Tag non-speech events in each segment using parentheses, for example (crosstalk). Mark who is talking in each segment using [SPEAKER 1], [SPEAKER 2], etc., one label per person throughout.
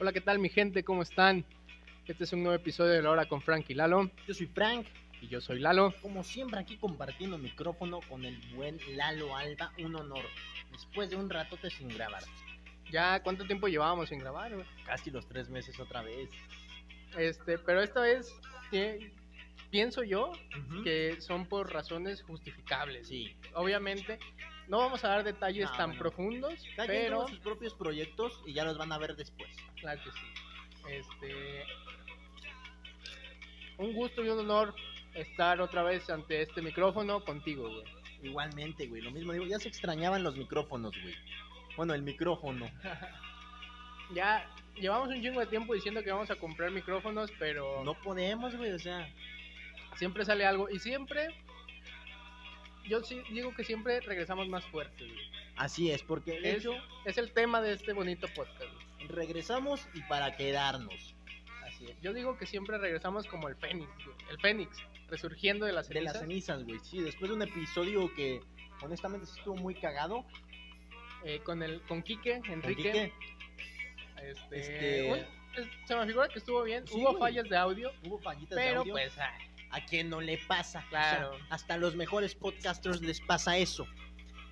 [SPEAKER 1] Hola, ¿qué tal mi gente? ¿Cómo están? Este es un nuevo episodio de La Hora con Frank y Lalo.
[SPEAKER 2] Yo soy Frank,
[SPEAKER 1] Y yo soy Lalo.
[SPEAKER 2] como siempre aquí compartiendo micrófono con el buen Lalo Alba, un honor. Después de un ratote sin grabar,
[SPEAKER 1] Ya, ¿cuánto tiempo llevábamos sin grabar? güey?
[SPEAKER 2] casi los tres meses otra vez.
[SPEAKER 1] Este, pero esta vez eh, pienso yo que son por razones justificables.
[SPEAKER 2] Sí,
[SPEAKER 1] Obviamente, no vamos a dar detalles
[SPEAKER 2] No,
[SPEAKER 1] tan
[SPEAKER 2] no.
[SPEAKER 1] profundos,
[SPEAKER 2] cada quien
[SPEAKER 1] pero
[SPEAKER 2] tiene sus propios proyectos y ya los van a ver después.
[SPEAKER 1] Claro que sí. Este, un gusto y un honor estar otra vez ante este micrófono contigo, güey.
[SPEAKER 2] Igualmente, güey, lo mismo digo, ya se extrañaban los micrófonos, güey. Bueno, el micrófono.
[SPEAKER 1] Ya llevamos un chingo de tiempo diciendo que vamos a comprar micrófonos, pero
[SPEAKER 2] No podemos, güey, o sea,
[SPEAKER 1] siempre sale algo. Y siempre, yo sí digo que siempre regresamos más fuertes, güey.
[SPEAKER 2] así es, porque de
[SPEAKER 1] Es,
[SPEAKER 2] hecho
[SPEAKER 1] es el tema de este bonito podcast, güey.
[SPEAKER 2] regresamos y para quedarnos.
[SPEAKER 1] Así es. Yo digo que siempre regresamos como el Fénix, güey. El Fénix, resurgiendo de las
[SPEAKER 2] De las
[SPEAKER 1] cenizas.
[SPEAKER 2] cenizas, güey, sí, después de un episodio que honestamente sí estuvo muy cagado.
[SPEAKER 1] eh, con, el, con Quique, Enrique.
[SPEAKER 2] Enrique,
[SPEAKER 1] Este,
[SPEAKER 2] Este-
[SPEAKER 1] bueno, es- se me figura que estuvo bien.
[SPEAKER 2] Sí,
[SPEAKER 1] Hubo
[SPEAKER 2] güey.
[SPEAKER 1] fallas de audio,
[SPEAKER 2] Hubo fallitas de
[SPEAKER 1] pero
[SPEAKER 2] audio.
[SPEAKER 1] pues ah,
[SPEAKER 2] a quien no le pasa.
[SPEAKER 1] Claro.
[SPEAKER 2] O sea, hasta los mejores podcasters les pasa eso.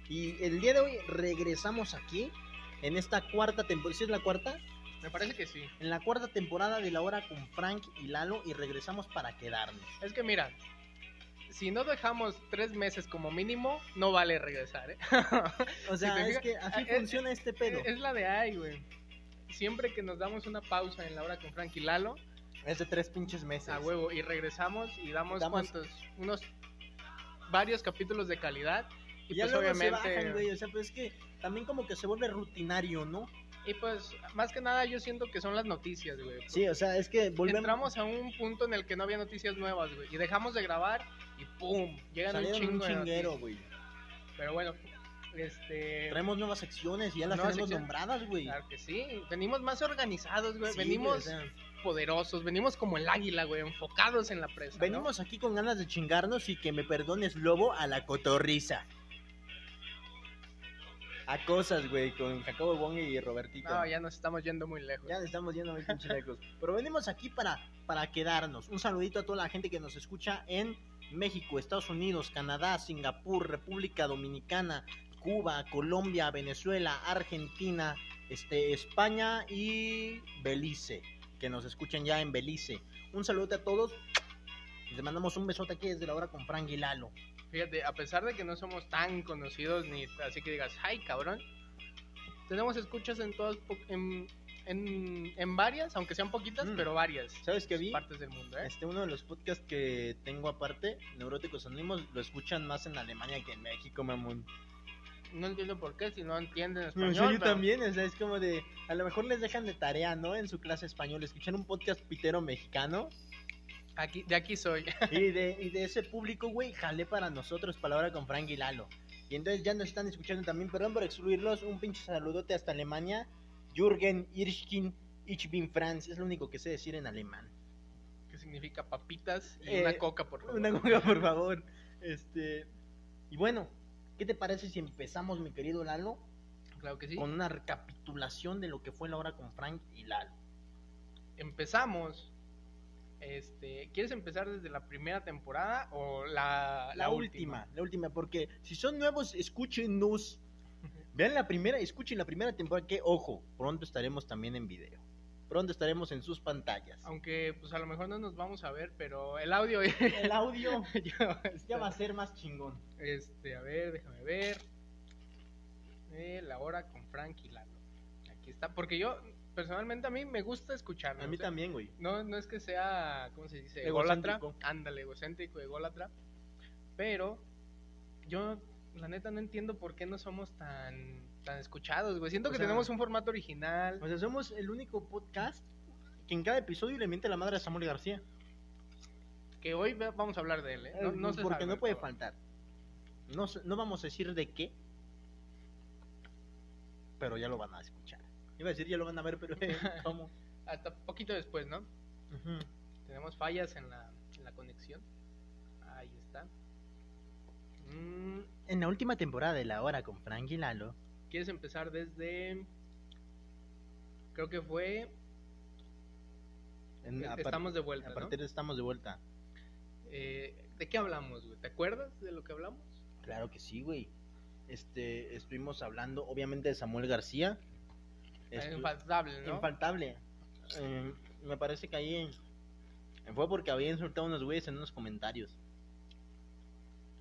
[SPEAKER 2] Y el día de hoy regresamos aquí en esta cuarta temporada. ¿Sí es la cuarta?
[SPEAKER 1] me parece que sí.
[SPEAKER 2] En la cuarta temporada de La Hora con Frank y Lalo y regresamos para quedarnos.
[SPEAKER 1] Es que mira, si no dejamos tres meses como mínimo, no vale
[SPEAKER 2] (laughs)
[SPEAKER 1] regresar. ¿eh?
[SPEAKER 2] O
[SPEAKER 1] Si
[SPEAKER 2] sea,
[SPEAKER 1] te
[SPEAKER 2] es
[SPEAKER 1] fijas-
[SPEAKER 2] que así
[SPEAKER 1] ah, eh,
[SPEAKER 2] funciona este pedo.
[SPEAKER 1] Es la de ay, güey. Siempre que nos damos una pausa en la hora con Frank y Lalo,
[SPEAKER 2] Es de tres pinches meses.
[SPEAKER 1] a Ah, huevo, y regresamos y damos,
[SPEAKER 2] Damos-
[SPEAKER 1] cuantos, unos varios capítulos de calidad. Y
[SPEAKER 2] Y ya
[SPEAKER 1] pues
[SPEAKER 2] luego
[SPEAKER 1] obviamente.
[SPEAKER 2] se bajan, güey. O sea, pues es que también como que se vuelve rutinario, ¿no?
[SPEAKER 1] y pues, más que nada, yo siento que son las noticias, güey.
[SPEAKER 2] Sí, o sea, es que volvemos.
[SPEAKER 1] Entramos a un punto en el que no había noticias nuevas, güey. Y dejamos de grabar y ¡pum! Llegan un
[SPEAKER 2] Salieron
[SPEAKER 1] chingo
[SPEAKER 2] un
[SPEAKER 1] de
[SPEAKER 2] chinguero,
[SPEAKER 1] noticias.
[SPEAKER 2] güey.
[SPEAKER 1] Pero bueno, este...
[SPEAKER 2] Traemos nuevas secciones y ya las
[SPEAKER 1] Nuevas
[SPEAKER 2] tenemos
[SPEAKER 1] secciones.
[SPEAKER 2] nombradas, güey.
[SPEAKER 1] Claro que sí. Venimos más organizados, güey.
[SPEAKER 2] Sí,
[SPEAKER 1] venimos
[SPEAKER 2] güey, o sea.
[SPEAKER 1] poderosos. Venimos como el águila, güey. Enfocados en la presa, ¿no?
[SPEAKER 2] Venimos aquí con ganas de chingarnos y que me perdones, lobo, a la cotorriza. A cosas, güey, con Jacobo Wong y Robertito.
[SPEAKER 1] No,
[SPEAKER 2] ya.
[SPEAKER 1] ya nos estamos yendo muy lejos.
[SPEAKER 2] nos estamos yendo muy pinche lejos. Pero venimos aquí para, para quedarnos. Un saludito a toda la gente que nos escucha en México, Estados Unidos, Canadá, Singapur, República Dominicana, Cuba, Colombia, Venezuela, Argentina, este, España y Belice. Que nos escuchan ya en Belice. Un saludo a todos. Les mandamos un besote aquí desde la hora con Frank y Lalo.
[SPEAKER 1] Fíjate, a pesar de que no somos tan conocidos ni así que digas, ay, cabrón. Tenemos escuchas en todas... po- En, en, en varias, aunque sean poquitas,
[SPEAKER 2] Mm.
[SPEAKER 1] pero varias.
[SPEAKER 2] ¿Sabes qué vi?
[SPEAKER 1] Partes del mundo, ¿eh?
[SPEAKER 2] Este, uno de los podcasts que tengo aparte, Neuróticos Anónimos, lo escuchan más en Alemania que en México, mamón.
[SPEAKER 1] No entiendo por qué, si no entienden
[SPEAKER 2] No,
[SPEAKER 1] español.
[SPEAKER 2] o sea, Mm, yo
[SPEAKER 1] pero-
[SPEAKER 2] también, o sea, es como de, a lo mejor les dejan de tarea, ¿no? En su clase de español, escuchar un podcast pitero mexicano
[SPEAKER 1] Aquí, de aquí soy. (laughs)
[SPEAKER 2] y de, y de ese público, güey, jalé para nosotros palabra con Frank y Lalo. Y entonces ya nos están escuchando también, perdón por excluirlos, un pinche saludote hasta Alemania, Jürgen, Irschkin, Ich bin Franz, es lo único que sé decir en alemán.
[SPEAKER 1] Que significa papitas y
[SPEAKER 2] Eh,
[SPEAKER 1] una coca, por favor.
[SPEAKER 2] Una coca, por favor. Este, y bueno, ¿qué te parece si empezamos, mi querido Lalo,
[SPEAKER 1] Claro que sí.
[SPEAKER 2] con una recapitulación de lo que fue la hora con Frank y Lalo?
[SPEAKER 1] Empezamos. Este, ¿Quieres empezar desde la primera temporada o la,
[SPEAKER 2] La, última, la última, porque si son nuevos, escúchenos. Vean la primera, escuchen la primera temporada, que ojo, pronto estaremos también en video. Pronto estaremos en sus pantallas.
[SPEAKER 1] Aunque, pues a lo mejor no nos vamos a ver, pero el audio. (laughs)
[SPEAKER 2] El audio
[SPEAKER 1] ya va a
[SPEAKER 2] (laughs) ya
[SPEAKER 1] estar.
[SPEAKER 2] va a ser más chingón.
[SPEAKER 1] Este, a ver, déjame ver. Eh, la hora con Frank y Lalo. Aquí está. Porque yo, personalmente, a mí me gusta escucharme.
[SPEAKER 2] A
[SPEAKER 1] o
[SPEAKER 2] mí
[SPEAKER 1] sea,
[SPEAKER 2] también, güey.
[SPEAKER 1] No, no es que sea, ¿cómo se dice?
[SPEAKER 2] Egocéntrico.
[SPEAKER 1] Ególatra. Ándale, egocéntrico, ególatra. Pero yo, la neta, no entiendo por qué no somos tan, tan escuchados, güey. Siento
[SPEAKER 2] O
[SPEAKER 1] que
[SPEAKER 2] sea- pues,
[SPEAKER 1] tenemos un formato original.
[SPEAKER 2] O sea, somos el único podcast que en cada episodio le miente la madre a Samuel García.
[SPEAKER 1] que hoy ve- vamos a hablar de él, ¿eh? No, no se
[SPEAKER 2] porque
[SPEAKER 1] sabe,
[SPEAKER 2] no puede
[SPEAKER 1] pero-
[SPEAKER 2] faltar. No, sé- no vamos a decir de qué, pero ya lo van a escuchar. Iba a decir ya lo van a ver, pero eh, ¿cómo?
[SPEAKER 1] Hasta poquito después, ¿no?
[SPEAKER 2] (laughs) Ujú.
[SPEAKER 1] Tenemos fallas en la, en la conexión. Ahí está. Mm,
[SPEAKER 2] En la última temporada de La Hora con Frank y Lalo,
[SPEAKER 1] ¿Quieres empezar desde.? Creo que fue
[SPEAKER 2] En- a par-
[SPEAKER 1] E, Estamos de vuelta,
[SPEAKER 2] A
[SPEAKER 1] ¿no?
[SPEAKER 2] partir de estamos de vuelta.
[SPEAKER 1] Eh, ¿De qué hablamos, güey? ¿Te acuerdas de lo que hablamos?
[SPEAKER 2] Claro que sí, güey. Este, estuvimos hablando, obviamente, de Samuel García.
[SPEAKER 1] Es
[SPEAKER 2] Estu-
[SPEAKER 1] Eh, infaltable, ¿no?
[SPEAKER 2] Infaltable. Eh, me parece que ahí fue porque había insultado a unos güeyes en unos comentarios.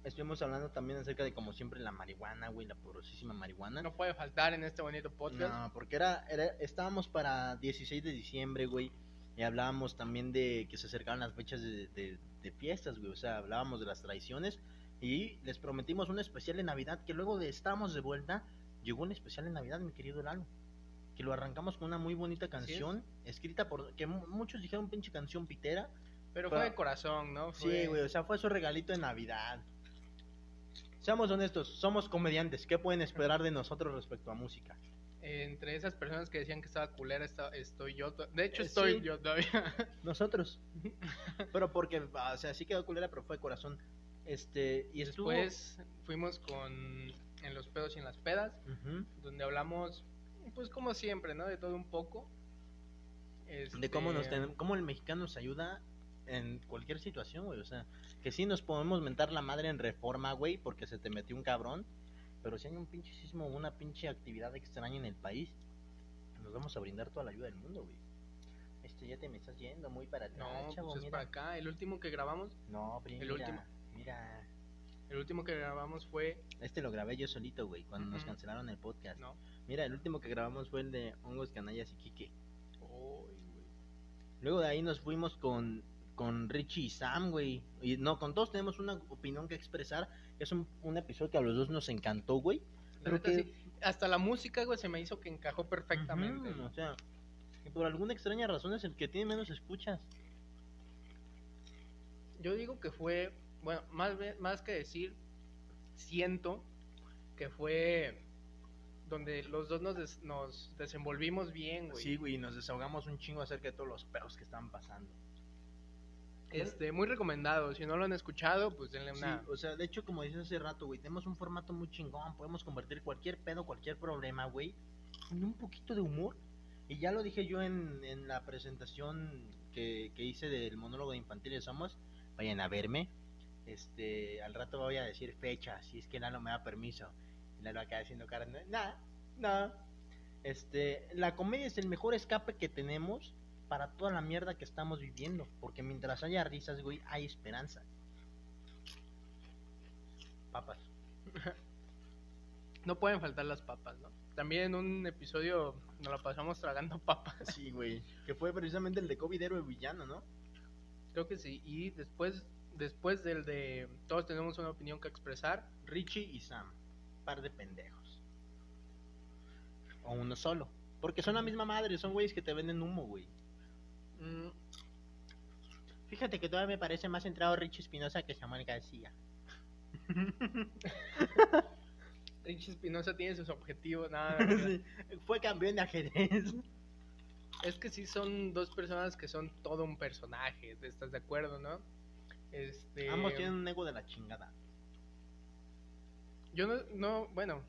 [SPEAKER 2] Estuvimos hablando también acerca de, como siempre, la marihuana, güey, la porosísima marihuana.
[SPEAKER 1] no puede faltar en este bonito podcast.
[SPEAKER 2] No, porque era, era- estábamos para 16 de diciembre, güey. Y hablábamos también de que se acercaban las fechas de, de- de fiestas, güey. O sea, hablábamos de las traiciones. Y les prometimos un especial de Navidad. Que luego de estábamos de vuelta, llegó un especial de Navidad, mi querido Lalo. Que lo arrancamos con una muy bonita
[SPEAKER 1] Así es.
[SPEAKER 2] canción. Escrita por. Que mu- muchos dijeron pinche canción pitera.
[SPEAKER 1] pero fue
[SPEAKER 2] pero-
[SPEAKER 1] de corazón, ¿no? Fue-
[SPEAKER 2] Sí, güey. O sea, fue su regalito de Navidad. Seamos honestos, somos comediantes. ¿Qué pueden esperar de nosotros respecto a música?
[SPEAKER 1] Entre esas personas que decían que estaba culera, esta- estoy yo. to- De hecho,
[SPEAKER 2] Eh,
[SPEAKER 1] estoy
[SPEAKER 2] sí.
[SPEAKER 1] yo todavía.
[SPEAKER 2] Nosotros.
[SPEAKER 1] (laughs)
[SPEAKER 2] pero porque, o sea, sí quedó culera, pero fue de corazón. Este, y estuvo.
[SPEAKER 1] Después Pues, fuimos con En los pedos y en las pedas,
[SPEAKER 2] Ujú.
[SPEAKER 1] donde hablamos, pues como siempre, ¿no? De todo un poco. Este,
[SPEAKER 2] De cómo, nos ten- cómo el mexicano nos ayuda en cualquier situación, güey. O sea, que sí nos podemos mentar la madre en reforma, güey, porque se te metió un cabrón. Pero si hay un pinche sismo o una pinche actividad extraña en el país, nos vamos a brindar toda la ayuda del mundo, güey. Este, ya te me estás yendo muy para atrás,
[SPEAKER 1] No,
[SPEAKER 2] Ah, chavo,
[SPEAKER 1] pues es
[SPEAKER 2] mira.
[SPEAKER 1] para acá. El último que grabamos,
[SPEAKER 2] No, pero
[SPEAKER 1] El
[SPEAKER 2] mira,
[SPEAKER 1] último.
[SPEAKER 2] mira.
[SPEAKER 1] el último que grabamos fue,
[SPEAKER 2] Este lo grabé yo solito, güey, cuando nos
[SPEAKER 1] Ujú.
[SPEAKER 2] cancelaron el podcast.
[SPEAKER 1] ¿no?
[SPEAKER 2] Mira, el último que grabamos fue el de Hongos, Canallas y Quique.
[SPEAKER 1] Ay, güey.
[SPEAKER 2] Luego de ahí nos fuimos con, con Richie y Sam, güey. Y no, con todos tenemos una opinión que expresar. Es un, un episodio que a los dos nos encantó, güey.
[SPEAKER 1] La
[SPEAKER 2] Pero
[SPEAKER 1] neta,
[SPEAKER 2] que-
[SPEAKER 1] sí, hasta la música, güey, se me hizo que encajó perfectamente.
[SPEAKER 2] Ujú,
[SPEAKER 1] güey.
[SPEAKER 2] o sea, que por alguna extraña razón es el que tiene menos escuchas.
[SPEAKER 1] Yo digo que fue, bueno, más, ve- más que decir, siento que fue donde los dos nos, des- nos desenvolvimos bien, güey.
[SPEAKER 2] güey, nos desahogamos un chingo acerca de todos los pedos que están pasando. Pues,
[SPEAKER 1] Este, muy recomendado. Si no lo han escuchado, pues denle
[SPEAKER 2] Sí,
[SPEAKER 1] una.
[SPEAKER 2] o sea, de hecho, como dices hace rato, güey, tenemos un formato muy chingón, podemos convertir cualquier pedo, cualquier problema, güey, en un poquito de humor. Y ya lo dije yo en, en la presentación que, que hice del monólogo de Infantiles Somos, vayan a verme. Este, al rato voy a decir fecha, si es que Lalo me da permiso. Y Lalo acaba haciendo cara, no, nada, nada. Este, la comedia es el mejor escape que tenemos para toda la mierda que estamos viviendo, porque mientras haya risas, güey, hay esperanza. Papas.
[SPEAKER 1] No pueden faltar las papas, ¿no? También en un episodio nos la pasamos tragando (laughs) papas.
[SPEAKER 2] Sí, güey. Que fue precisamente el de COVID héroe villano, ¿no?
[SPEAKER 1] Creo que sí. Y después, después del de todos tenemos una opinión que expresar,
[SPEAKER 2] Richie y Sam. Par de pendejos. O uno solo. Porque son la misma madre, son güeyes que te venden humo, güey.
[SPEAKER 1] mm,
[SPEAKER 2] Fíjate que todavía me parece más centrado Richie Espinosa que Samuel
[SPEAKER 1] (laughs)
[SPEAKER 2] García.
[SPEAKER 1] Richie Espinosa tiene sus objetivos, nada. no,
[SPEAKER 2] (laughs)
[SPEAKER 1] no.
[SPEAKER 2] Fue campeón de ajedrez.
[SPEAKER 1] Es que sí son dos personas que son todo un personaje, ¿te- ¿estás de acuerdo, no? Este,
[SPEAKER 2] Ambos tienen un ego de la chingada.
[SPEAKER 1] Yo no, no, bueno,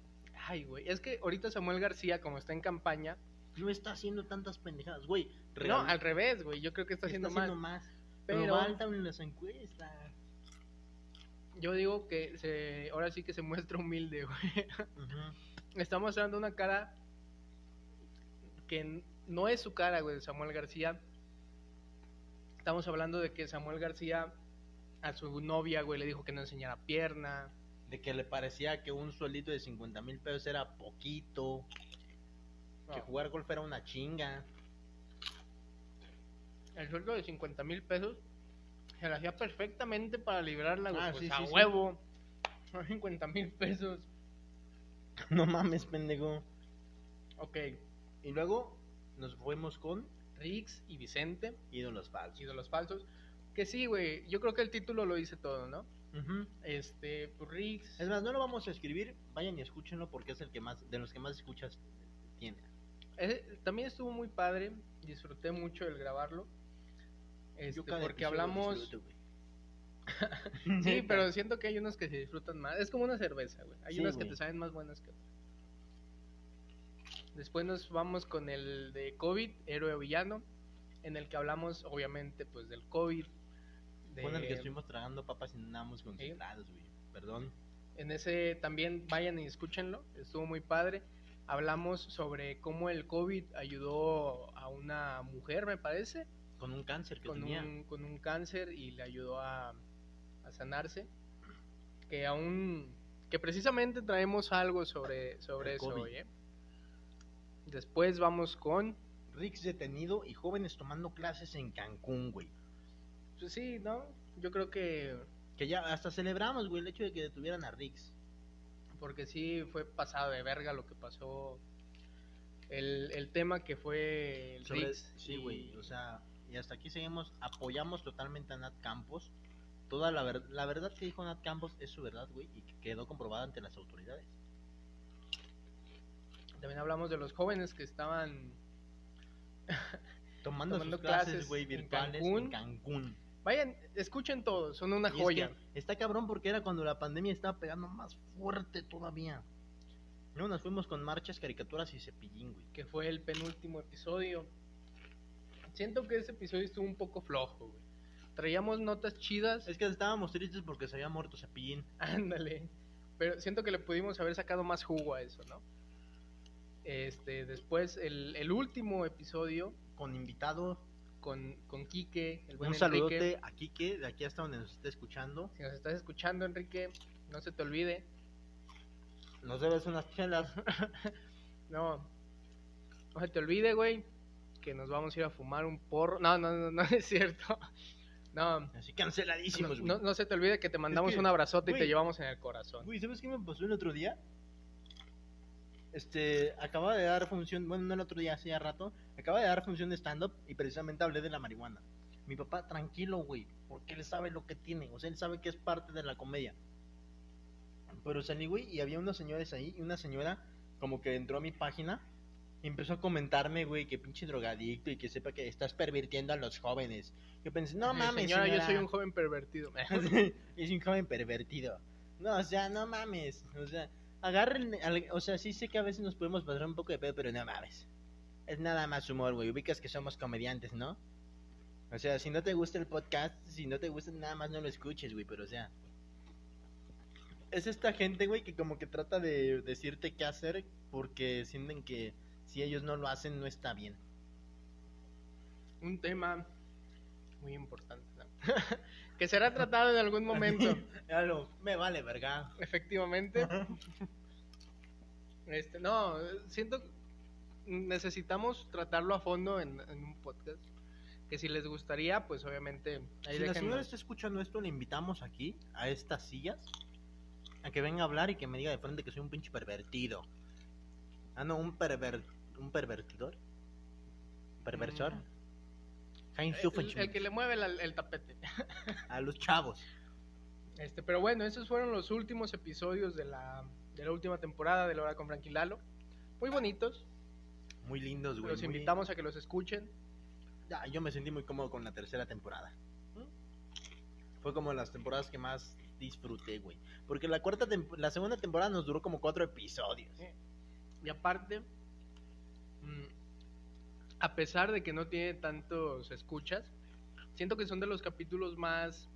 [SPEAKER 1] ay, güey, es que ahorita Samuel García, como está en campaña,
[SPEAKER 2] No está haciendo tantas pendejadas, güey.
[SPEAKER 1] no, al revés, güey, yo creo que está haciendo mal.
[SPEAKER 2] más. Pero,
[SPEAKER 1] Pero
[SPEAKER 2] faltan en las encuestas.
[SPEAKER 1] yo digo que se, ahora sí que se muestra humilde, (laughs) güey. Está mostrando una cara que n- no es su cara, güey, de Samuel García. Estamos hablando de que Samuel García a su novia, güey, le dijo que no enseñara pierna.
[SPEAKER 2] De que le parecía que un suelito de 50 mil pesos era poquito. Que
[SPEAKER 1] No.
[SPEAKER 2] jugar golf era una chinga. (laughs)
[SPEAKER 1] el sueldo de 50 mil pesos se la hacía perfectamente para librarla, güey.
[SPEAKER 2] Ah,
[SPEAKER 1] pues
[SPEAKER 2] sí,
[SPEAKER 1] a
[SPEAKER 2] sí, sí.
[SPEAKER 1] huevo. Son 50 mil pesos.
[SPEAKER 2] No mames, pendejo.
[SPEAKER 1] Ok,
[SPEAKER 2] Y luego nos fuimos con
[SPEAKER 1] Rix y Vicente,
[SPEAKER 2] ídolos falsos.
[SPEAKER 1] y de los falsos. Que sí, güey. Yo creo que el título lo dice todo, ¿no?
[SPEAKER 2] Ujú.
[SPEAKER 1] Este, pues, Rix.
[SPEAKER 2] Es más, no lo vamos a escribir. Vayan y escúchenlo porque es el que más, de los que más escuchas tiene.
[SPEAKER 1] Eh, también estuvo muy padre. Disfruté mucho el grabarlo. Este,
[SPEAKER 2] Yo cada
[SPEAKER 1] porque
[SPEAKER 2] episodio
[SPEAKER 1] hablamos.
[SPEAKER 2] disfruto, güey.
[SPEAKER 1] (laughs) Sí,
[SPEAKER 2] Neta.
[SPEAKER 1] pero siento que hay unos que se disfrutan más. Es como una cerveza, güey. Hay
[SPEAKER 2] Sí,
[SPEAKER 1] unas
[SPEAKER 2] güey.
[SPEAKER 1] que te saben más buenas que otras. Después nos vamos con el de COVID, héroe o villano. en el que hablamos, obviamente, pues del COVID. de-
[SPEAKER 2] Fue en el que estuvimos tragando papas y namos concentrados, güey. Perdón.
[SPEAKER 1] en ese también vayan y escúchenlo, estuvo muy padre. Hablamos sobre cómo el COVID ayudó a una mujer, me parece,
[SPEAKER 2] Con un cáncer que
[SPEAKER 1] con
[SPEAKER 2] tenía.
[SPEAKER 1] un, con un cáncer y le ayudó a, a sanarse. Que aún, que precisamente traemos algo sobre, sobre
[SPEAKER 2] El
[SPEAKER 1] eso
[SPEAKER 2] COVID.
[SPEAKER 1] hoy, ¿eh? Después vamos con,
[SPEAKER 2] Rix detenido y jóvenes tomando clases en Cancún, güey.
[SPEAKER 1] pues sí, ¿no? Yo creo que,
[SPEAKER 2] Que ya hasta celebramos, güey, el hecho de que detuvieran a Rix.
[SPEAKER 1] porque sí fue pasado de verga lo que pasó, el, el tema que fue el
[SPEAKER 2] Sobre-
[SPEAKER 1] Rix
[SPEAKER 2] sí,
[SPEAKER 1] y-
[SPEAKER 2] güey. O sea, y hasta aquí seguimos. Apoyamos totalmente a Nat Campos. Toda la, ver- la verdad que dijo Nat Campos es su verdad, güey, y que quedó comprobada ante las autoridades.
[SPEAKER 1] También hablamos de los jóvenes que estaban.
[SPEAKER 2] Tomando,
[SPEAKER 1] Tomando
[SPEAKER 2] sus clases,
[SPEAKER 1] clases
[SPEAKER 2] güey,
[SPEAKER 1] en
[SPEAKER 2] virtuales
[SPEAKER 1] Cancún.
[SPEAKER 2] en Cancún.
[SPEAKER 1] Vayan, escuchen todos, son una
[SPEAKER 2] Y es que
[SPEAKER 1] joya.
[SPEAKER 2] está cabrón porque era cuando la pandemia estaba pegando más fuerte todavía. No, nos fuimos con marchas, caricaturas y cepillín, güey.
[SPEAKER 1] que fue el penúltimo episodio. Siento que ese episodio estuvo un poco flojo, güey. Traíamos notas chidas, (laughs)
[SPEAKER 2] Es que estábamos tristes porque se había muerto cepillín.
[SPEAKER 1] ándale. Pero siento que le pudimos haber sacado más jugo a eso, ¿no? Este, después el, el último episodio
[SPEAKER 2] Con invitado.
[SPEAKER 1] con, con Quique, el buen
[SPEAKER 2] Un
[SPEAKER 1] Enrique.
[SPEAKER 2] saludote a Quique, de aquí hasta donde nos esté escuchando.
[SPEAKER 1] Si nos estás escuchando, Enrique, no se te olvide.
[SPEAKER 2] Nos debes unas chelas.
[SPEAKER 1] No, no se te olvide, güey, que nos vamos a ir a fumar un porro. No, no, no, (laughs) no es cierto. No, no,
[SPEAKER 2] Así canceladísimos, güey.
[SPEAKER 1] no, no se te olvide que te mandamos
[SPEAKER 2] que,
[SPEAKER 1] un abrazote y te
[SPEAKER 2] güey,
[SPEAKER 1] llevamos en el corazón.
[SPEAKER 2] Güey, ¿sabes qué me pasó el otro día? Este, acababa de dar función, bueno, no el otro día, hacía rato, acaba de dar función de stand-up y precisamente hablé de la marihuana. Mi papá, tranquilo, güey, porque él sabe lo que tiene, o sea, él sabe que es parte de la comedia. Pero salí, güey, y había unos señores ahí y una señora como que entró a mi página y empezó a comentarme, güey, que pinche drogadicto y que sepa que estás pervirtiendo a los jóvenes. Yo pensé, no
[SPEAKER 1] Eh,
[SPEAKER 2] mames,
[SPEAKER 1] señora, yo
[SPEAKER 2] señora.
[SPEAKER 1] soy un joven pervertido. (laughs)
[SPEAKER 2] (laughs) es un joven pervertido. No, o sea, no mames. O sea, agarren. al- O sea, sí sé que a veces nos podemos pasar un poco de pedo, pero no mames. Es nada más humor, güey. Ubicas que somos comediantes, ¿no? O sea, si no te gusta el podcast, si no te gusta, nada más no lo escuches, güey. Pero, o sea. Es esta gente, güey, que como que trata de decirte qué hacer porque sienten que si ellos no lo hacen, no está bien.
[SPEAKER 1] Un tema muy importante, ¿no? (laughs) que será tratado en algún momento,
[SPEAKER 2] (laughs) Ya lo- me vale, verga.
[SPEAKER 1] efectivamente. Este, no, siento necesitamos tratarlo a fondo en, en un podcast. Que si les gustaría, pues obviamente ahí
[SPEAKER 2] si la
[SPEAKER 1] déjenos.
[SPEAKER 2] señora está escuchando esto, le invitamos aquí, a estas sillas, a que venga a hablar y que me diga de frente que soy un pinche pervertido. Ah, no, un perver... ¿Un pervertidor? ¿Perversor?
[SPEAKER 1] Mm.
[SPEAKER 2] Heinz
[SPEAKER 1] El,
[SPEAKER 2] Zuffenschmidt.
[SPEAKER 1] el que le mueve la- el tapete.
[SPEAKER 2] A los chavos.
[SPEAKER 1] Este, pero bueno, esos fueron los últimos episodios de la, de la última temporada de La Hora con Frankie Lalo. Muy bonitos.
[SPEAKER 2] Muy lindos, güey.
[SPEAKER 1] los
[SPEAKER 2] muy-
[SPEAKER 1] invitamos a que los escuchen.
[SPEAKER 2] Ah, yo me sentí muy cómodo con la tercera temporada. Fue como las temporadas que más disfruté, güey. Porque la cuarta tem- la segunda temporada nos duró como cuatro episodios.
[SPEAKER 1] Y aparte, mm, a pesar de que no tiene tantos escuchas, siento que son de los capítulos más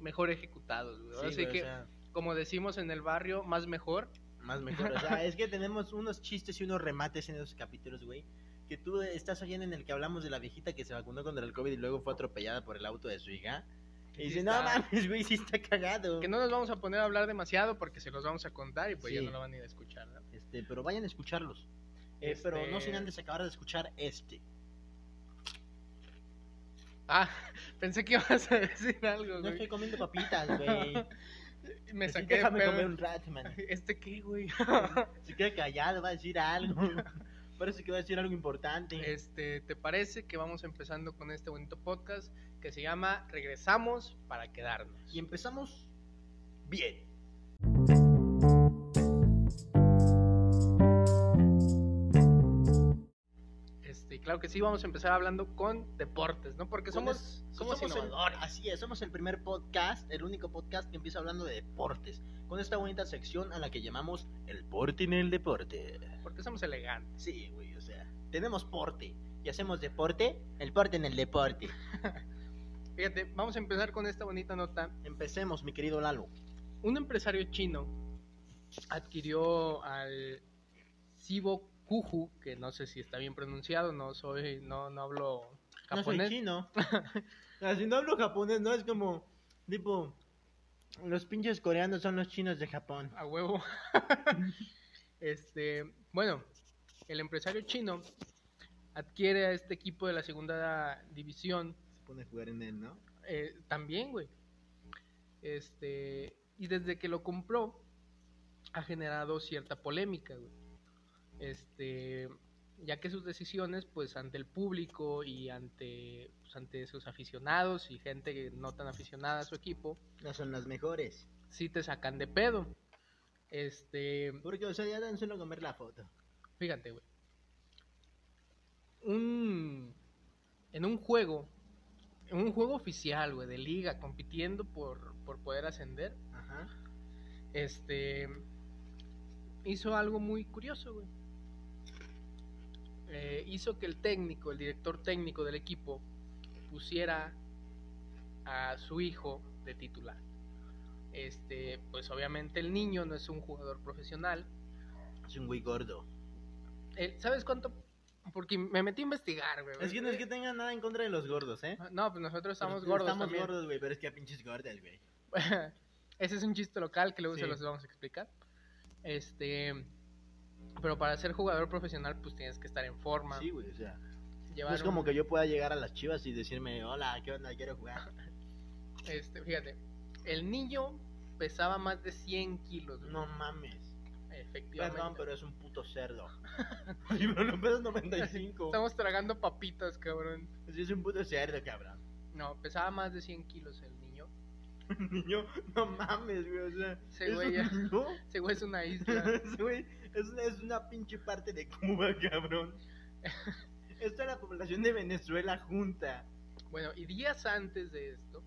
[SPEAKER 1] mejor ejecutados. güey. Así
[SPEAKER 2] güey, o
[SPEAKER 1] que,
[SPEAKER 2] sea,
[SPEAKER 1] como decimos en el barrio, más mejor.
[SPEAKER 2] Más mejor.
[SPEAKER 1] (laughs)
[SPEAKER 2] O sea, es que tenemos unos chistes y unos remates en esos capítulos, güey. Que tú estás oyendo en el que hablamos de la viejita que se vacunó contra el COVID y luego fue atropellada por el auto de su hija.
[SPEAKER 1] Sí
[SPEAKER 2] Y dice, no
[SPEAKER 1] está-
[SPEAKER 2] mames, güey, sí está cagado.
[SPEAKER 1] Que no nos vamos a poner a hablar demasiado porque se los vamos a contar y pues ya
[SPEAKER 2] Sí.
[SPEAKER 1] no lo van a ir a escuchar. ¿no?
[SPEAKER 2] Este, pero vayan a escucharlos. Eh, Pero no
[SPEAKER 1] Este-
[SPEAKER 2] sin antes acabar de escuchar este.
[SPEAKER 1] Ah, (laughs) pensé que ibas a decir algo,
[SPEAKER 2] No
[SPEAKER 1] güey.
[SPEAKER 2] estoy comiendo papitas, güey.
[SPEAKER 1] (laughs) Me
[SPEAKER 2] Sí,
[SPEAKER 1] saqué de
[SPEAKER 2] Déjame
[SPEAKER 1] pedo.
[SPEAKER 2] comer un rato, man.
[SPEAKER 1] (laughs) ¿Este qué, güey?
[SPEAKER 2] Se queda callado, va a decir algo. (laughs) Parece que va a decir algo importante.
[SPEAKER 1] (laughs) Este, ¿te parece que vamos empezando con este bonito podcast que se llama Regresamos para quedarnos?
[SPEAKER 2] Y empezamos bien.
[SPEAKER 1] Este, claro que sí, vamos a empezar hablando con deportes, ¿no? Porque
[SPEAKER 2] Con
[SPEAKER 1] somos,
[SPEAKER 2] es-
[SPEAKER 1] somos,
[SPEAKER 2] el-
[SPEAKER 1] innovadores.
[SPEAKER 2] así es, somos el primer podcast, el único podcast que empieza hablando de deportes. Con esta bonita sección a la que llamamos el porte en el deporte.
[SPEAKER 1] Porque somos elegantes.
[SPEAKER 2] Sí, güey, o sea, tenemos porte. y hacemos deporte, el porte en el deporte.
[SPEAKER 1] Fíjate, vamos a empezar con esta bonita nota.
[SPEAKER 2] Empecemos, mi querido Lalo.
[SPEAKER 1] Un empresario chino adquirió al Sibo Kuju, que no sé si está bien pronunciado, no soy, no, no hablo
[SPEAKER 2] No soy
[SPEAKER 1] japonés.
[SPEAKER 2] (laughs) chino. Así no hablo japonés, no es como, tipo, los pinches coreanos son los chinos de Japón.
[SPEAKER 1] A huevo. (laughs) este, bueno, el empresario chino adquiere a este equipo de la segunda división
[SPEAKER 2] Se pone a jugar en él, ¿no?
[SPEAKER 1] eh, también, güey. Este, y desde que lo compró ha generado cierta polémica, güey. Este, ya que sus decisiones pues ante el público y ante pues, ante sus aficionados y gente que no tan aficionada a su equipo,
[SPEAKER 2] No son las mejores.
[SPEAKER 1] sí te sacan de pedo. Este,
[SPEAKER 2] Porque, o sea, ya dan solo comer la foto.
[SPEAKER 1] Fíjate, güey. Un. En un juego. En un juego oficial, güey, de liga, compitiendo por, por poder ascender.
[SPEAKER 2] Ajá.
[SPEAKER 1] Este. Hizo algo muy curioso, güey. Eh, hizo que el técnico, el director técnico del equipo, pusiera a su hijo de titular. Este, pues obviamente el niño no es un jugador profesional,
[SPEAKER 2] Es un güey gordo.
[SPEAKER 1] eh, ¿Sabes cuánto? Porque me metí a investigar, güey.
[SPEAKER 2] Es que no es que tengan nada en contra de los gordos, ¿eh?
[SPEAKER 1] No, pues nosotros estamos
[SPEAKER 2] Pero
[SPEAKER 1] gordos
[SPEAKER 2] Estamos
[SPEAKER 1] también.
[SPEAKER 2] gordos, güey, pero es que a pinches gordas, güey.
[SPEAKER 1] (laughs) Ese es un chiste local que luego se
[SPEAKER 2] Sí.
[SPEAKER 1] los vamos a explicar. Este... Pero para ser jugador profesional, pues tienes que estar en forma.
[SPEAKER 2] Sí, güey, o sea. No
[SPEAKER 1] llevar
[SPEAKER 2] es como
[SPEAKER 1] un-
[SPEAKER 2] que yo pueda llegar a las chivas y decirme, hola, ¿qué onda? Quiero
[SPEAKER 1] (laughs)
[SPEAKER 2] jugar.
[SPEAKER 1] Este, fíjate. El niño pesaba más de 100 kilos, güey.
[SPEAKER 2] No mames.
[SPEAKER 1] Efectivamente.
[SPEAKER 2] Perdón, pero es un puto
[SPEAKER 1] (laughs)
[SPEAKER 2] cerdo. Ay, pero no pesas 95.
[SPEAKER 1] Estamos tragando papitas, cabrón.
[SPEAKER 2] Sí, es un puto cerdo, cabrón. (laughs)
[SPEAKER 1] No, pesaba más de 100 kilos el niño.
[SPEAKER 2] Niño, no mames, güey, o sea.
[SPEAKER 1] Ese
[SPEAKER 2] es
[SPEAKER 1] güey
[SPEAKER 2] un
[SPEAKER 1] ya-
[SPEAKER 2] niño.
[SPEAKER 1] Ese güey es una
[SPEAKER 2] (laughs)
[SPEAKER 1] isla.
[SPEAKER 2] Ese güey es, una- es una pinche parte de Cuba,
[SPEAKER 1] (laughs)
[SPEAKER 2] cabrón. Está la población de Venezuela junta.
[SPEAKER 1] Bueno, y días antes de esto,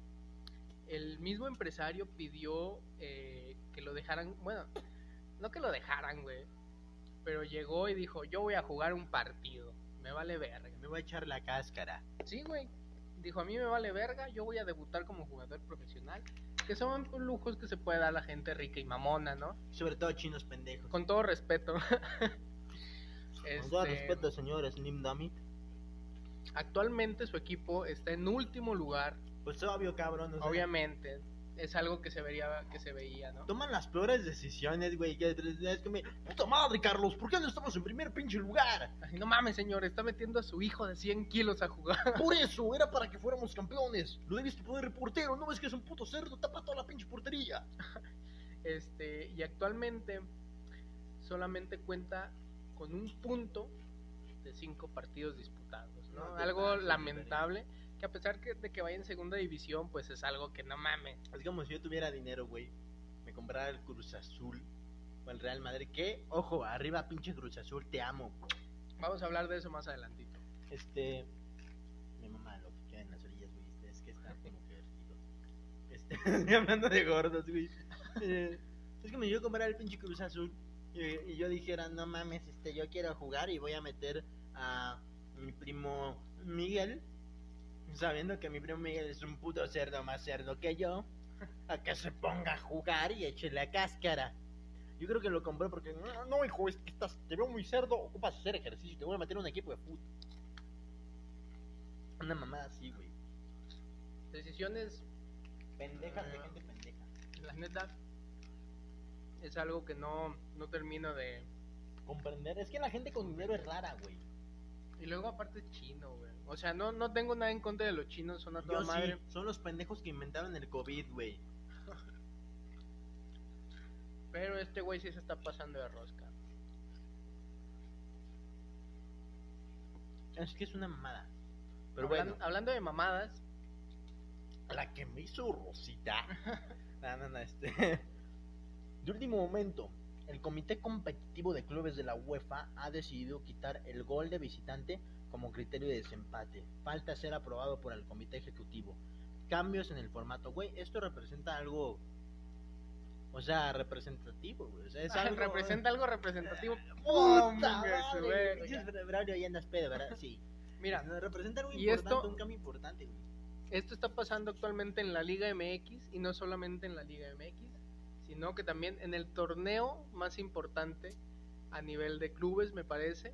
[SPEAKER 1] el mismo empresario pidió eh, que lo dejaran, bueno, no que lo dejaran, güey, pero llegó y dijo, yo voy a jugar un partido, me vale verga.
[SPEAKER 2] Me voy a echar la cáscara.
[SPEAKER 1] Sí, güey, dijo, a mí me vale verga, yo voy a debutar como jugador profesional, que son pues, lujos que se puede dar la gente rica y mamona, ¿no?
[SPEAKER 2] Sobre todo chinos pendejos.
[SPEAKER 1] Con todo respeto.
[SPEAKER 2] (laughs) Con todo
[SPEAKER 1] Este,
[SPEAKER 2] respeto, señor Slim Dummy.
[SPEAKER 1] Actualmente su equipo está en último lugar,
[SPEAKER 2] Pues obvio, cabrón. o sea,
[SPEAKER 1] obviamente. Es algo que se vería, que se veía, ¿no?
[SPEAKER 2] Toman las peores decisiones, güey. que Es que me... ¡Puta madre, Carlos! ¿Por qué no estamos en primer pinche lugar?
[SPEAKER 1] Ay, no mames, señor, está metiendo a su hijo de 100 kilos a jugar. (laughs)
[SPEAKER 2] Por eso, era para que fuéramos campeones. Lo debiste poner portero, ¿no ves que es un puto cerdo? Tapa toda la pinche portería.
[SPEAKER 1] Este, y actualmente solamente cuenta con un punto de cinco partidos disputados, ¿no?
[SPEAKER 2] No te
[SPEAKER 1] algo
[SPEAKER 2] pases,
[SPEAKER 1] lamentable que a pesar que- de que vaya en segunda división, pues es algo que no mames.
[SPEAKER 2] Es como si yo tuviera dinero, güey. Me comprara el Cruz Azul o el Real Madrid. Que, ojo, arriba pinche Cruz Azul, te amo.
[SPEAKER 1] Vamos a hablar de eso más adelantito.
[SPEAKER 2] Este. Mi mamá, lo que queda en las orillas, güey. este, Es que está como que vertido. Este, (laughs) estoy hablando de gordos, güey. Eh, es como si yo comprara el pinche Cruz Azul y, y yo dijera, no mames, este, yo quiero jugar y voy a meter a mi primo Miguel. Sabiendo que mi primo Miguel es un puto cerdo más cerdo que yo, a que se ponga a jugar y eche la cáscara. Yo creo que lo compré porque, no, no, hijo, es que estás, te veo muy cerdo, ocupas hacer ejercicio, te voy a meter en un equipo de fútbol. Una mamada así, güey.
[SPEAKER 1] Decisiones,
[SPEAKER 2] Pendejas de
[SPEAKER 1] Ah.
[SPEAKER 2] gente pendeja.
[SPEAKER 1] la neta, es algo que no, no termino de...
[SPEAKER 2] Comprender. Es que la gente con dinero es rara, güey.
[SPEAKER 1] Y luego aparte es chino, güey. O sea, no, no tengo nada en contra de los chinos, son a toda
[SPEAKER 2] Yo
[SPEAKER 1] madre.
[SPEAKER 2] sí, son los pendejos que inventaron el COVID, güey.
[SPEAKER 1] Pero este güey sí se está pasando de rosca.
[SPEAKER 2] Es que es una mamada. Pero
[SPEAKER 1] Hablan-
[SPEAKER 2] bueno,
[SPEAKER 1] Hablando de mamadas,
[SPEAKER 2] la que me hizo Rosita. no, no, no, este. (laughs) De último momento, el Comité Competitivo de Clubes de la UEFA ha decidido quitar el gol de visitante como criterio de desempate. Falta ser aprobado por el Comité Ejecutivo. Cambios en el formato, güey. Esto representa algo. O sea, representativo, güey. O sea,
[SPEAKER 1] (laughs)
[SPEAKER 2] (laughs) (laughs) es algo. (laughs)
[SPEAKER 1] representa algo representativo.
[SPEAKER 2] ¡Puta
[SPEAKER 1] Hombre,
[SPEAKER 2] madre,
[SPEAKER 1] su verga. (laughs)
[SPEAKER 2] güey! Braulio ya andas pedo, ¿verdad? Sí.
[SPEAKER 1] Mira,
[SPEAKER 2] Representa algo
[SPEAKER 1] y
[SPEAKER 2] importante,
[SPEAKER 1] esto-
[SPEAKER 2] un cambio importante, güey.
[SPEAKER 1] esto está pasando actualmente en la Liga MX y no solamente en la Liga MX, sino que también en el torneo más importante a nivel de clubes, me parece,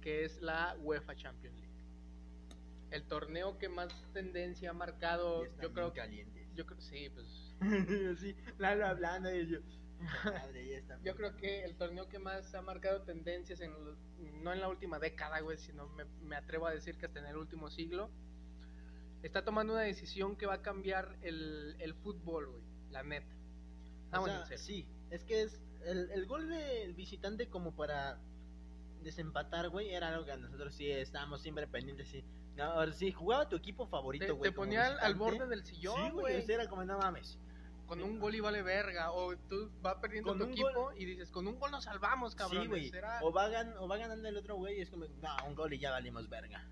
[SPEAKER 1] que es la UEFA Champions League. El torneo que más tendencia ha marcado,
[SPEAKER 2] Y están
[SPEAKER 1] yo creo
[SPEAKER 2] bien
[SPEAKER 1] que
[SPEAKER 2] calientes.
[SPEAKER 1] yo creo sí, pues
[SPEAKER 2] (laughs) sí, Lalo hablando y yo.
[SPEAKER 1] (laughs)
[SPEAKER 2] Madre, ya está.
[SPEAKER 1] yo creo que el torneo que más ha marcado tendencias en lo- no en la última década, güey, sino me, me atrevo a decir que hasta en el último siglo está tomando una decisión que va a cambiar el, el fútbol, güey, la neta.
[SPEAKER 2] O
[SPEAKER 1] Vamos
[SPEAKER 2] sea,
[SPEAKER 1] en serio.
[SPEAKER 2] sí, es que es el, el gol del visitante como para desempatar, güey, era algo que nosotros sí estábamos siempre pendientes, sí. No, ahora sí, jugaba tu equipo
[SPEAKER 1] Te,
[SPEAKER 2] favorito, güey.
[SPEAKER 1] te ponía al, al borde del
[SPEAKER 2] sí,
[SPEAKER 1] sillón,
[SPEAKER 2] güey.
[SPEAKER 1] güey,
[SPEAKER 2] Era como, no mames.
[SPEAKER 1] con un gol y vale verga o tú vas perdiendo
[SPEAKER 2] Con
[SPEAKER 1] tu
[SPEAKER 2] un
[SPEAKER 1] equipo y dices, "Con un gol nos salvamos, cabrón."
[SPEAKER 2] sí, güey.
[SPEAKER 1] Era-
[SPEAKER 2] O, va gan- o va ganando el otro, güey, y es como, no, un gol y ya valimos verga.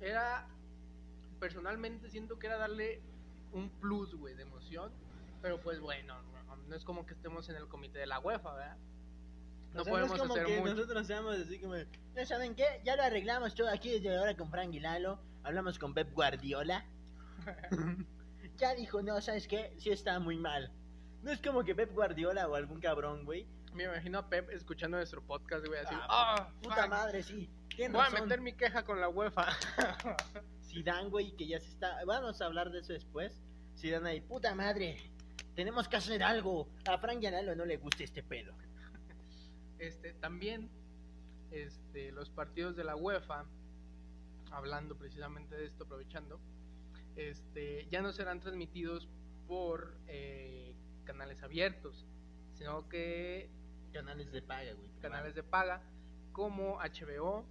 [SPEAKER 1] era personalmente siento que era darle un plus, güey, de emoción, pero pues bueno, no, no es como que estemos en el comité de la UEFA, ¿verdad? No
[SPEAKER 2] O sea, es
[SPEAKER 1] podemos
[SPEAKER 2] como
[SPEAKER 1] hacer
[SPEAKER 2] que
[SPEAKER 1] mucho.
[SPEAKER 2] nosotros seamos así como, ¿no saben qué? Ya lo arreglamos todo aquí desde ahora con Frank y Lalo. Hablamos con Pep
[SPEAKER 1] (laughs)
[SPEAKER 2] Guardiola. ya dijo, no, ¿sabes qué? Sí está muy mal. No es como que Pep Guardiola o algún cabrón, güey.
[SPEAKER 1] Me imagino a Pep escuchando nuestro podcast, güey, así,
[SPEAKER 2] Ah,
[SPEAKER 1] "Ah,
[SPEAKER 2] Puta
[SPEAKER 1] fuck,
[SPEAKER 2] madre, sí. Tienes
[SPEAKER 1] voy a
[SPEAKER 2] razón.
[SPEAKER 1] meter mi queja con la UEFA."
[SPEAKER 2] Zidane, güey, que ya se está... Vamos a hablar de eso después. Zidane ahí, puta madre. Tenemos que hacer algo. A Frank y a Lalo no le gusta este pedo.
[SPEAKER 1] Este, también este, los partidos de la UEFA, hablando precisamente de esto, aprovechando, este, ya no serán transmitidos por eh, canales abiertos, sino que
[SPEAKER 2] Canales de paga, güey.
[SPEAKER 1] canales de paga como HBO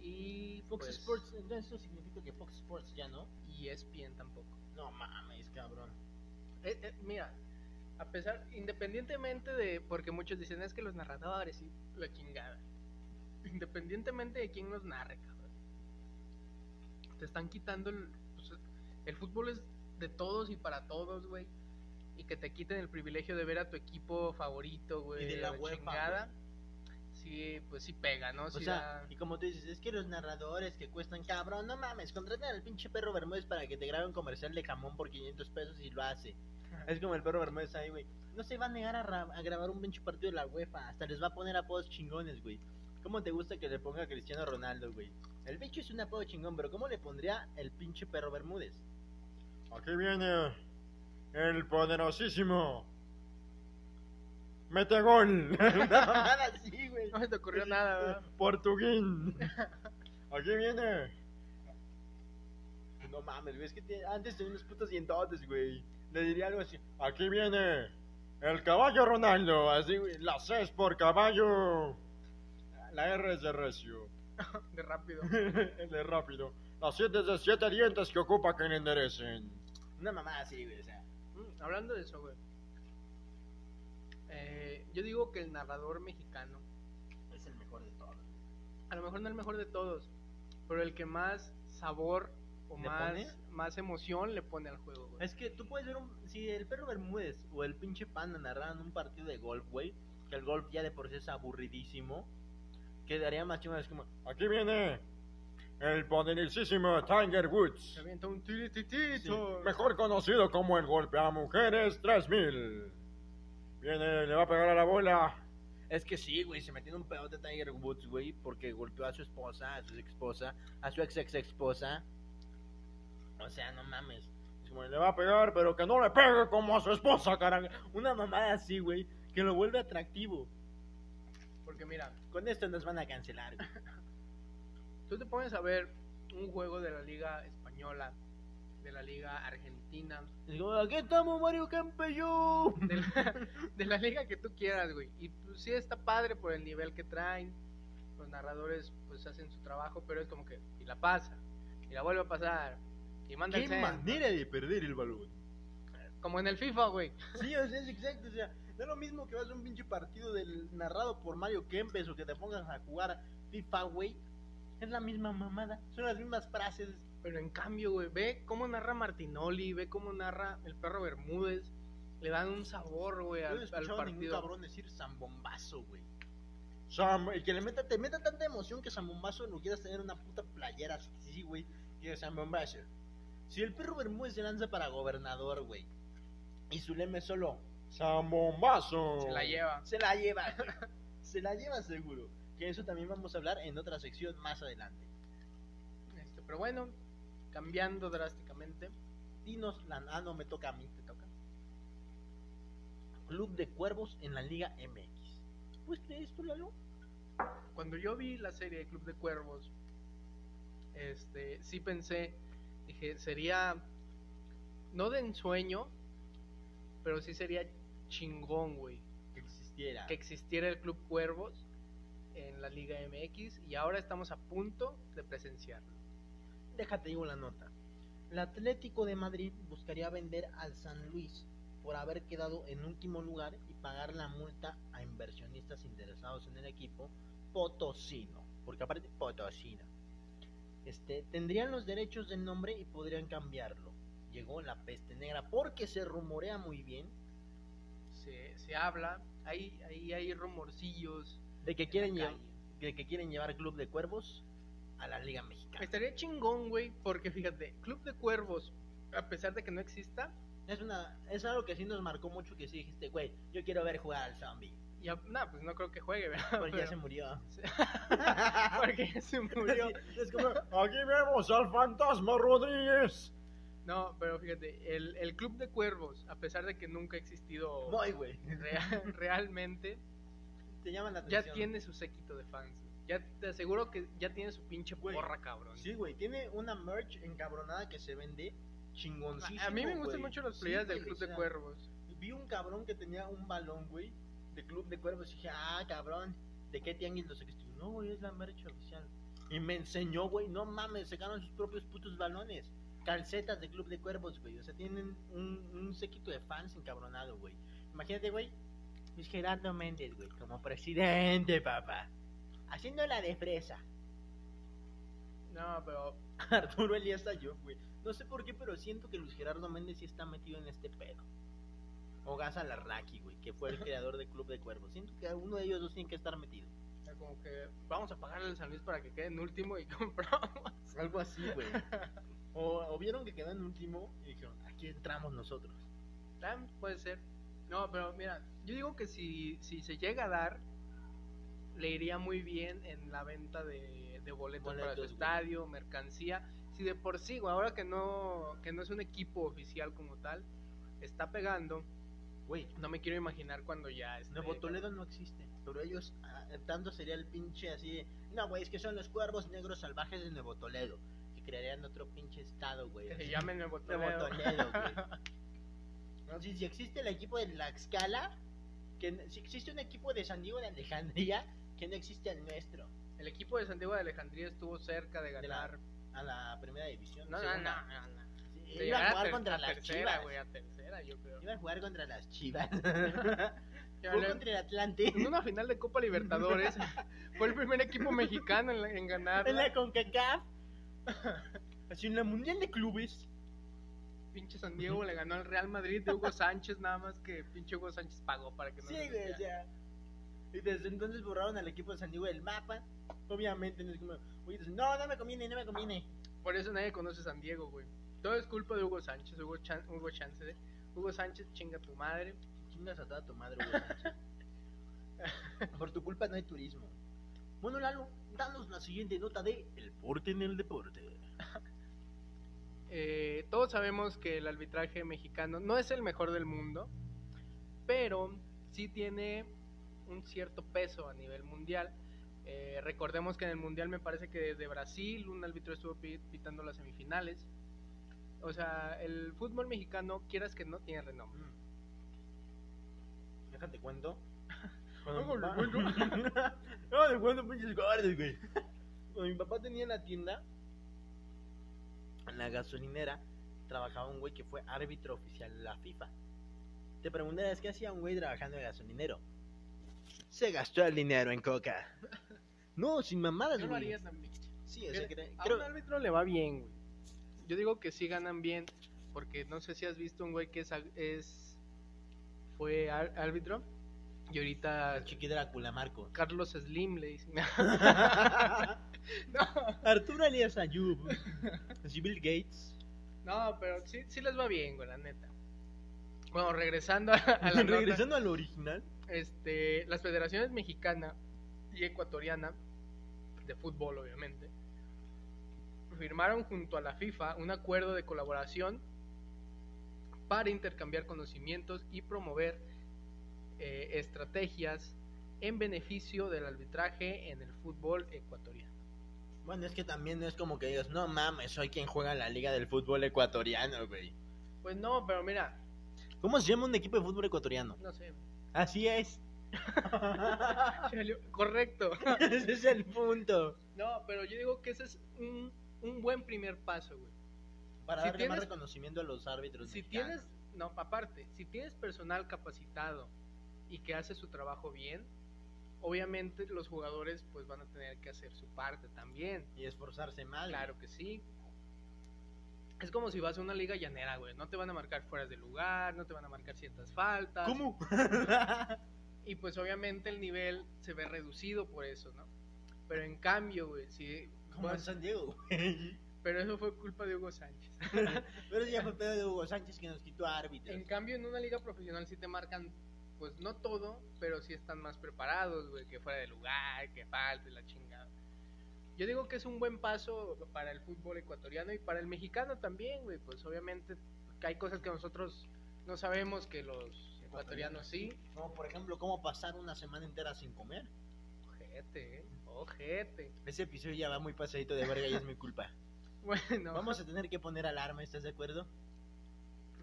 [SPEAKER 1] y
[SPEAKER 2] Fox
[SPEAKER 1] pues,
[SPEAKER 2] Sports, entonces eso significa que Fox Sports ya no.
[SPEAKER 1] y E ESPN tampoco.
[SPEAKER 2] No mames, cabrón.
[SPEAKER 1] Eh, eh, mira, a pesar, independientemente de, porque muchos dicen es que los narradores y la chingada, independientemente de quién los narre, cabrón, te están quitando el, pues, el fútbol es de todos y para todos, güey, y que te quiten el privilegio de ver a tu equipo favorito, güey,
[SPEAKER 2] Y de
[SPEAKER 1] a
[SPEAKER 2] la UEFA,
[SPEAKER 1] chingada, sí, pues sí pega, ¿no?
[SPEAKER 2] O
[SPEAKER 1] Sí
[SPEAKER 2] sea,
[SPEAKER 1] da-
[SPEAKER 2] y como tú dices, es que los narradores que cuestan cabrón, no mames, contratan al pinche perro Bermúdez para que te grabe un comercial de jamón por 500 pesos y lo hace. Es como el perro Bermúdez ahí, güey. No se va a negar a, ra- a grabar un pinche partido de la UEFA, hasta les va a poner apodos chingones, güey. ¿Cómo te gusta que le ponga a Cristiano Ronaldo, güey? El bicho es un apodo chingón, pero ¿cómo le pondría el pinche
[SPEAKER 1] (laughs)
[SPEAKER 2] perro Bermúdez?
[SPEAKER 3] Aquí viene el poderosísimo. Mete gol.
[SPEAKER 2] Nada así, güey.
[SPEAKER 1] no se te
[SPEAKER 2] (laughs)
[SPEAKER 1] ocurrió nada, ¿verdad? (laughs)
[SPEAKER 3] Portuguín. Aquí viene.
[SPEAKER 2] No mames, güey, es que te- antes tenía unos putos dientotes, güey. Le diría algo así.
[SPEAKER 3] Aquí viene el caballo Ronaldo. Así, güey, la C es por caballo. La R es de recio. (laughs)
[SPEAKER 1] de rápido.
[SPEAKER 3] El de rápido. Las siete es de siete dientes que ocupa que le enderecen.
[SPEAKER 2] Una mamá así, güey, o sea.
[SPEAKER 1] Mm, Hablando de eso, güey. Eh, yo digo que el narrador mexicano,
[SPEAKER 2] Es el mejor de todos.
[SPEAKER 1] a lo mejor no el mejor de todos, pero el que más sabor o
[SPEAKER 2] ¿Le
[SPEAKER 1] más, más emoción le pone al juego, güey.
[SPEAKER 2] Es que tú puedes ver un. Si el perro Bermúdez o el pinche panda narraran un partido de golf, güey. Que el golf ya de por sí es aburridísimo. Quedaría más chingón. Es como.
[SPEAKER 3] Aquí viene el poderosísimo Tiger Woods.
[SPEAKER 1] Se avienta un tirititito.
[SPEAKER 3] Mejor conocido como el golpe a mujeres 3000. Viene, le va a pegar a la bola.
[SPEAKER 2] Es que sí, güey. Se metió en un pedote Tiger Woods, güey. Porque golpeó a su esposa, a su ex esposa, a su ex ex esposa. O sea, no mames.
[SPEAKER 3] Es como, le va a pegar, pero que no le pegue como a su esposa, carajo.
[SPEAKER 2] Una mamada así, güey. Que lo vuelve atractivo.
[SPEAKER 1] Porque mira,
[SPEAKER 2] Con esto nos van a cancelar, güey.
[SPEAKER 1] tú te pones a ver un juego de la liga española, de la liga argentina,
[SPEAKER 2] Es como, aquí estamos, Mario Campello. (laughs)
[SPEAKER 1] de la, de la liga que tú quieras, güey. Y pues, sí está padre por el nivel que traen. Los narradores pues hacen su trabajo, pero es como que y la pasa, y la vuelve a pasar, y manda el centro.
[SPEAKER 3] de perder el balón.
[SPEAKER 1] Como en el FIFA, güey.
[SPEAKER 2] Sí, o sea, es exacto, o sea, no es lo mismo que vas a un pinche partido del narrado por Mario Kempes o que te pongas a jugar FIFA, güey. Es la misma mamada, son las mismas frases.
[SPEAKER 1] Pero en cambio, güey, ve cómo narra Martinoli, ve cómo narra el perro Bermúdez. Le dan un sabor, güey,
[SPEAKER 2] Yo no
[SPEAKER 1] al,
[SPEAKER 2] he
[SPEAKER 1] al
[SPEAKER 2] escuchado a ningún
[SPEAKER 1] partido.
[SPEAKER 2] cabrón decir zambombazo, güey.
[SPEAKER 3] Sam,
[SPEAKER 2] Y que le meta, te meta tanta emoción que Samombazo no quieras tener una puta playera así, sí, güey. Que Samombazo. Si el perro Bermúdez se lanza para gobernador, güey. Y su lema es solo,
[SPEAKER 3] Zambombazo.
[SPEAKER 1] Se la lleva.
[SPEAKER 2] se la lleva. güey. se la lleva seguro. Que eso también vamos a hablar en otra sección más adelante.
[SPEAKER 1] Este, pero bueno, cambiando drásticamente.
[SPEAKER 2] Dinos, la, ah, no, me toca a mí, te toca. Club de Cuervos en la Liga MX. ¿Pues crees tú, Lalo?
[SPEAKER 1] Cuando yo vi la serie de Club de Cuervos, este, sí pensé, dije, sería, no de ensueño, pero sí sería chingón, güey.
[SPEAKER 2] Que existiera.
[SPEAKER 1] que existiera el Club Cuervos en la Liga MX y ahora estamos a punto de presenciarlo.
[SPEAKER 2] Déjate digo la nota. El Atlético de Madrid buscaría vender al San Luis por haber quedado en último lugar y pagar la multa a inversionistas interesados en el equipo potosino, porque aparte potosino. Este, tendrían los derechos del nombre y podrían cambiarlo. Llegó la peste negra porque se rumorea muy bien
[SPEAKER 1] Se, se habla, hay, ahí hay rumorcillos.
[SPEAKER 2] de que
[SPEAKER 1] en
[SPEAKER 2] quieren
[SPEAKER 1] la
[SPEAKER 2] lle-
[SPEAKER 1] calle.
[SPEAKER 2] de que quieren llevar Club de Cuervos a la Liga Mexicana.
[SPEAKER 1] Estaría chingón, güey, porque fíjate, Club de Cuervos, a pesar de que no exista,
[SPEAKER 2] Es una es algo que sí nos marcó mucho que sí dijiste, güey, yo quiero ver jugar al zombie.
[SPEAKER 1] y a- nah, pues no creo que juegue, ¿verdad?
[SPEAKER 2] Porque ya
[SPEAKER 1] Pero-
[SPEAKER 2] se murió.
[SPEAKER 1] (laughs) porque
[SPEAKER 2] (laughs)
[SPEAKER 1] ya se murió.
[SPEAKER 2] Sí, es como,
[SPEAKER 3] Aquí vemos al fantasma Rodríguez.
[SPEAKER 1] No, pero fíjate, el, el Club de Cuervos, a pesar de que nunca ha existido
[SPEAKER 2] "Voy, güey.
[SPEAKER 1] rea- (laughs) realmente,
[SPEAKER 2] Te llaman la
[SPEAKER 1] ya
[SPEAKER 2] atención.
[SPEAKER 1] tiene su séquito de fans. Ya te aseguro que ya tiene su pinche
[SPEAKER 2] Güey,
[SPEAKER 1] porra, cabrón.
[SPEAKER 2] Sí, güey, tiene una merch encabronada que se vende chingoncísima.
[SPEAKER 1] A mí me gustan mucho las playas del Club de Cuervos.
[SPEAKER 2] Vi un cabrón que tenía un balón, güey, de Club de Cuervos. Y dije, ah, cabrón, ¿de qué tianguis lo sacaste? No, güey, es la merch oficial. Y me enseñó, güey, no mames, sacaron sus propios putos balones. Calcetas de Club de Cuervos, güey. O sea, tienen un, un séquito de fans encabronado, güey. Imagínate, güey, Luis Gerardo Méndez, güey, como presidente, papá. Haciendo la de fresa.
[SPEAKER 1] No, pero
[SPEAKER 2] (laughs) Arturo Elías yo, güey. No sé por qué, pero siento que Luis Gerardo Méndez sí está metido en este pedo. O Gaza Larraqui, güey, que
[SPEAKER 1] (laughs)
[SPEAKER 2] fue el creador del Club de Cuervos. Siento que uno de ellos dos tiene que estar metido.
[SPEAKER 1] o sea, como que vamos a pagarle al San Luis para que quede en último y (laughs) compramos.
[SPEAKER 2] Algo así,
[SPEAKER 1] (laughs)
[SPEAKER 2] güey. O, o vieron que quedó en último y dijeron, aquí entramos nosotros.
[SPEAKER 1] Tam, Puede ser. No, pero mira, yo digo que si, si se llega a dar, le iría muy bien en la venta de, de boletos, para su
[SPEAKER 2] Boletos, güey.
[SPEAKER 1] estadio, mercancía. Si de por sí, güey, ahora que no, que no es un equipo oficial como tal, está pegando,
[SPEAKER 2] Güey,
[SPEAKER 1] no me quiero imaginar cuando ya esté.
[SPEAKER 2] Nuevo Toledo no existe. Pero ellos, ah, tanto sería el pinche así de, no, güey, es que son los cuervos negros salvajes de Nuevo Toledo. Que crearían otro pinche estado, güey.
[SPEAKER 1] Que se
[SPEAKER 2] así.
[SPEAKER 1] llame Nuevo
[SPEAKER 2] Nuevo
[SPEAKER 1] Toledo.
[SPEAKER 2] Toledo, güey. No, si, si existe el equipo de Tlaxcala, que n- si existe un equipo de San Diego de Alejandría, que no existe el nuestro,
[SPEAKER 1] El equipo de Santiago de Alejandría estuvo cerca de
[SPEAKER 2] De la-
[SPEAKER 1] ganar.
[SPEAKER 2] a la primera división.
[SPEAKER 1] No, no,
[SPEAKER 2] segunda.
[SPEAKER 1] no, no, no.
[SPEAKER 2] Sí,
[SPEAKER 1] Se
[SPEAKER 2] iba
[SPEAKER 1] llegaron
[SPEAKER 2] a jugar
[SPEAKER 1] ter-
[SPEAKER 2] contra las
[SPEAKER 1] tercera,
[SPEAKER 2] Chivas.
[SPEAKER 1] güey, a tercera, yo creo.
[SPEAKER 2] Iba a jugar contra
[SPEAKER 1] (laughs)
[SPEAKER 2] las Chivas.
[SPEAKER 1] Ya
[SPEAKER 2] Jugó
[SPEAKER 1] le-
[SPEAKER 2] contra el Atlante.
[SPEAKER 1] En una final de Copa
[SPEAKER 2] (laughs)
[SPEAKER 1] Libertadores fue el primer equipo mexicano en, la- en ganar.
[SPEAKER 2] En la CONCACAF. (laughs) Así en la Mundial de Clubes.
[SPEAKER 1] Pinche San Diego le ganó al Real Madrid de Hugo Sánchez, nada más que pinche Hugo Sánchez pagó para que no
[SPEAKER 2] Sí,
[SPEAKER 1] se
[SPEAKER 2] güey, o
[SPEAKER 1] hiciera.
[SPEAKER 2] sea. Y desde entonces borraron al equipo de San Diego del mapa. Obviamente, no es como, oye, dicen, no, no me conviene, no me conviene.
[SPEAKER 1] Por eso nadie conoce San Diego, güey. Todo es culpa de Hugo Sánchez, Hugo, Chan- Hugo Chance, Hugo Sánchez chinga tu madre.
[SPEAKER 2] Chingas a toda tu madre, güey. (laughs) Por tu culpa no hay turismo. Bueno, Lalo, danos la siguiente nota de El porte en el deporte.
[SPEAKER 1] Eh, todos sabemos que el arbitraje mexicano no es el mejor del mundo, pero sí tiene un cierto peso a nivel mundial. Eh, recordemos que en el mundial me parece que desde Brasil un árbitro estuvo pi- pitando las semifinales. O sea, el fútbol mexicano, quieras que no, tiene renombre.
[SPEAKER 2] Mm. Déjate cuento.
[SPEAKER 3] Luego le
[SPEAKER 2] cuento. (laughs) Luego le cuento, pinches gordos, güey. Cuando mi papá tenía la tienda, en la gasolinera, trabajaba un güey que fue árbitro oficial de la FIFA. Te preguntarás qué hacía un güey trabajando de gasolinero. Se gastó el dinero en
[SPEAKER 1] (laughs)
[SPEAKER 2] coca. No, sin mamadas,
[SPEAKER 1] Yo lo
[SPEAKER 2] güey.
[SPEAKER 1] haría también.
[SPEAKER 2] Sí, o sea, cre-
[SPEAKER 1] A
[SPEAKER 2] creo-
[SPEAKER 1] un árbitro le va bien, güey. Yo digo que sí ganan bien, porque no sé si has visto un güey que es, ag- es- fue ar- árbitro Y ahorita
[SPEAKER 2] Chiqui Drácula, Marco.
[SPEAKER 1] Carlos Slim le dice. (laughs)
[SPEAKER 2] (laughs) Arturo Elías
[SPEAKER 1] (laughs)
[SPEAKER 2] Ayub. Así Bill Gates.
[SPEAKER 1] No, pero sí, sí les va bien, güey, la neta. Bueno, regresando a, a
[SPEAKER 2] (laughs)
[SPEAKER 1] la nota,
[SPEAKER 2] Regresando al original.
[SPEAKER 1] este, las federaciones mexicana y ecuatoriana de fútbol, obviamente, firmaron junto a la FIFA un acuerdo de colaboración para intercambiar conocimientos y promover eh, estrategias en beneficio del arbitraje en el fútbol ecuatoriano.
[SPEAKER 2] Bueno, es que también es como que digas, no mames, soy quien juega en la Liga del Fútbol Ecuatoriano, güey.
[SPEAKER 1] Pues no, pero mira,
[SPEAKER 2] ¿Cómo se llama un equipo de fútbol ecuatoriano?
[SPEAKER 1] no sé.
[SPEAKER 2] Así es.
[SPEAKER 1] salió- Correcto.
[SPEAKER 2] (laughs) Ese es el punto.
[SPEAKER 1] No, pero yo digo que ese es un, un buen primer paso, güey.
[SPEAKER 2] Para
[SPEAKER 1] Si
[SPEAKER 2] darle más
[SPEAKER 1] tienes-
[SPEAKER 2] reconocimiento a los árbitros.
[SPEAKER 1] Si
[SPEAKER 2] mexicanos.
[SPEAKER 1] tienes, no, aparte, si tienes personal capacitado y que hace su trabajo bien, obviamente los jugadores pues van a tener que hacer su parte también.
[SPEAKER 2] Y esforzarse más.
[SPEAKER 1] Claro que sí. Es como si vas a una liga llanera, güey. No te van a marcar fueras de lugar, no te van a marcar ciertas faltas.
[SPEAKER 2] ¿Cómo?
[SPEAKER 1] Y pues obviamente el nivel se ve reducido por eso, ¿no? Pero en cambio, güey, si...
[SPEAKER 2] (laughs) Como en San Diego, güey.
[SPEAKER 1] Pero eso fue culpa de Hugo Sánchez.
[SPEAKER 2] (laughs) Pero ese ya fue pedo de Hugo Sánchez que nos quitó árbitros.
[SPEAKER 1] En cambio, en una liga profesional sí te marcan, pues no todo, pero sí están más preparados, güey, que fuera de lugar, que falte la chingada. Yo digo que es un buen paso para el fútbol ecuatoriano y para el mexicano también, güey, pues obviamente que hay cosas que nosotros no sabemos que los ecuatorianos sí.
[SPEAKER 2] Como por ejemplo, cómo pasar una semana entera sin comer.
[SPEAKER 1] Ojete, eh, (laughs) ojete.
[SPEAKER 2] Ese episodio ya va muy pasadito de verga y es
[SPEAKER 1] (laughs)
[SPEAKER 2] mi culpa.
[SPEAKER 1] Bueno,
[SPEAKER 2] Vamos a tener que poner alarma, ¿estás de acuerdo?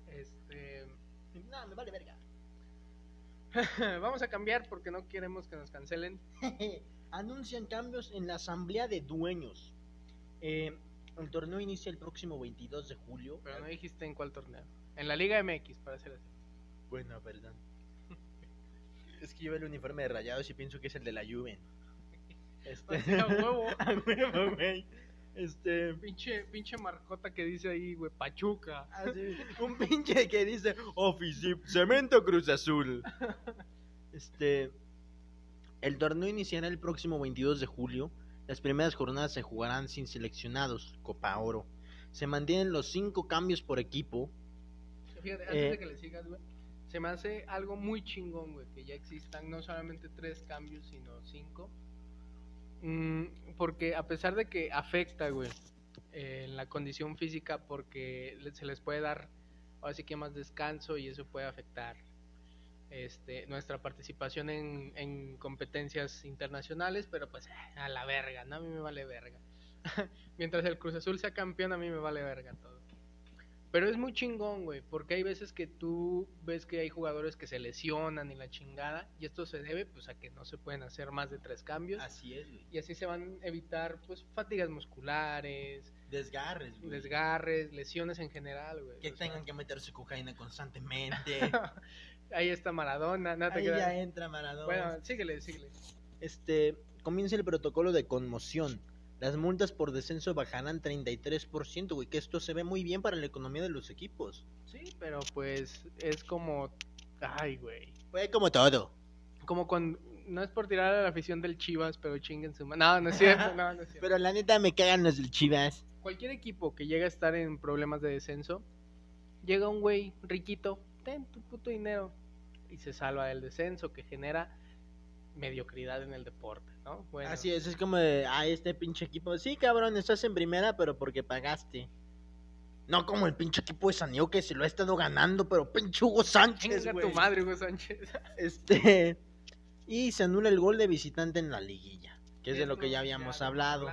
[SPEAKER 1] este, (laughs)
[SPEAKER 2] No, me vale verga.
[SPEAKER 1] vamos a cambiar porque no queremos que nos cancelen.
[SPEAKER 2] eh, Anuncian cambios en la asamblea de dueños. Eh, el torneo inicia el próximo 22 de julio.
[SPEAKER 1] Pero no dijiste en cuál torneo. En la Liga MX, para ser así.
[SPEAKER 2] Bueno, perdón. (laughs) Es que lleva el uniforme de rayados y pienso que es el de la
[SPEAKER 1] (laughs)
[SPEAKER 2] Juve.
[SPEAKER 1] (laughs) O
[SPEAKER 2] Este,
[SPEAKER 1] sea, Pues huevo.
[SPEAKER 2] (laughs) a huevo, güey. Este,
[SPEAKER 1] Pinche, pinche marcota que dice ahí, güey, Pachuca.
[SPEAKER 2] Así, (laughs) un pinche que dice Oficip Cemento Cruz Azul. (laughs) Este. El torneo iniciará el próximo 22 de julio. Las primeras jornadas se jugarán sin seleccionados, Copa Oro. Se mantienen los cinco cambios por equipo.
[SPEAKER 1] Fíjate, antes
[SPEAKER 2] Eh.
[SPEAKER 1] de que le sigas, güey, se me hace algo muy chingón, güey, que ya existan no solamente tres cambios, sino cinco. Mm, porque a pesar de que afecta, güey, eh, en la condición física, porque le- se les puede dar, ahora sí que más descanso y eso puede afectar este, nuestra participación en, en competencias internacionales, pero pues eh, a la verga, ¿no? A mí me vale verga. (laughs) Mientras el Cruz Azul sea campeón, a mí me vale verga todo. Pero es muy chingón, güey, porque hay veces que tú ves que hay jugadores que se lesionan y la chingada, y esto se debe pues a que no se pueden hacer más de tres cambios,
[SPEAKER 2] Así es, güey.
[SPEAKER 1] y así se van a evitar pues fatigas musculares,
[SPEAKER 2] Desgarres, güey.
[SPEAKER 1] desgarres, lesiones en general, güey.
[SPEAKER 2] que
[SPEAKER 1] O sea,
[SPEAKER 2] tengan que meterse
[SPEAKER 1] (laughs)
[SPEAKER 2] cocaína constantemente.
[SPEAKER 1] Ahí está Maradona, no te
[SPEAKER 2] Ahí
[SPEAKER 1] creas.
[SPEAKER 2] ya entra Maradona.
[SPEAKER 1] Bueno, síguele, síguele.
[SPEAKER 2] Este, comienza el protocolo de conmoción. Las multas por descenso bajarán 33%, güey, que esto se ve muy bien para la economía de los equipos.
[SPEAKER 1] Sí, pero pues es como. Ay, güey.
[SPEAKER 2] Fue como todo.
[SPEAKER 1] Como cuando. No es por tirar a la afición del Chivas, pero chinguen su ma- No, no es
[SPEAKER 2] (laughs)
[SPEAKER 1] cierto, no, no es cierto.
[SPEAKER 2] Pero la neta me cagan los del Chivas.
[SPEAKER 1] Cualquier equipo que llega a estar en problemas de descenso, llega un güey riquito, ten tu puto dinero, y se salva del descenso que genera mediocridad en el deporte, ¿no? Bueno,
[SPEAKER 2] Así es, es como de, ah, este pinche equipo. Sí, cabrón, estás en primera, pero porque pagaste. No como el pinche equipo de San Diego que se lo ha estado ganando, pero pinche Hugo Sánchez,
[SPEAKER 1] Chinga tu
[SPEAKER 2] güey.
[SPEAKER 1] madre, Hugo Sánchez.
[SPEAKER 2] Este, y se anula el gol de visitante en la liguilla, que es de lo
[SPEAKER 1] (laughs)
[SPEAKER 2] que ya habíamos hablado.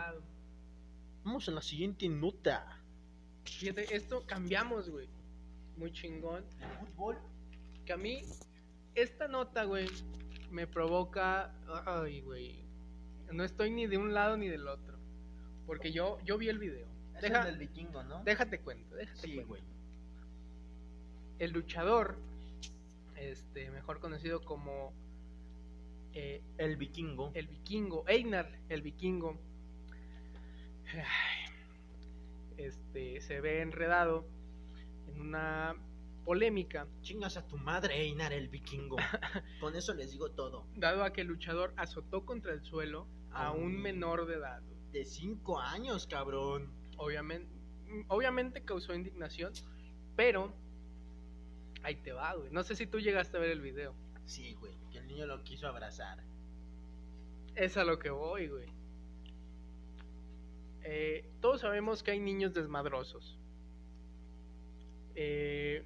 [SPEAKER 2] Vamos a la siguiente nota.
[SPEAKER 1] Fíjate, esto cambiamos, güey. Muy chingón.
[SPEAKER 2] Fútbol
[SPEAKER 1] Que a mí, esta nota, güey, me provoca. Ay, güey. No estoy ni de un lado ni del otro. Porque yo, yo vi el video.
[SPEAKER 2] Es
[SPEAKER 1] Deja-
[SPEAKER 2] el del vikingo, ¿no?
[SPEAKER 1] déjate cuento, déjate
[SPEAKER 2] Sí,
[SPEAKER 1] cuento.
[SPEAKER 2] güey.
[SPEAKER 1] El luchador, este, mejor conocido como eh,
[SPEAKER 2] El vikingo.
[SPEAKER 1] el vikingo, Einar, el vikingo, este, se ve enredado en una polémica,
[SPEAKER 2] Chingas a tu madre, Einar el (laughs) vikingo. Con eso les digo todo.
[SPEAKER 1] dado a que el luchador azotó contra el suelo a
[SPEAKER 2] Ah.
[SPEAKER 1] un menor de edad.
[SPEAKER 2] De cinco años, cabrón.
[SPEAKER 1] Obviamente, obviamente causó indignación, pero ahí te va, güey. No sé si tú llegaste a ver el video.
[SPEAKER 2] Sí, güey, que el niño lo quiso abrazar.
[SPEAKER 1] Es a lo que voy, güey. Eh, todos sabemos que hay niños desmadrosos. Eh,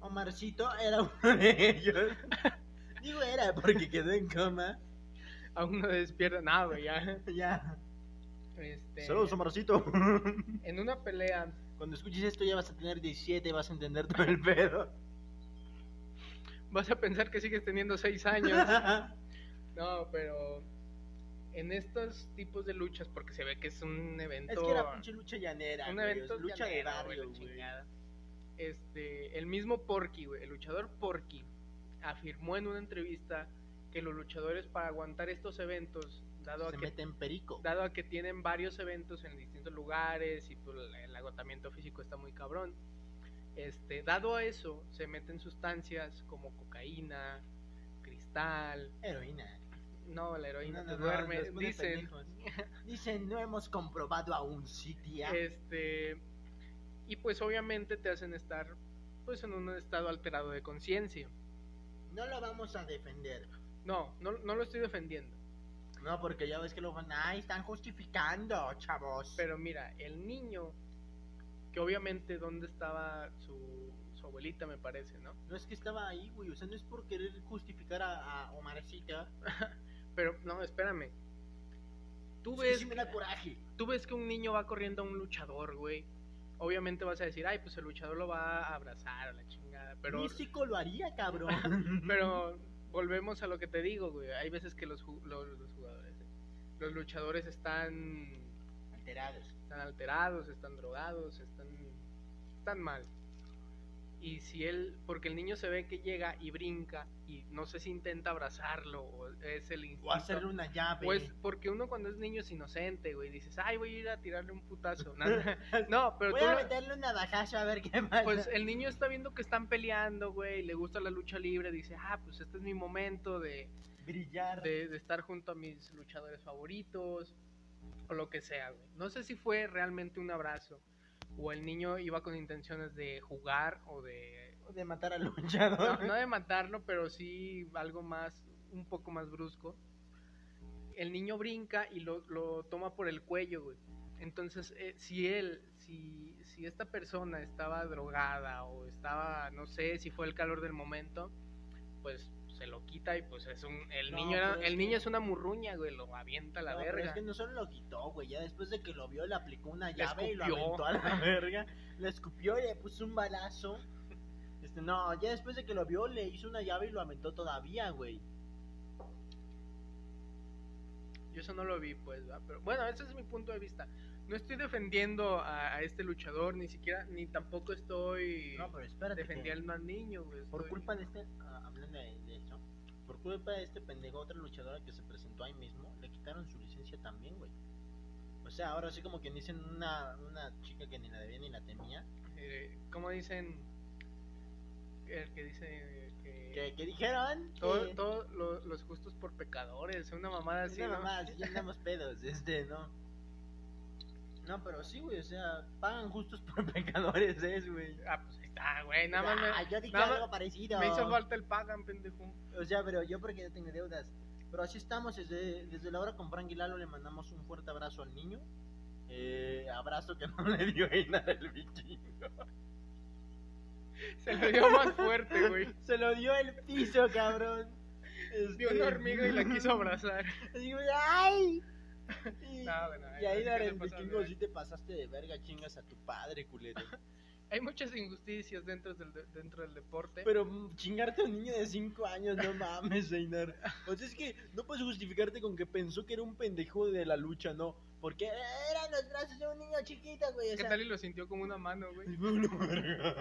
[SPEAKER 2] Omarcito era uno de (laughs) ellos. Digo era porque quedó en coma. (laughs)
[SPEAKER 1] a uno despierta. Nada, güey, ya. (laughs)
[SPEAKER 2] Ya.
[SPEAKER 1] Este,
[SPEAKER 3] Saludos, Omarcito.
[SPEAKER 1] en una pelea,
[SPEAKER 2] (laughs) Cuando escuches esto ya vas a tener 17 y vas a entender todo el pedo. (laughs)
[SPEAKER 1] vas a pensar que sigues teniendo seis
[SPEAKER 2] (laughs)
[SPEAKER 1] años. No, pero en estos tipos de luchas, porque se ve que es un evento.
[SPEAKER 2] Es que era pinche lucha llanera.
[SPEAKER 1] un
[SPEAKER 2] güey,
[SPEAKER 1] evento
[SPEAKER 2] lucha de
[SPEAKER 1] llanero, güey, la
[SPEAKER 2] barrio, güey.
[SPEAKER 1] chingada. Este, el mismo Porky, güey, el luchador Porky, afirmó en una entrevista que los luchadores para aguantar estos eventos, dado a
[SPEAKER 2] Se
[SPEAKER 1] que
[SPEAKER 2] mete en perico.
[SPEAKER 1] dado a que tienen varios eventos en distintos lugares y pues, el agotamiento físico está muy cabrón. Este, dado a eso, se meten sustancias como cocaína, cristal,
[SPEAKER 2] Heroína.
[SPEAKER 1] no, la heroína
[SPEAKER 2] No,
[SPEAKER 1] te
[SPEAKER 2] no, no,
[SPEAKER 1] duerme,
[SPEAKER 2] nos pone
[SPEAKER 1] dicen,
[SPEAKER 2] pendejos. Dicen, no hemos comprobado aún, sí, tía.
[SPEAKER 1] este y pues obviamente te hacen estar pues en un estado alterado de conciencia.
[SPEAKER 2] No lo vamos a defender.
[SPEAKER 1] No, no, no lo estoy defendiendo.
[SPEAKER 2] No, porque ya ves que lo van, ay, están justificando, chavos.
[SPEAKER 1] Pero mira, el niño, que obviamente donde estaba su, su abuelita me parece, ¿no?
[SPEAKER 2] No es que estaba ahí, güey. O sea, no es por querer justificar a, a Omarcita.
[SPEAKER 1] Pero no, espérame. Tú
[SPEAKER 2] Es que
[SPEAKER 1] ves,
[SPEAKER 2] sí me da coraje.
[SPEAKER 1] tú ves que un niño va corriendo a un luchador, güey. Obviamente vas a decir, ay, pues el luchador lo va a abrazar a la chingada. Pero,
[SPEAKER 2] Mi psico lo haría, cabrón.
[SPEAKER 1] (laughs) pero volvemos a lo que te digo, güey. Hay veces que los, ju- los, los jugadores, los luchadores están,
[SPEAKER 2] Alterados.
[SPEAKER 1] están alterados, están drogados, están, están mal. Y si él, porque el niño se ve que llega y brinca y no sé si intenta abrazarlo o es el instinto.
[SPEAKER 2] O hacerle una llave.
[SPEAKER 1] Pues porque uno cuando es niño es inocente, güey. Dices, ay, voy a ir a tirarle un putazo.
[SPEAKER 2] (laughs)
[SPEAKER 1] Nada. No, pero
[SPEAKER 2] Voy
[SPEAKER 1] tú.
[SPEAKER 2] a
[SPEAKER 1] lo-
[SPEAKER 2] meterle una dajazo a ver qué pasa.
[SPEAKER 1] Pues el niño está viendo que están peleando, güey. Le gusta la lucha libre. Dice, ah, pues este es mi momento de,
[SPEAKER 2] Brillar.
[SPEAKER 1] de- de estar junto a mis luchadores favoritos. O lo que sea, güey. No sé si fue realmente un abrazo. O el niño iba con intenciones de jugar o de.
[SPEAKER 2] De matar al
[SPEAKER 1] No,
[SPEAKER 2] (laughs) luchador.
[SPEAKER 1] no de matarlo, pero sí algo más. Un poco más brusco. el niño brinca y lo, lo toma por el cuello, güey. Entonces, eh, si él, si, si esta persona estaba drogada o estaba, no sé, si fue el calor del momento, pues se lo quita y pues es un, el
[SPEAKER 2] No,
[SPEAKER 1] niño, era-
[SPEAKER 2] pero es
[SPEAKER 1] el
[SPEAKER 2] que-
[SPEAKER 1] niño es una murruña, güey, lo avienta a la
[SPEAKER 2] No, pero
[SPEAKER 1] verga.
[SPEAKER 2] es que no solo lo quitó, güey. Ya después de que lo vio, le aplicó una llave y lo
[SPEAKER 1] escupió.
[SPEAKER 2] aventó a
[SPEAKER 1] (laughs)
[SPEAKER 2] la verga. Le escupió y le puso un balazo. Este, no, ya después de que lo vio, le hizo una llave y lo aventó todavía, güey.
[SPEAKER 1] Yo eso no lo vi, pues, ¿verdad? pero bueno, ese es mi punto de vista. No estoy defendiendo a, a este luchador, ni siquiera, ni tampoco estoy
[SPEAKER 2] No, pero espérate. que-
[SPEAKER 1] defendiendo al niño, güey.
[SPEAKER 2] Por
[SPEAKER 1] estoy-
[SPEAKER 2] culpa de este, ah, hablando de, de eso, por culpa de este pendejo, otra luchadora que se presentó ahí mismo, le quitaron su licencia también, güey. O sea, ahora sí como quien dicen una, una chica que ni la debía ni la temía,
[SPEAKER 1] eh, ¿cómo dicen? El que dice eh, que,
[SPEAKER 2] que, que dijeron que
[SPEAKER 1] todo, todo lo- los justos por pecadores, una mamada así.
[SPEAKER 2] una
[SPEAKER 1] ¿no?
[SPEAKER 2] mamá, así, ya andamos pedos, este, no. No, pero sí, güey, o sea, pagan justos (laughs) por pecadores, es, güey.
[SPEAKER 1] Ah, pues ahí está, güey, nada más
[SPEAKER 2] Ah,
[SPEAKER 1] me,
[SPEAKER 2] yo dije
[SPEAKER 1] nada
[SPEAKER 2] algo
[SPEAKER 1] más-
[SPEAKER 2] parecido.
[SPEAKER 1] me hizo falta el pagan, pendejo. (laughs)
[SPEAKER 2] O sea, pero yo porque yo tengo deudas. Pero así estamos, desde, desde la hora con Frank y Lalo le mandamos un fuerte abrazo al niño. Eh, abrazo que (laughs) no le dio Einar el vikingo.
[SPEAKER 1] Se lo dio más fuerte,
[SPEAKER 2] (laughs)
[SPEAKER 1] güey.
[SPEAKER 2] Se lo dio el piso, cabrón.
[SPEAKER 1] Dio
[SPEAKER 2] Este-
[SPEAKER 1] una hormiga y la quiso abrazar.
[SPEAKER 2] Así como, ¡ay! Y,
[SPEAKER 1] No, bueno,
[SPEAKER 2] y
[SPEAKER 1] ahí sí
[SPEAKER 2] Einar
[SPEAKER 1] que
[SPEAKER 2] el
[SPEAKER 1] te pasas de
[SPEAKER 2] vikingo
[SPEAKER 1] ver.
[SPEAKER 2] sí te pasaste de verga, chingas a tu
[SPEAKER 1] (laughs)
[SPEAKER 2] padre, culero.
[SPEAKER 1] Hay muchas injusticias dentro del, de- dentro del deporte.
[SPEAKER 2] Pero mm, chingarte a un niño de 5 años, no mames, Einar. O sea, es que no puedes justificarte con que pensó que era un pendejo de la lucha, no. Porque eran los brazos de un niño chiquito, güey. O
[SPEAKER 1] ¿Qué
[SPEAKER 2] sea, (laughs)
[SPEAKER 1] tal y lo sintió como una mano, güey?
[SPEAKER 2] y fue una verga.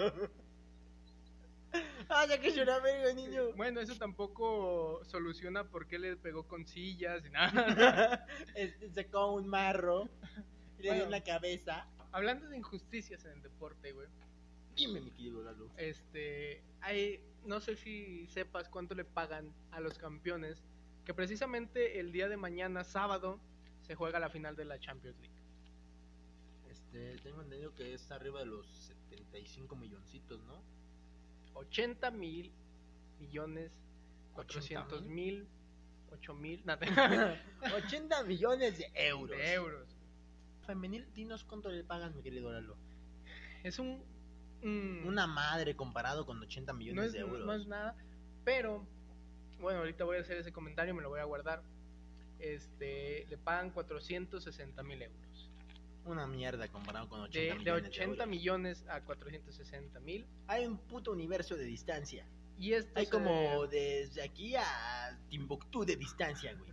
[SPEAKER 2] Ah, ya que lloraba, verga, niño.
[SPEAKER 1] Bueno, eso tampoco soluciona por qué le pegó con sillas y nada.
[SPEAKER 2] (laughs) Este, sacó un marro y le dio
[SPEAKER 1] Bueno.
[SPEAKER 2] en la cabeza.
[SPEAKER 1] Hablando de injusticias en el deporte, güey.
[SPEAKER 2] Dime, mi querido Lalo.
[SPEAKER 1] Este, hay, no sé si sepas cuánto le pagan a los campeones, que precisamente el día de mañana, sábado, se juega la final de la Champions League.
[SPEAKER 2] Este, tengo entendido que es arriba de los 75 milloncitos,
[SPEAKER 1] (laughs)
[SPEAKER 2] ¿no?
[SPEAKER 1] 80 mil millones, 400
[SPEAKER 2] ¿80,000?
[SPEAKER 1] mil, 8 mil,
[SPEAKER 2] (laughs)
[SPEAKER 1] (laughs) nada,
[SPEAKER 2] 80 millones de euros.
[SPEAKER 1] de euros.
[SPEAKER 2] Femenil, dinos cuánto le pagan, mi querido Lalo.
[SPEAKER 1] Es un... un-
[SPEAKER 2] Una madre comparado con 80 millones
[SPEAKER 1] Mm. no es,
[SPEAKER 2] de euros.
[SPEAKER 1] no es nada, pero bueno, ahorita voy a hacer ese comentario, me lo voy a guardar. Este, le pagan 460 mil euros.
[SPEAKER 2] Una mierda comparado con 80
[SPEAKER 1] De, de
[SPEAKER 2] millones
[SPEAKER 1] 80
[SPEAKER 2] euros.
[SPEAKER 1] millones a 460 mil.
[SPEAKER 2] Hay un puto universo de distancia.
[SPEAKER 1] Y este esto
[SPEAKER 2] Hay
[SPEAKER 1] se-
[SPEAKER 2] como desde aquí a Timbuktu de distancia, güey.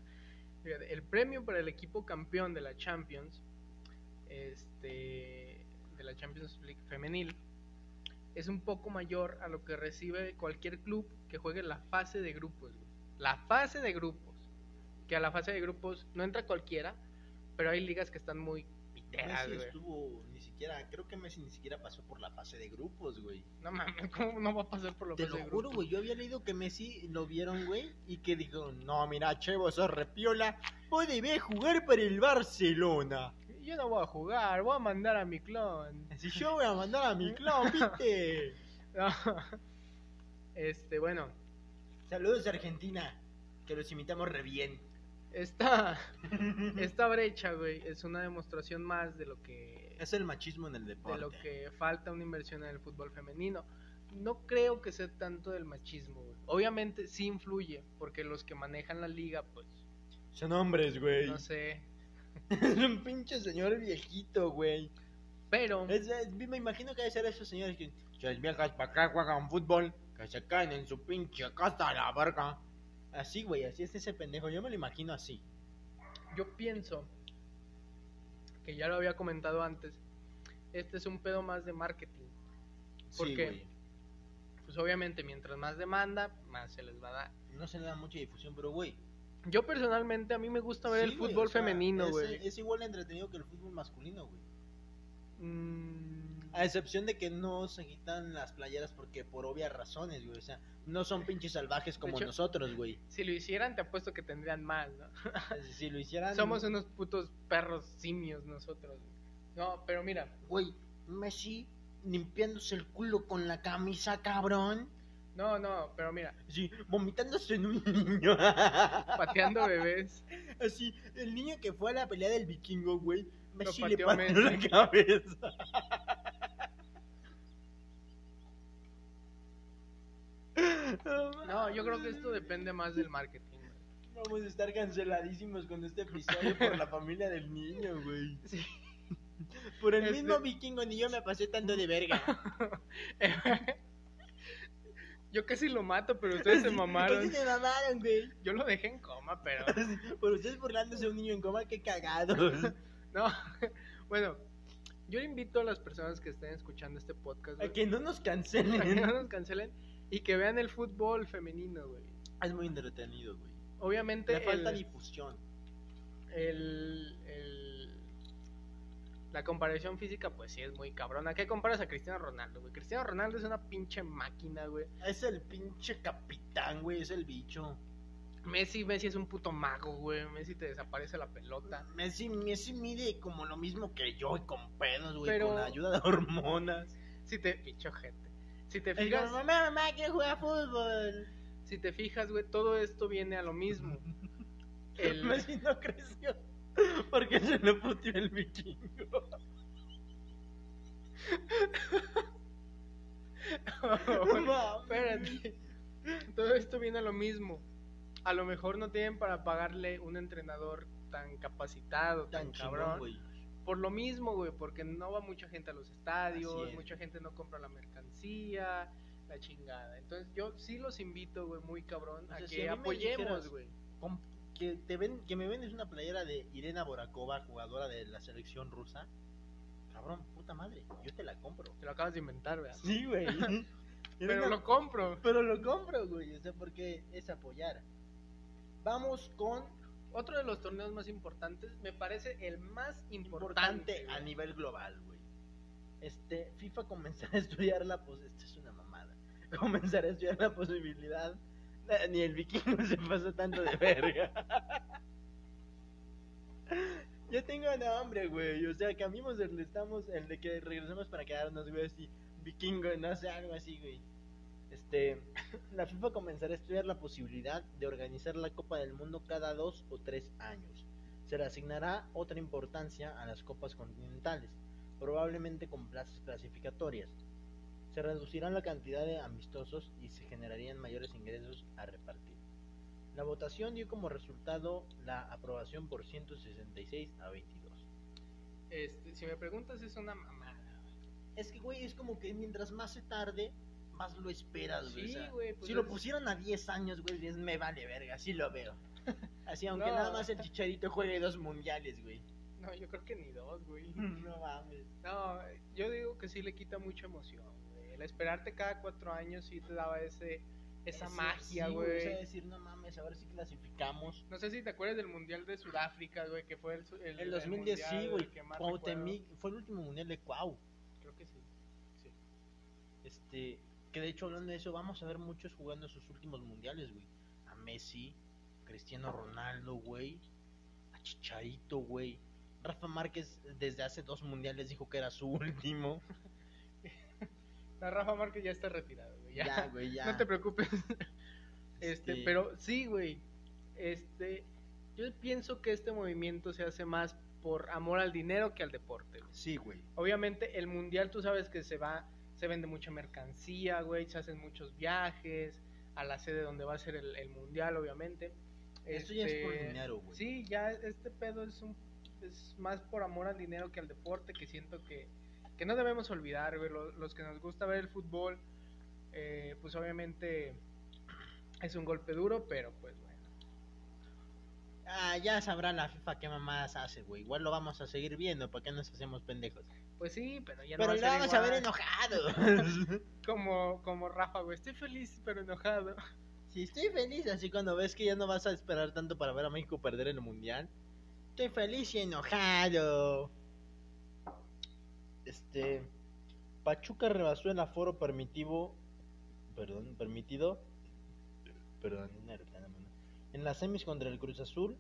[SPEAKER 1] fíjate, el premio para el equipo campeón de la Champions, este, de la Champions League femenil, es un poco mayor a lo que recibe cualquier club que juegue la fase de grupos. güey. La fase de grupos. Que a la fase de grupos no entra cualquiera, pero hay ligas que están muy piteras,
[SPEAKER 2] Messi
[SPEAKER 1] güey.
[SPEAKER 2] estuvo ni siquiera, creo que Messi ni siquiera pasó por la fase de grupos, güey.
[SPEAKER 1] No mames, ¿cómo no va a pasar por la
[SPEAKER 2] Te
[SPEAKER 1] fase
[SPEAKER 2] lo
[SPEAKER 1] de
[SPEAKER 2] juro,
[SPEAKER 1] grupos?
[SPEAKER 2] güey. Yo había leído que Messi lo vieron, güey, y que dijo, no, mira, Chevo, sos repiola, vos debés jugar para el Barcelona.
[SPEAKER 1] Yo no voy a jugar, voy a mandar a mi clon.
[SPEAKER 2] Si yo voy a mandar a mi clon, viste.
[SPEAKER 1] No. (laughs) Este, bueno,
[SPEAKER 2] (laughs) Saludos Argentina, que los imitamos re bien. (laughs)
[SPEAKER 1] esta, esta brecha, güey, es una demostración más de lo que
[SPEAKER 2] Es el machismo en el deporte.
[SPEAKER 1] de lo que falta una inversión en el fútbol femenino. No creo que sea tanto del machismo, güey. Obviamente sí influye, porque los que manejan la liga, pues,
[SPEAKER 3] Son hombres, güey.
[SPEAKER 1] no sé.
[SPEAKER 2] (laughs) Es un pinche señor viejito, güey.
[SPEAKER 1] Pero,
[SPEAKER 2] Es- es- me imagino que debe ser esos señores que...
[SPEAKER 3] Las viejas para acá juegan fútbol, que se caen en su pinche casa a la verga.
[SPEAKER 2] Así, güey, así es ese pendejo. Yo me lo imagino así.
[SPEAKER 1] yo pienso que ya lo había comentado antes. Este es un pedo más de marketing. ¿Por
[SPEAKER 2] Sí,
[SPEAKER 1] qué?
[SPEAKER 2] güey.
[SPEAKER 1] Pues obviamente, mientras más demanda, más se les va a dar.
[SPEAKER 2] No se le da mucha difusión, pero, güey...
[SPEAKER 1] Yo personalmente, a mí me gusta ver
[SPEAKER 2] sí,
[SPEAKER 1] el
[SPEAKER 2] güey,
[SPEAKER 1] fútbol
[SPEAKER 2] o sea,
[SPEAKER 1] femenino,
[SPEAKER 2] es-
[SPEAKER 1] güey.
[SPEAKER 2] Es, igual de entretenido que el fútbol masculino, güey.
[SPEAKER 1] Mm,
[SPEAKER 2] A excepción de que no se quitan las playeras porque por obvias razones, güey. O sea, no son pinches salvajes como
[SPEAKER 1] hecho- (laughs)
[SPEAKER 2] nosotros, güey.
[SPEAKER 1] si lo hicieran, te apuesto que tendrían más, ¿no?
[SPEAKER 2] Si lo hicieran...
[SPEAKER 1] Somos unos putos perros simios nosotros. güey. No, pero mira,
[SPEAKER 2] Güey, Messi limpiándose el culo con la camisa, cabrón.
[SPEAKER 1] no, no, pero mira,
[SPEAKER 2] Así, vomitándose en un (laughs) niño. (laughs)
[SPEAKER 1] pateando bebés.
[SPEAKER 2] Así, el niño que fue a la pelea del vikingo, güey. Messi le
[SPEAKER 1] pateó
[SPEAKER 2] partió
[SPEAKER 1] Messi.
[SPEAKER 2] la cabeza.
[SPEAKER 1] No, yo creo que esto depende más del marketing. güey.
[SPEAKER 2] Vamos a estar canceladísimos con este episodio por la familia del niño, güey.
[SPEAKER 1] Sí.
[SPEAKER 2] Por el
[SPEAKER 1] Este-
[SPEAKER 2] mismo vikingo ni yo me pasé tanto
[SPEAKER 1] (laughs)
[SPEAKER 2] de verga.
[SPEAKER 1] Yo casi lo mato, pero
[SPEAKER 2] (laughs)
[SPEAKER 1] ustedes se
[SPEAKER 2] Así
[SPEAKER 1] mamaron.
[SPEAKER 2] se mamaron, güey.
[SPEAKER 1] Yo lo dejé en coma, pero
[SPEAKER 2] Por ustedes burlándose de un niño en coma, qué cagados.
[SPEAKER 1] (laughs) no. Bueno, yo invito a las personas que estén escuchando este podcast
[SPEAKER 2] A
[SPEAKER 1] güey,
[SPEAKER 2] que no nos
[SPEAKER 1] a que
[SPEAKER 2] cancelen.
[SPEAKER 1] no nos cancelen y que vean el fútbol femenino, güey.
[SPEAKER 2] Es muy entretenido, güey.
[SPEAKER 1] Obviamente
[SPEAKER 2] Le
[SPEAKER 1] Este,
[SPEAKER 2] falta
[SPEAKER 1] el-
[SPEAKER 2] difusión.
[SPEAKER 1] el, el- la comparación física, pues sí es muy cabrona. ¿Qué comparas a Cristiano Ronaldo, güey? Cristiano Ronaldo es una pinche máquina, güey.
[SPEAKER 2] Es el pinche capitán, güey, es el bicho.
[SPEAKER 1] Messi, Messi es un puto mago, güey. Messi te desaparece la pelota.
[SPEAKER 2] Messi, Messi mide como lo mismo que yo y con pedos, güey,
[SPEAKER 1] Pero-
[SPEAKER 2] con la ayuda de hormonas.
[SPEAKER 1] Si te pinche gente. Si te
[SPEAKER 2] Es como,
[SPEAKER 1] fijas,
[SPEAKER 2] mamá, mamá, quiero jugar a fútbol.
[SPEAKER 1] si te fijas, güey, todo esto viene a lo
[SPEAKER 2] (laughs)
[SPEAKER 1] mismo. El,
[SPEAKER 2] Messi no creció porque se lo puteó el vikingo.
[SPEAKER 1] espérate. Todo esto viene a lo mismo. A lo mejor no tienen para pagarle un entrenador tan capacitado, tan,
[SPEAKER 2] Tan
[SPEAKER 1] cabrón.
[SPEAKER 2] cabrón, güey.
[SPEAKER 1] Por lo mismo, güey, porque no va mucha gente a los
[SPEAKER 2] Así
[SPEAKER 1] estadios,
[SPEAKER 2] es.
[SPEAKER 1] mucha gente no compra la mercancía, la chingada. Entonces yo sí los invito, güey, muy cabrón,
[SPEAKER 2] O
[SPEAKER 1] a
[SPEAKER 2] sea, si
[SPEAKER 1] que
[SPEAKER 2] a mí me dijeras-
[SPEAKER 1] apoyemos, güey.
[SPEAKER 2] Com- Que, te ven, que me vendes una playera de Irena Borakova, jugadora de la selección rusa. Cabrón, puta madre, yo te la compro.
[SPEAKER 1] Te lo acabas de inventar, ¿verdad?
[SPEAKER 2] Sí, (laughs) güey.
[SPEAKER 1] Pero lo compro.
[SPEAKER 2] Pero lo compro, güey. O sea, porque es apoyar. Vamos con
[SPEAKER 1] Otro de los torneos más importantes, me parece el más
[SPEAKER 2] importante
[SPEAKER 1] importante,
[SPEAKER 2] a
[SPEAKER 1] güey,
[SPEAKER 2] nivel global, güey. este, FIFA comenzará a estudiar la pos- Esto es una mamada. (laughs) Comenzará a estudiar la posibilidad. Eh, Ni el vikingo (laughs) se pasó tanto de verga. (laughs) Yo tengo una hambre, güey. O sea, cambiamos el de estamos, el de que regresamos para quedarnos, güey, así. Vikingo, no sé, algo así, güey. Este, (laughs) la FIFA comenzará a estudiar la posibilidad de organizar la Copa del Mundo cada dos o tres años. Se le asignará otra importancia a las copas continentales, probablemente con plazas clasificatorias. Se reducirá la cantidad de amistosos y se generarían mayores ingresos a repartir. La votación dio como resultado la aprobación por 166 a 22.
[SPEAKER 1] Este, si me preguntas, es una mamada.
[SPEAKER 2] Es que, güey, es como que mientras más se tarde, más lo esperas, güey. o
[SPEAKER 1] Sí,
[SPEAKER 2] sea,
[SPEAKER 1] güey. pues
[SPEAKER 2] si lo
[SPEAKER 1] es-
[SPEAKER 2] pusieron a 10 años, güey, dices, me vale verga, sí lo veo. (laughs) Así, aunque
[SPEAKER 1] No.
[SPEAKER 2] nada más el chicharito juegue dos mundiales, güey.
[SPEAKER 1] (laughs) No, yo creo que ni dos, güey.
[SPEAKER 2] (laughs) No mames.
[SPEAKER 1] No, yo digo que sí le quita mucha emoción, güey. El esperarte cada cuatro años sí te daba ese, esa
[SPEAKER 2] Ese-
[SPEAKER 1] magia,
[SPEAKER 2] sí,
[SPEAKER 1] güey.
[SPEAKER 2] O sea, decir, no mames, ahora sí clasificamos.
[SPEAKER 1] No sé si te acuerdas del Mundial de Sudáfrica, güey, que fue el... su-
[SPEAKER 2] El 2010 sí,
[SPEAKER 1] mundial
[SPEAKER 2] güey.
[SPEAKER 1] que más
[SPEAKER 2] Cuau
[SPEAKER 1] recuerdo.
[SPEAKER 2] Temi- Fue el último mundial de Cuau.
[SPEAKER 1] Creo que sí.
[SPEAKER 2] Este, que de hecho hablando de eso, vamos a ver muchos jugando sus últimos mundiales, güey. A Messi, Cristiano Ronaldo, güey. A Chicharito, güey. Rafa Márquez desde hace dos mundiales dijo que era su (laughs) último.
[SPEAKER 1] No, Rafa Márquez ya está retirado, güey. ya.
[SPEAKER 2] Ya, güey,
[SPEAKER 1] (laughs)
[SPEAKER 2] ya.
[SPEAKER 1] No te preocupes. Este,
[SPEAKER 2] Este-
[SPEAKER 1] pero sí, güey. Este, yo pienso que este movimiento se hace más por amor al dinero que al deporte. güey.
[SPEAKER 2] Sí, güey.
[SPEAKER 1] Obviamente el mundial tú sabes que se va, se vende mucha mercancía, güey, se hacen muchos viajes a la sede donde va a ser el, el mundial, obviamente.
[SPEAKER 2] Esto ya es por
[SPEAKER 1] Este,
[SPEAKER 2] dinero, güey.
[SPEAKER 1] Sí, ya este pedo es, un, es más por amor al dinero que al deporte, que siento que, que no debemos olvidar, güey. Lo- Los, que nos gusta ver el fútbol, eh, pues obviamente es un golpe duro, pero pues bueno.
[SPEAKER 2] Ah, ya sabrá la FIFA qué mamadas hace, güey. Igual lo vamos a seguir viendo, ¿para qué nos hacemos pendejos?
[SPEAKER 1] Pues sí, pero ya
[SPEAKER 2] Pero
[SPEAKER 1] no
[SPEAKER 2] lo
[SPEAKER 1] va a ser
[SPEAKER 2] vamos a
[SPEAKER 1] igual.
[SPEAKER 2] ver enojado.
[SPEAKER 1] (laughs) como, como Rafa, güey. Estoy feliz, pero enojado.
[SPEAKER 2] Si estoy feliz, así cuando ves que ya no vas a esperar tanto para ver a México perder el mundial. Estoy feliz y enojado. Este. Pachuca rebasó el aforo permitivo. Perdón, permitido. Perdón, una retrana, mano. En las semis contra el Cruz Azul.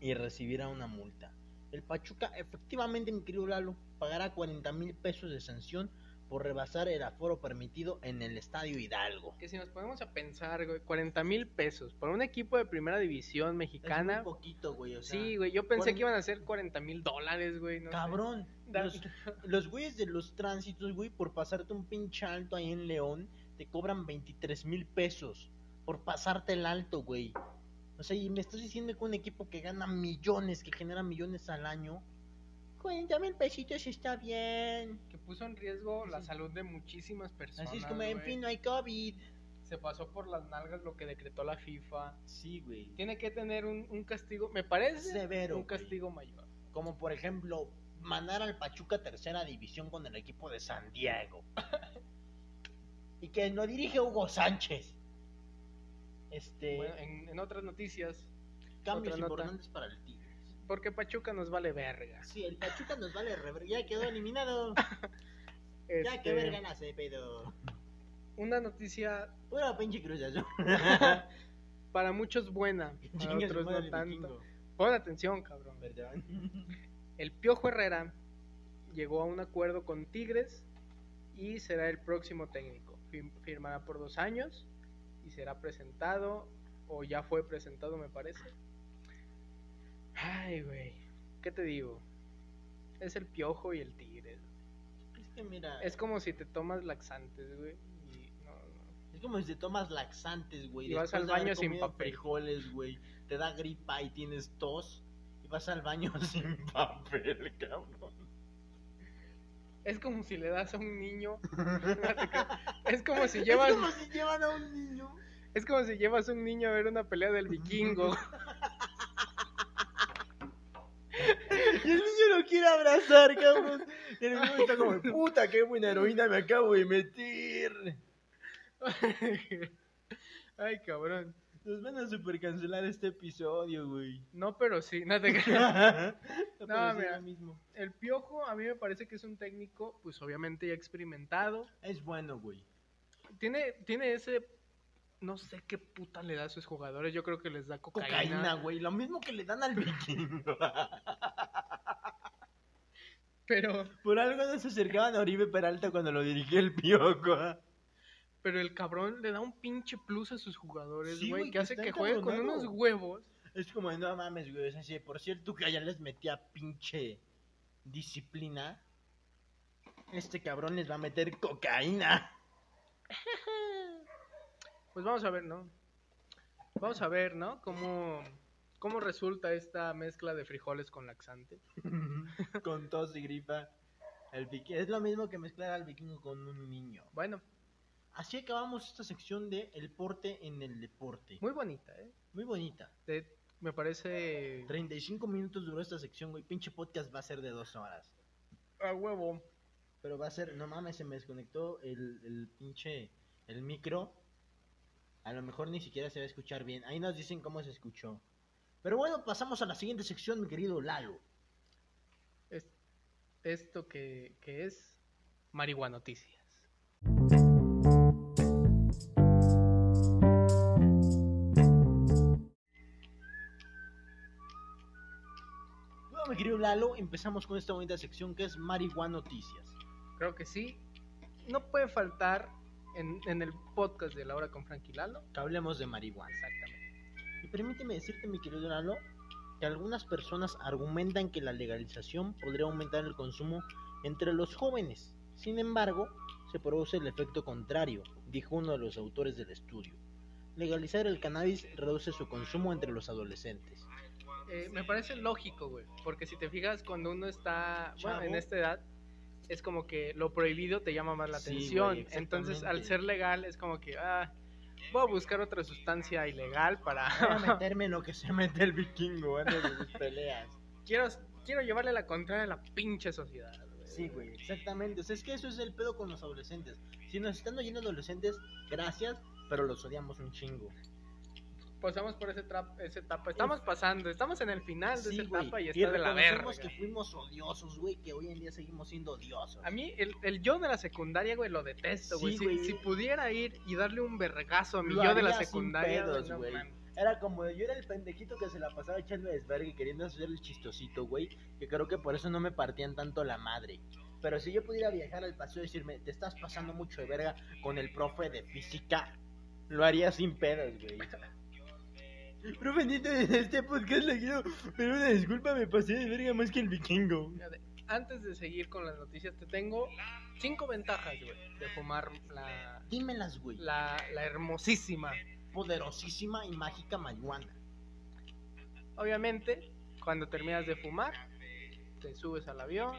[SPEAKER 2] Y recibirá una multa. El Pachuca, efectivamente, mi querido Lalo, pagará 40 mil pesos de sanción por rebasar el aforo permitido en el Estadio Hidalgo.
[SPEAKER 1] Que si nos ponemos a pensar, güey, 40 mil pesos por un equipo de primera división mexicana.
[SPEAKER 2] Es muy poquito, güey. O sea,
[SPEAKER 1] sí, güey, yo pensé
[SPEAKER 2] cuaren-
[SPEAKER 1] que iban a ser 40 mil dólares, güey. no sé.
[SPEAKER 2] Cabrón.
[SPEAKER 1] Da- (laughs)
[SPEAKER 2] Los, los güeyes de los tránsitos, güey, por pasarte un pinche alto ahí en León, te cobran 23 mil pesos. Por pasarte el alto, güey. O sea, y me estás diciendo que un equipo que gana millones, que genera millones al año, 40 mil pesitos está bien.
[SPEAKER 1] que puso en riesgo la
[SPEAKER 2] Sí.
[SPEAKER 1] salud de muchísimas personas.
[SPEAKER 2] Así es como, en
[SPEAKER 1] güey.
[SPEAKER 2] fin, no hay COVID.
[SPEAKER 1] Se pasó por las nalgas lo que decretó la FIFA.
[SPEAKER 2] Sí, güey.
[SPEAKER 1] Tiene que tener un, un castigo, me parece,
[SPEAKER 2] Severo.
[SPEAKER 1] un
[SPEAKER 2] güey.
[SPEAKER 1] castigo mayor.
[SPEAKER 2] Como por ejemplo, mandar al Pachuca a tercera división con el equipo de San Diego. (laughs) y que lo dirige Hugo Sánchez. Este,
[SPEAKER 1] Bueno, en, en otras noticias,
[SPEAKER 2] cambios
[SPEAKER 1] otra nota.
[SPEAKER 2] importantes para el Tigres.
[SPEAKER 1] porque Pachuca nos vale verga.
[SPEAKER 2] Sí, el Pachuca nos vale rever, ya quedó eliminado. Ya
[SPEAKER 1] Este,
[SPEAKER 2] que verga la pedo.
[SPEAKER 1] una noticia
[SPEAKER 2] Pura pinche
[SPEAKER 1] (laughs)
[SPEAKER 2] cruz Azul. (laughs)
[SPEAKER 1] para muchos buena, para
[SPEAKER 2] Chingue su
[SPEAKER 1] otros
[SPEAKER 2] madre
[SPEAKER 1] no
[SPEAKER 2] el
[SPEAKER 1] tanto.
[SPEAKER 2] vikingo.
[SPEAKER 1] Pon atención, cabrón.
[SPEAKER 2] Perdón. (laughs)
[SPEAKER 1] El Piojo Herrera llegó a un acuerdo con Tigres y será el próximo técnico. Fir- Firmará por dos años y será presentado, o ya fue presentado, me parece. Ay, güey, ¿qué te digo? Es el Piojo y el Tigres.
[SPEAKER 2] Es que mira,
[SPEAKER 1] Es como si te tomas laxantes, güey. y no, no.
[SPEAKER 2] Es como si te tomas laxantes, güey.
[SPEAKER 1] Y vas
[SPEAKER 2] después
[SPEAKER 1] al
[SPEAKER 2] de haber
[SPEAKER 1] baño sin
[SPEAKER 2] comido
[SPEAKER 1] papel.
[SPEAKER 2] frijoles, güey. Te da gripa y tienes tos. Y vas al baño (laughs) sin
[SPEAKER 3] Papel, cabrón.
[SPEAKER 1] Es como si le das a un niño. (laughs) es como si llevas.
[SPEAKER 2] Es como si llevan a un niño.
[SPEAKER 1] Es como si llevas a un niño a ver una pelea
[SPEAKER 2] (laughs)
[SPEAKER 1] del vikingo.
[SPEAKER 2] Y el niño lo quiere abrazar, cabrón. Y el niño está como, puta, qué buena heroína me acabo de meter.
[SPEAKER 1] (laughs) Ay, cabrón.
[SPEAKER 3] Nos van a super cancelar este
[SPEAKER 1] (laughs)
[SPEAKER 3] episodio, güey.
[SPEAKER 1] No, pero sí, no te creas.
[SPEAKER 2] (laughs)
[SPEAKER 1] No,
[SPEAKER 3] no, pero sí,
[SPEAKER 1] mira.
[SPEAKER 3] lo mismo.
[SPEAKER 1] El Piojo a mí me parece que es un técnico, pues obviamente ya experimentado.
[SPEAKER 3] Es bueno, güey.
[SPEAKER 1] Tiene, tiene ese... No sé qué puta le da a sus jugadores. Yo creo que les da cocaína.
[SPEAKER 2] Cocaína, güey. Lo mismo que le dan al vikingo. (laughs)
[SPEAKER 1] Pero,
[SPEAKER 3] Por algo no se acercaban a Oribe Peralta cuando lo dirigía el pioco. ¿ah?
[SPEAKER 1] pero el cabrón le da un pinche plus a sus jugadores,
[SPEAKER 3] Sí,
[SPEAKER 1] güey. que
[SPEAKER 3] güey, que
[SPEAKER 1] hace
[SPEAKER 3] está
[SPEAKER 1] que juegue con
[SPEAKER 3] encabronado.
[SPEAKER 1] unos huevos.
[SPEAKER 3] Es como, no mames,
[SPEAKER 2] Mames, güey. o sea, si de por cierto que allá les metía pinche disciplina. Este cabrón les va a meter cocaína.
[SPEAKER 1] Pues vamos a ver, ¿no? Vamos a ver, ¿no? Cómo, cómo resulta esta mezcla de frijoles con laxante.
[SPEAKER 2] (laughs) con tos y gripa. El vikingo. Es lo mismo que mezclar al vikingo con un niño.
[SPEAKER 1] Bueno,
[SPEAKER 2] Así acabamos esta sección de El porte en el deporte.
[SPEAKER 1] muy bonita, ¿eh?
[SPEAKER 2] Muy bonita.
[SPEAKER 1] Te- me parece...
[SPEAKER 2] 35 minutos duró esta sección, güey. Pinche podcast va a ser de dos horas.
[SPEAKER 1] A huevo.
[SPEAKER 2] Pero va a ser, no mames, se me desconectó el, el pinche, el micro. A lo mejor ni siquiera se va a escuchar bien. Ahí nos dicen cómo se escuchó. Pero bueno, pasamos a la siguiente sección, mi querido Lalo.
[SPEAKER 1] Es, esto que, que es Marihuana Noticias.
[SPEAKER 2] Bueno, mi querido Lalo, empezamos con esta bonita sección que es Marihuana Noticias.
[SPEAKER 1] Creo que sí. No puede faltar en, en el podcast de La Hora con Frankie Lalo.
[SPEAKER 2] Que hablemos de marihuana.
[SPEAKER 1] Exactamente.
[SPEAKER 2] Y permíteme decirte, mi querido Lalo, que algunas personas argumentan que la legalización podría aumentar el consumo entre los jóvenes. Sin embargo, se produce el efecto contrario, dijo uno de los autores del estudio. Legalizar el cannabis reduce su consumo entre los adolescentes.
[SPEAKER 1] Eh, me parece lógico, güey. Porque si te fijas, cuando uno está bueno,
[SPEAKER 2] Chavo.
[SPEAKER 1] en esta edad, es como que lo prohibido te llama más la
[SPEAKER 2] Sí, güey,
[SPEAKER 1] atención. Entonces, al
[SPEAKER 2] exactamente.
[SPEAKER 1] ser legal, es como que, ah, voy a buscar otra sustancia ilegal
[SPEAKER 2] Voy a
[SPEAKER 1] para... (laughs)
[SPEAKER 2] meterme en lo que se mete el vikingo antes de sus peleas.
[SPEAKER 1] quiero, quiero llevarle la contraria a la pinche sociedad, güey.
[SPEAKER 2] Sí, güey, exactamente. O sea, es que eso es el pedo con los adolescentes. Si nos están oyendo adolescentes, gracias, pero los odiamos un chingo.
[SPEAKER 1] pasamos por ese trap- esa etapa. Estamos pasando, estamos en el final de
[SPEAKER 2] Sí,
[SPEAKER 1] esa
[SPEAKER 2] güey,
[SPEAKER 1] etapa y está de la verga.
[SPEAKER 2] reconocemos que fuimos odiosos, güey, que hoy en día seguimos siendo odiosos.
[SPEAKER 1] A mí, el, el yo de la secundaria, güey, lo detesto,
[SPEAKER 2] Sí,
[SPEAKER 1] güey. Si-
[SPEAKER 2] güey.
[SPEAKER 1] Si, pudiera ir y darle un vergazo a mi
[SPEAKER 2] Lo
[SPEAKER 1] yo de
[SPEAKER 2] haría
[SPEAKER 1] la
[SPEAKER 2] sin
[SPEAKER 1] secundaria, güey,
[SPEAKER 2] pedos,
[SPEAKER 1] no
[SPEAKER 2] güey.
[SPEAKER 1] mames.
[SPEAKER 2] Era como yo era el pendejito que se la pasaba echando desvergue y queriendo hacer el chistosito, güey, que creo que por eso no me partían tanto la madre. Pero si yo pudiera viajar al paseo y decirme, te estás pasando mucho de verga con el profe de física, lo haría sin pedos, güey.
[SPEAKER 3] (laughs) Profe Nito, en este podcast le quiero pero una disculpa, me pasé de verga más que el vikingo.
[SPEAKER 1] Antes de seguir con las noticias, te tengo cinco ventajas, güey, de fumar la,
[SPEAKER 2] Dímelas, güey. La
[SPEAKER 1] la, la hermosísima.
[SPEAKER 2] poderosísima y mágica marihuana.
[SPEAKER 1] Obviamente, cuando terminas de fumar, te subes al avión,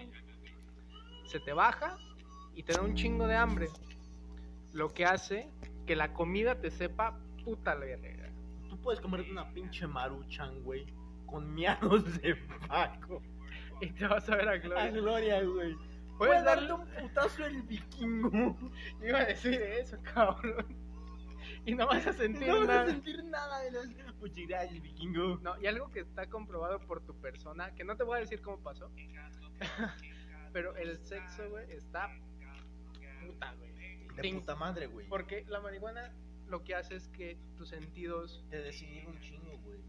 [SPEAKER 1] se te baja y te da un chingo de hambre. Lo que hace que la comida te sepa puta la verga.
[SPEAKER 2] Tú puedes comerte una pinche maruchan, güey, con miados de Paco.
[SPEAKER 1] Y te vas a ver a
[SPEAKER 2] A
[SPEAKER 1] Gloria.
[SPEAKER 2] Gloria, güey. Voy a
[SPEAKER 1] Puedes
[SPEAKER 2] darle
[SPEAKER 1] darle
[SPEAKER 2] un putazo al vikingo.
[SPEAKER 1] Yo (laughs) iba a decir eso, cabrón. Y no vas a sentir
[SPEAKER 2] No vas
[SPEAKER 1] nada.
[SPEAKER 2] a sentir nada de los. Muchas gracias, vikingo.
[SPEAKER 1] No, y algo que está comprobado por tu persona, que no te voy a decir cómo pasó. (laughs) pero el sexo, güey, está puta, güey.
[SPEAKER 2] De
[SPEAKER 1] Ting.
[SPEAKER 2] puta madre, güey.
[SPEAKER 1] Porque la marihuana lo que hace es que tus sentidos
[SPEAKER 2] Te decidí un chingo, güey.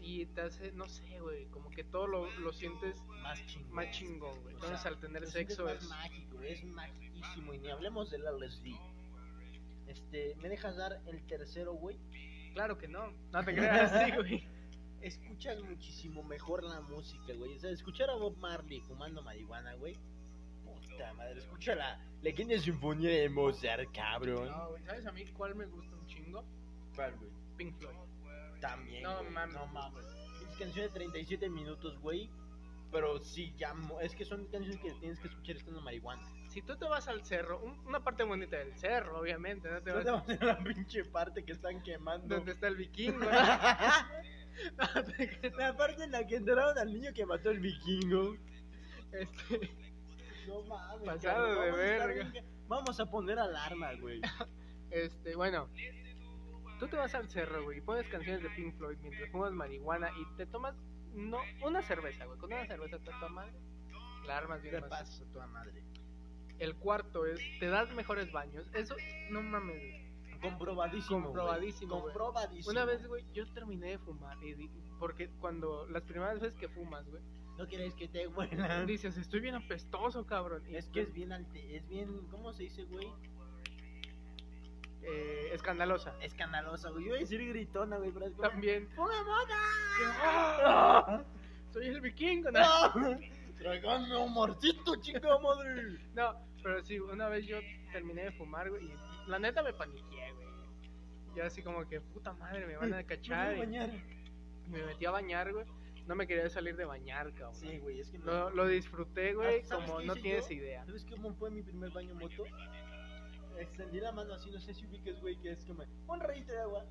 [SPEAKER 1] y te hace, no sé, güey, como que todo lo, lo sientes
[SPEAKER 2] Más chingo.
[SPEAKER 1] más chingón, güey.
[SPEAKER 2] O
[SPEAKER 1] Entonces
[SPEAKER 2] sea,
[SPEAKER 1] al tener
[SPEAKER 2] lo sientes
[SPEAKER 1] sexo
[SPEAKER 2] más
[SPEAKER 1] es...
[SPEAKER 2] mágico, güey, es magiquísimo. Y ni hablemos del LSD. Este, ¿me dejas dar el tercero, güey?
[SPEAKER 1] Claro que no, no te
[SPEAKER 2] (laughs)
[SPEAKER 1] creas así, güey.
[SPEAKER 2] escuchas muchísimo mejor la música, güey. O sea, escuchar a Bob Marley fumando marihuana, güey. Puta madre, escucha la legendia sinfonía de Mozart, cabrón.
[SPEAKER 1] No, güey, ¿sabes a mí cuál me gusta un chingo?
[SPEAKER 2] ¿Cuál, güey?
[SPEAKER 1] Pink Floyd.
[SPEAKER 2] También.
[SPEAKER 1] No
[SPEAKER 2] güey,
[SPEAKER 1] mames.
[SPEAKER 2] No mames. Es canción de 37 minutos, güey. Pero sí, ya. mo- Es que son canciones que tienes que escuchar estando marihuana.
[SPEAKER 1] Si tú te vas al cerro, un- una parte bonita del cerro, obviamente, no te
[SPEAKER 2] No
[SPEAKER 1] vas
[SPEAKER 2] te vas a ir a la pinche parte que están quemando. (laughs)
[SPEAKER 1] donde está el vikingo. ¿no?
[SPEAKER 2] la parte en la que enterraron al niño que mató el vikingo.
[SPEAKER 1] Este,
[SPEAKER 2] No mames.
[SPEAKER 1] Pasado
[SPEAKER 2] carnal,
[SPEAKER 1] de
[SPEAKER 2] vamos a estar
[SPEAKER 1] verga.
[SPEAKER 2] (laughs) bien- Vamos a poner alarma, güey.
[SPEAKER 1] este, bueno, tú te vas al cerro, güey, y pones canciones de Pink Floyd mientras fumas marihuana y te tomas no una cerveza, güey, con una cerveza te tomas la armas bien
[SPEAKER 2] Te
[SPEAKER 1] más.
[SPEAKER 2] pasas a toda madre.
[SPEAKER 1] El cuarto es te das mejores baños. Eso no mames. güey.
[SPEAKER 2] Comprobadísimo. güey.
[SPEAKER 1] Comprobadísimo, güey.
[SPEAKER 2] Comprobadísimo.
[SPEAKER 1] Una vez, güey, yo terminé de fumar y di- porque cuando las primeras veces que fumas, güey,
[SPEAKER 2] No quieres que te huelan.
[SPEAKER 1] dices, "Estoy bien apestoso, cabrón." Y
[SPEAKER 2] Es que es bien alte, es bien, ¿cómo se dice, güey?
[SPEAKER 1] eh, escandalosa.
[SPEAKER 2] Escandalosa, güey. Yo iba a decir gritona, güey, pero es como...
[SPEAKER 1] También.
[SPEAKER 2] ¡Una
[SPEAKER 1] ¡Ah! Soy el vikingo,
[SPEAKER 2] (laughs)
[SPEAKER 1] ¿no?
[SPEAKER 3] Tráigame un morcito, chica madre.
[SPEAKER 1] No, pero sí, una vez yo terminé de fumar, güey, y la neta me paniqué, güey. Yo así como que, puta madre, me (laughs) van a cachar. y me metí a bañar, güey. No me quería salir de bañar, cabrón.
[SPEAKER 2] Sí, güey, es que
[SPEAKER 1] Lo, lo disfruté, güey,
[SPEAKER 2] Ah, ¿sabes
[SPEAKER 1] como
[SPEAKER 2] qué
[SPEAKER 1] no
[SPEAKER 2] hice
[SPEAKER 1] tienes
[SPEAKER 2] yo?
[SPEAKER 1] idea.
[SPEAKER 2] ¿Sabes cómo fue mi primer baño en moto? Extendí la mano así, no sé si ubiques, güey, que es como un rayito de agua,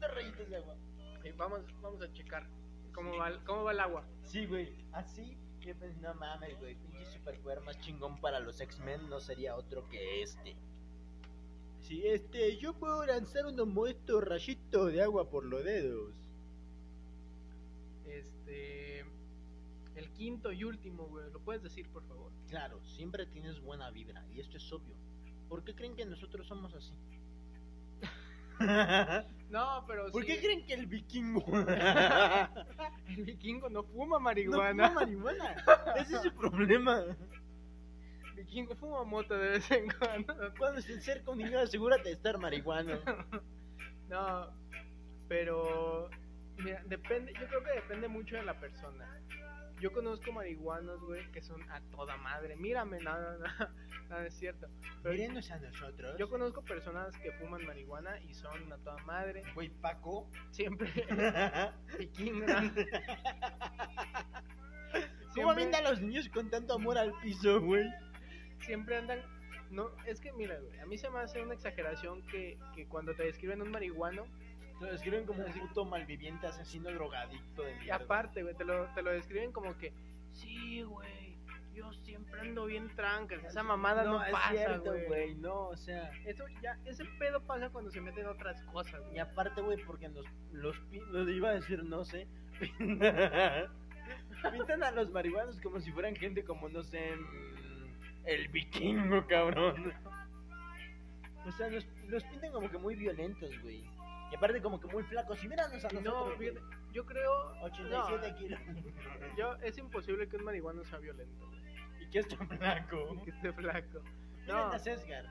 [SPEAKER 2] dos rayitos de agua.
[SPEAKER 1] Eh, vamos, vamos a checar cómo va, el- cómo va el agua.
[SPEAKER 2] Sí, güey, así. Yo pensé, no mames, güey, pinche superpoder más chingón para los X-Men no sería otro que este. Sí, este, yo puedo lanzar unos modestos rayitos de agua por los dedos.
[SPEAKER 1] Este. El quinto y último, güey, lo puedes decir, por favor.
[SPEAKER 2] Claro, siempre tienes buena vibra, y esto es obvio. ¿Por qué creen que nosotros somos así? (laughs)
[SPEAKER 1] No, pero
[SPEAKER 2] ¿Por
[SPEAKER 1] sí,
[SPEAKER 2] qué creen que el vikingo?
[SPEAKER 1] (laughs) el vikingo no fuma
[SPEAKER 2] No fuma
[SPEAKER 1] marihuana. (laughs)
[SPEAKER 2] marihuana. Ese es el problema.
[SPEAKER 1] El vikingo fuma moto de vez en cuando.
[SPEAKER 2] Cuando estés cerca un niño, asegúrate de estar marihuano.
[SPEAKER 1] No, pero mira, depende, yo creo que depende mucho de la persona. Yo conozco marihuanos, güey, que son a toda madre. Mírame, no, no, (laughs) no, no, no es cierto. Pero
[SPEAKER 2] Mírenos a nosotros.
[SPEAKER 1] yo conozco personas que fuman marihuana y son a toda madre.
[SPEAKER 2] Güey, (laughs) Paco.
[SPEAKER 1] Siempre piquín,
[SPEAKER 2] ¿Cómo
[SPEAKER 1] siempre,
[SPEAKER 2] avienta a los niños con tanto amor al piso, güey?
[SPEAKER 1] siempre andan. No, es que mira, güey, a mí se me hace una exageración que, que cuando te describen un marihuano,
[SPEAKER 2] Lo describen como un puto malviviente asesino drogadicto de
[SPEAKER 1] Y
[SPEAKER 2] mierda.
[SPEAKER 1] aparte, güey, te lo, te lo describen como que, sí, güey, yo siempre ando bien trancas, esa mamada no,
[SPEAKER 2] es
[SPEAKER 1] pasa,
[SPEAKER 2] cierto,
[SPEAKER 1] güey.
[SPEAKER 2] güey. No, o sea.
[SPEAKER 1] Eso ya, ese pedo pasa cuando se meten otras cosas, güey.
[SPEAKER 2] Y aparte, güey, porque los, los, pi- los iba a decir, no sé. (laughs) Pintan a los marihuanos como si fueran gente como, no sé, mm, el vikingo, cabrón. O sea, los, los pintan como que muy violentos, güey. Y aparte como que muy flacos. Y míranos a
[SPEAKER 1] Y
[SPEAKER 2] nosotros,
[SPEAKER 1] No,
[SPEAKER 2] güey.
[SPEAKER 1] fíjate, yo creo, no,
[SPEAKER 2] 87 kilos.
[SPEAKER 1] yo, es imposible que un marihuano sea violento, güey,
[SPEAKER 2] ¿Y qué es
[SPEAKER 1] (laughs)
[SPEAKER 2] tan flaco?
[SPEAKER 1] que esté flaco.
[SPEAKER 2] Miren
[SPEAKER 1] No,
[SPEAKER 2] a Sesgar.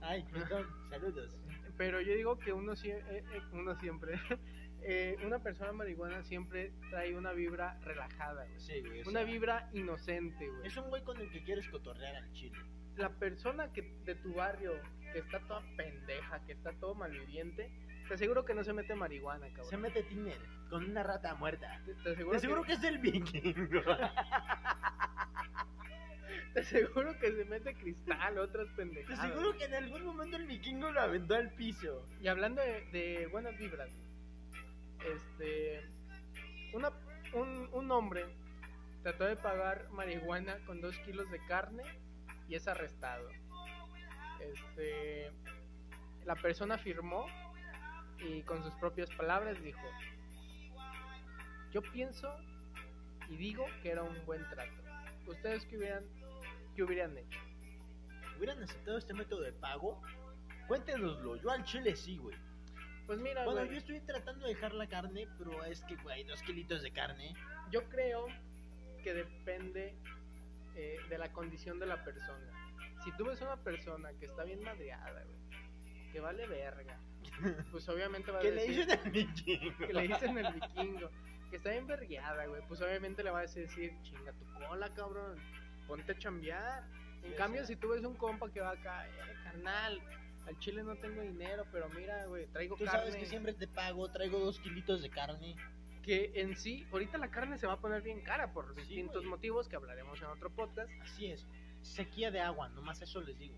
[SPEAKER 2] Ay,
[SPEAKER 1] (laughs)
[SPEAKER 2] perdón, saludos.
[SPEAKER 1] pero yo digo que uno, sie- eh, eh, uno siempre, (laughs) eh, una persona marihuana siempre trae una vibra relajada, güey.
[SPEAKER 2] Sí, güey. o
[SPEAKER 1] Una
[SPEAKER 2] sea,
[SPEAKER 1] vibra inocente, güey.
[SPEAKER 2] Es un güey con el que quieres cotorrear al chile.
[SPEAKER 1] la persona que de tu barrio que está toda pendeja, que está todo malviviente, te aseguro que no se mete marihuana, cabrón.
[SPEAKER 2] Se mete Tinder con una rata muerta.
[SPEAKER 1] Te, te aseguro
[SPEAKER 2] Te aseguro
[SPEAKER 1] que,
[SPEAKER 2] que es el vikingo.
[SPEAKER 1] te aseguro que se mete cristal, otras
[SPEAKER 2] Te
[SPEAKER 1] pendejadas.
[SPEAKER 2] aseguro que en algún momento el vikingo lo aventó al piso.
[SPEAKER 1] Y hablando de, de buenas vibras, este, una, un, un hombre trató de pagar marihuana con dos kilos de carne y es arrestado. Este, la persona firmó y con sus propias palabras dijo, yo pienso y digo que era un buen trato. ¿Ustedes qué hubieran, qué hubieran hecho?
[SPEAKER 2] ¿Hubieran aceptado este método de pago? Cuéntenoslo, yo al chile sí, güey.
[SPEAKER 1] Pues mira,
[SPEAKER 2] Bueno,
[SPEAKER 1] güey.
[SPEAKER 2] yo estoy tratando de dejar la carne, pero es que, güey, dos kilitos de carne.
[SPEAKER 1] Yo creo que depende eh, de la condición de la persona. Si tú ves una persona que está bien madreada, güey, que vale
[SPEAKER 2] (laughs)
[SPEAKER 1] verga, pues obviamente va a
[SPEAKER 2] ¿Qué le
[SPEAKER 1] decir
[SPEAKER 2] dicen al vikingo?
[SPEAKER 1] que le dicen el vikingo, que está bien vergueada, güey, pues obviamente le va a decir, chinga tu cola, cabrón, ponte a chambear. En
[SPEAKER 2] Sí,
[SPEAKER 1] cambio,
[SPEAKER 2] o
[SPEAKER 1] si
[SPEAKER 2] sea.
[SPEAKER 1] tú ves un compa que va acá, "Eh, carnal, al chile no tengo dinero, pero mira, güey, traigo
[SPEAKER 2] Tú
[SPEAKER 1] carne.
[SPEAKER 2] sabes que siempre te pago, traigo dos kilitos de carne.
[SPEAKER 1] que en sí, ahorita la carne se va a poner bien cara por
[SPEAKER 2] Sí,
[SPEAKER 1] distintos
[SPEAKER 2] güey.
[SPEAKER 1] motivos que hablaremos en otro podcast.
[SPEAKER 2] Así es, sequía de agua, nomás eso les digo.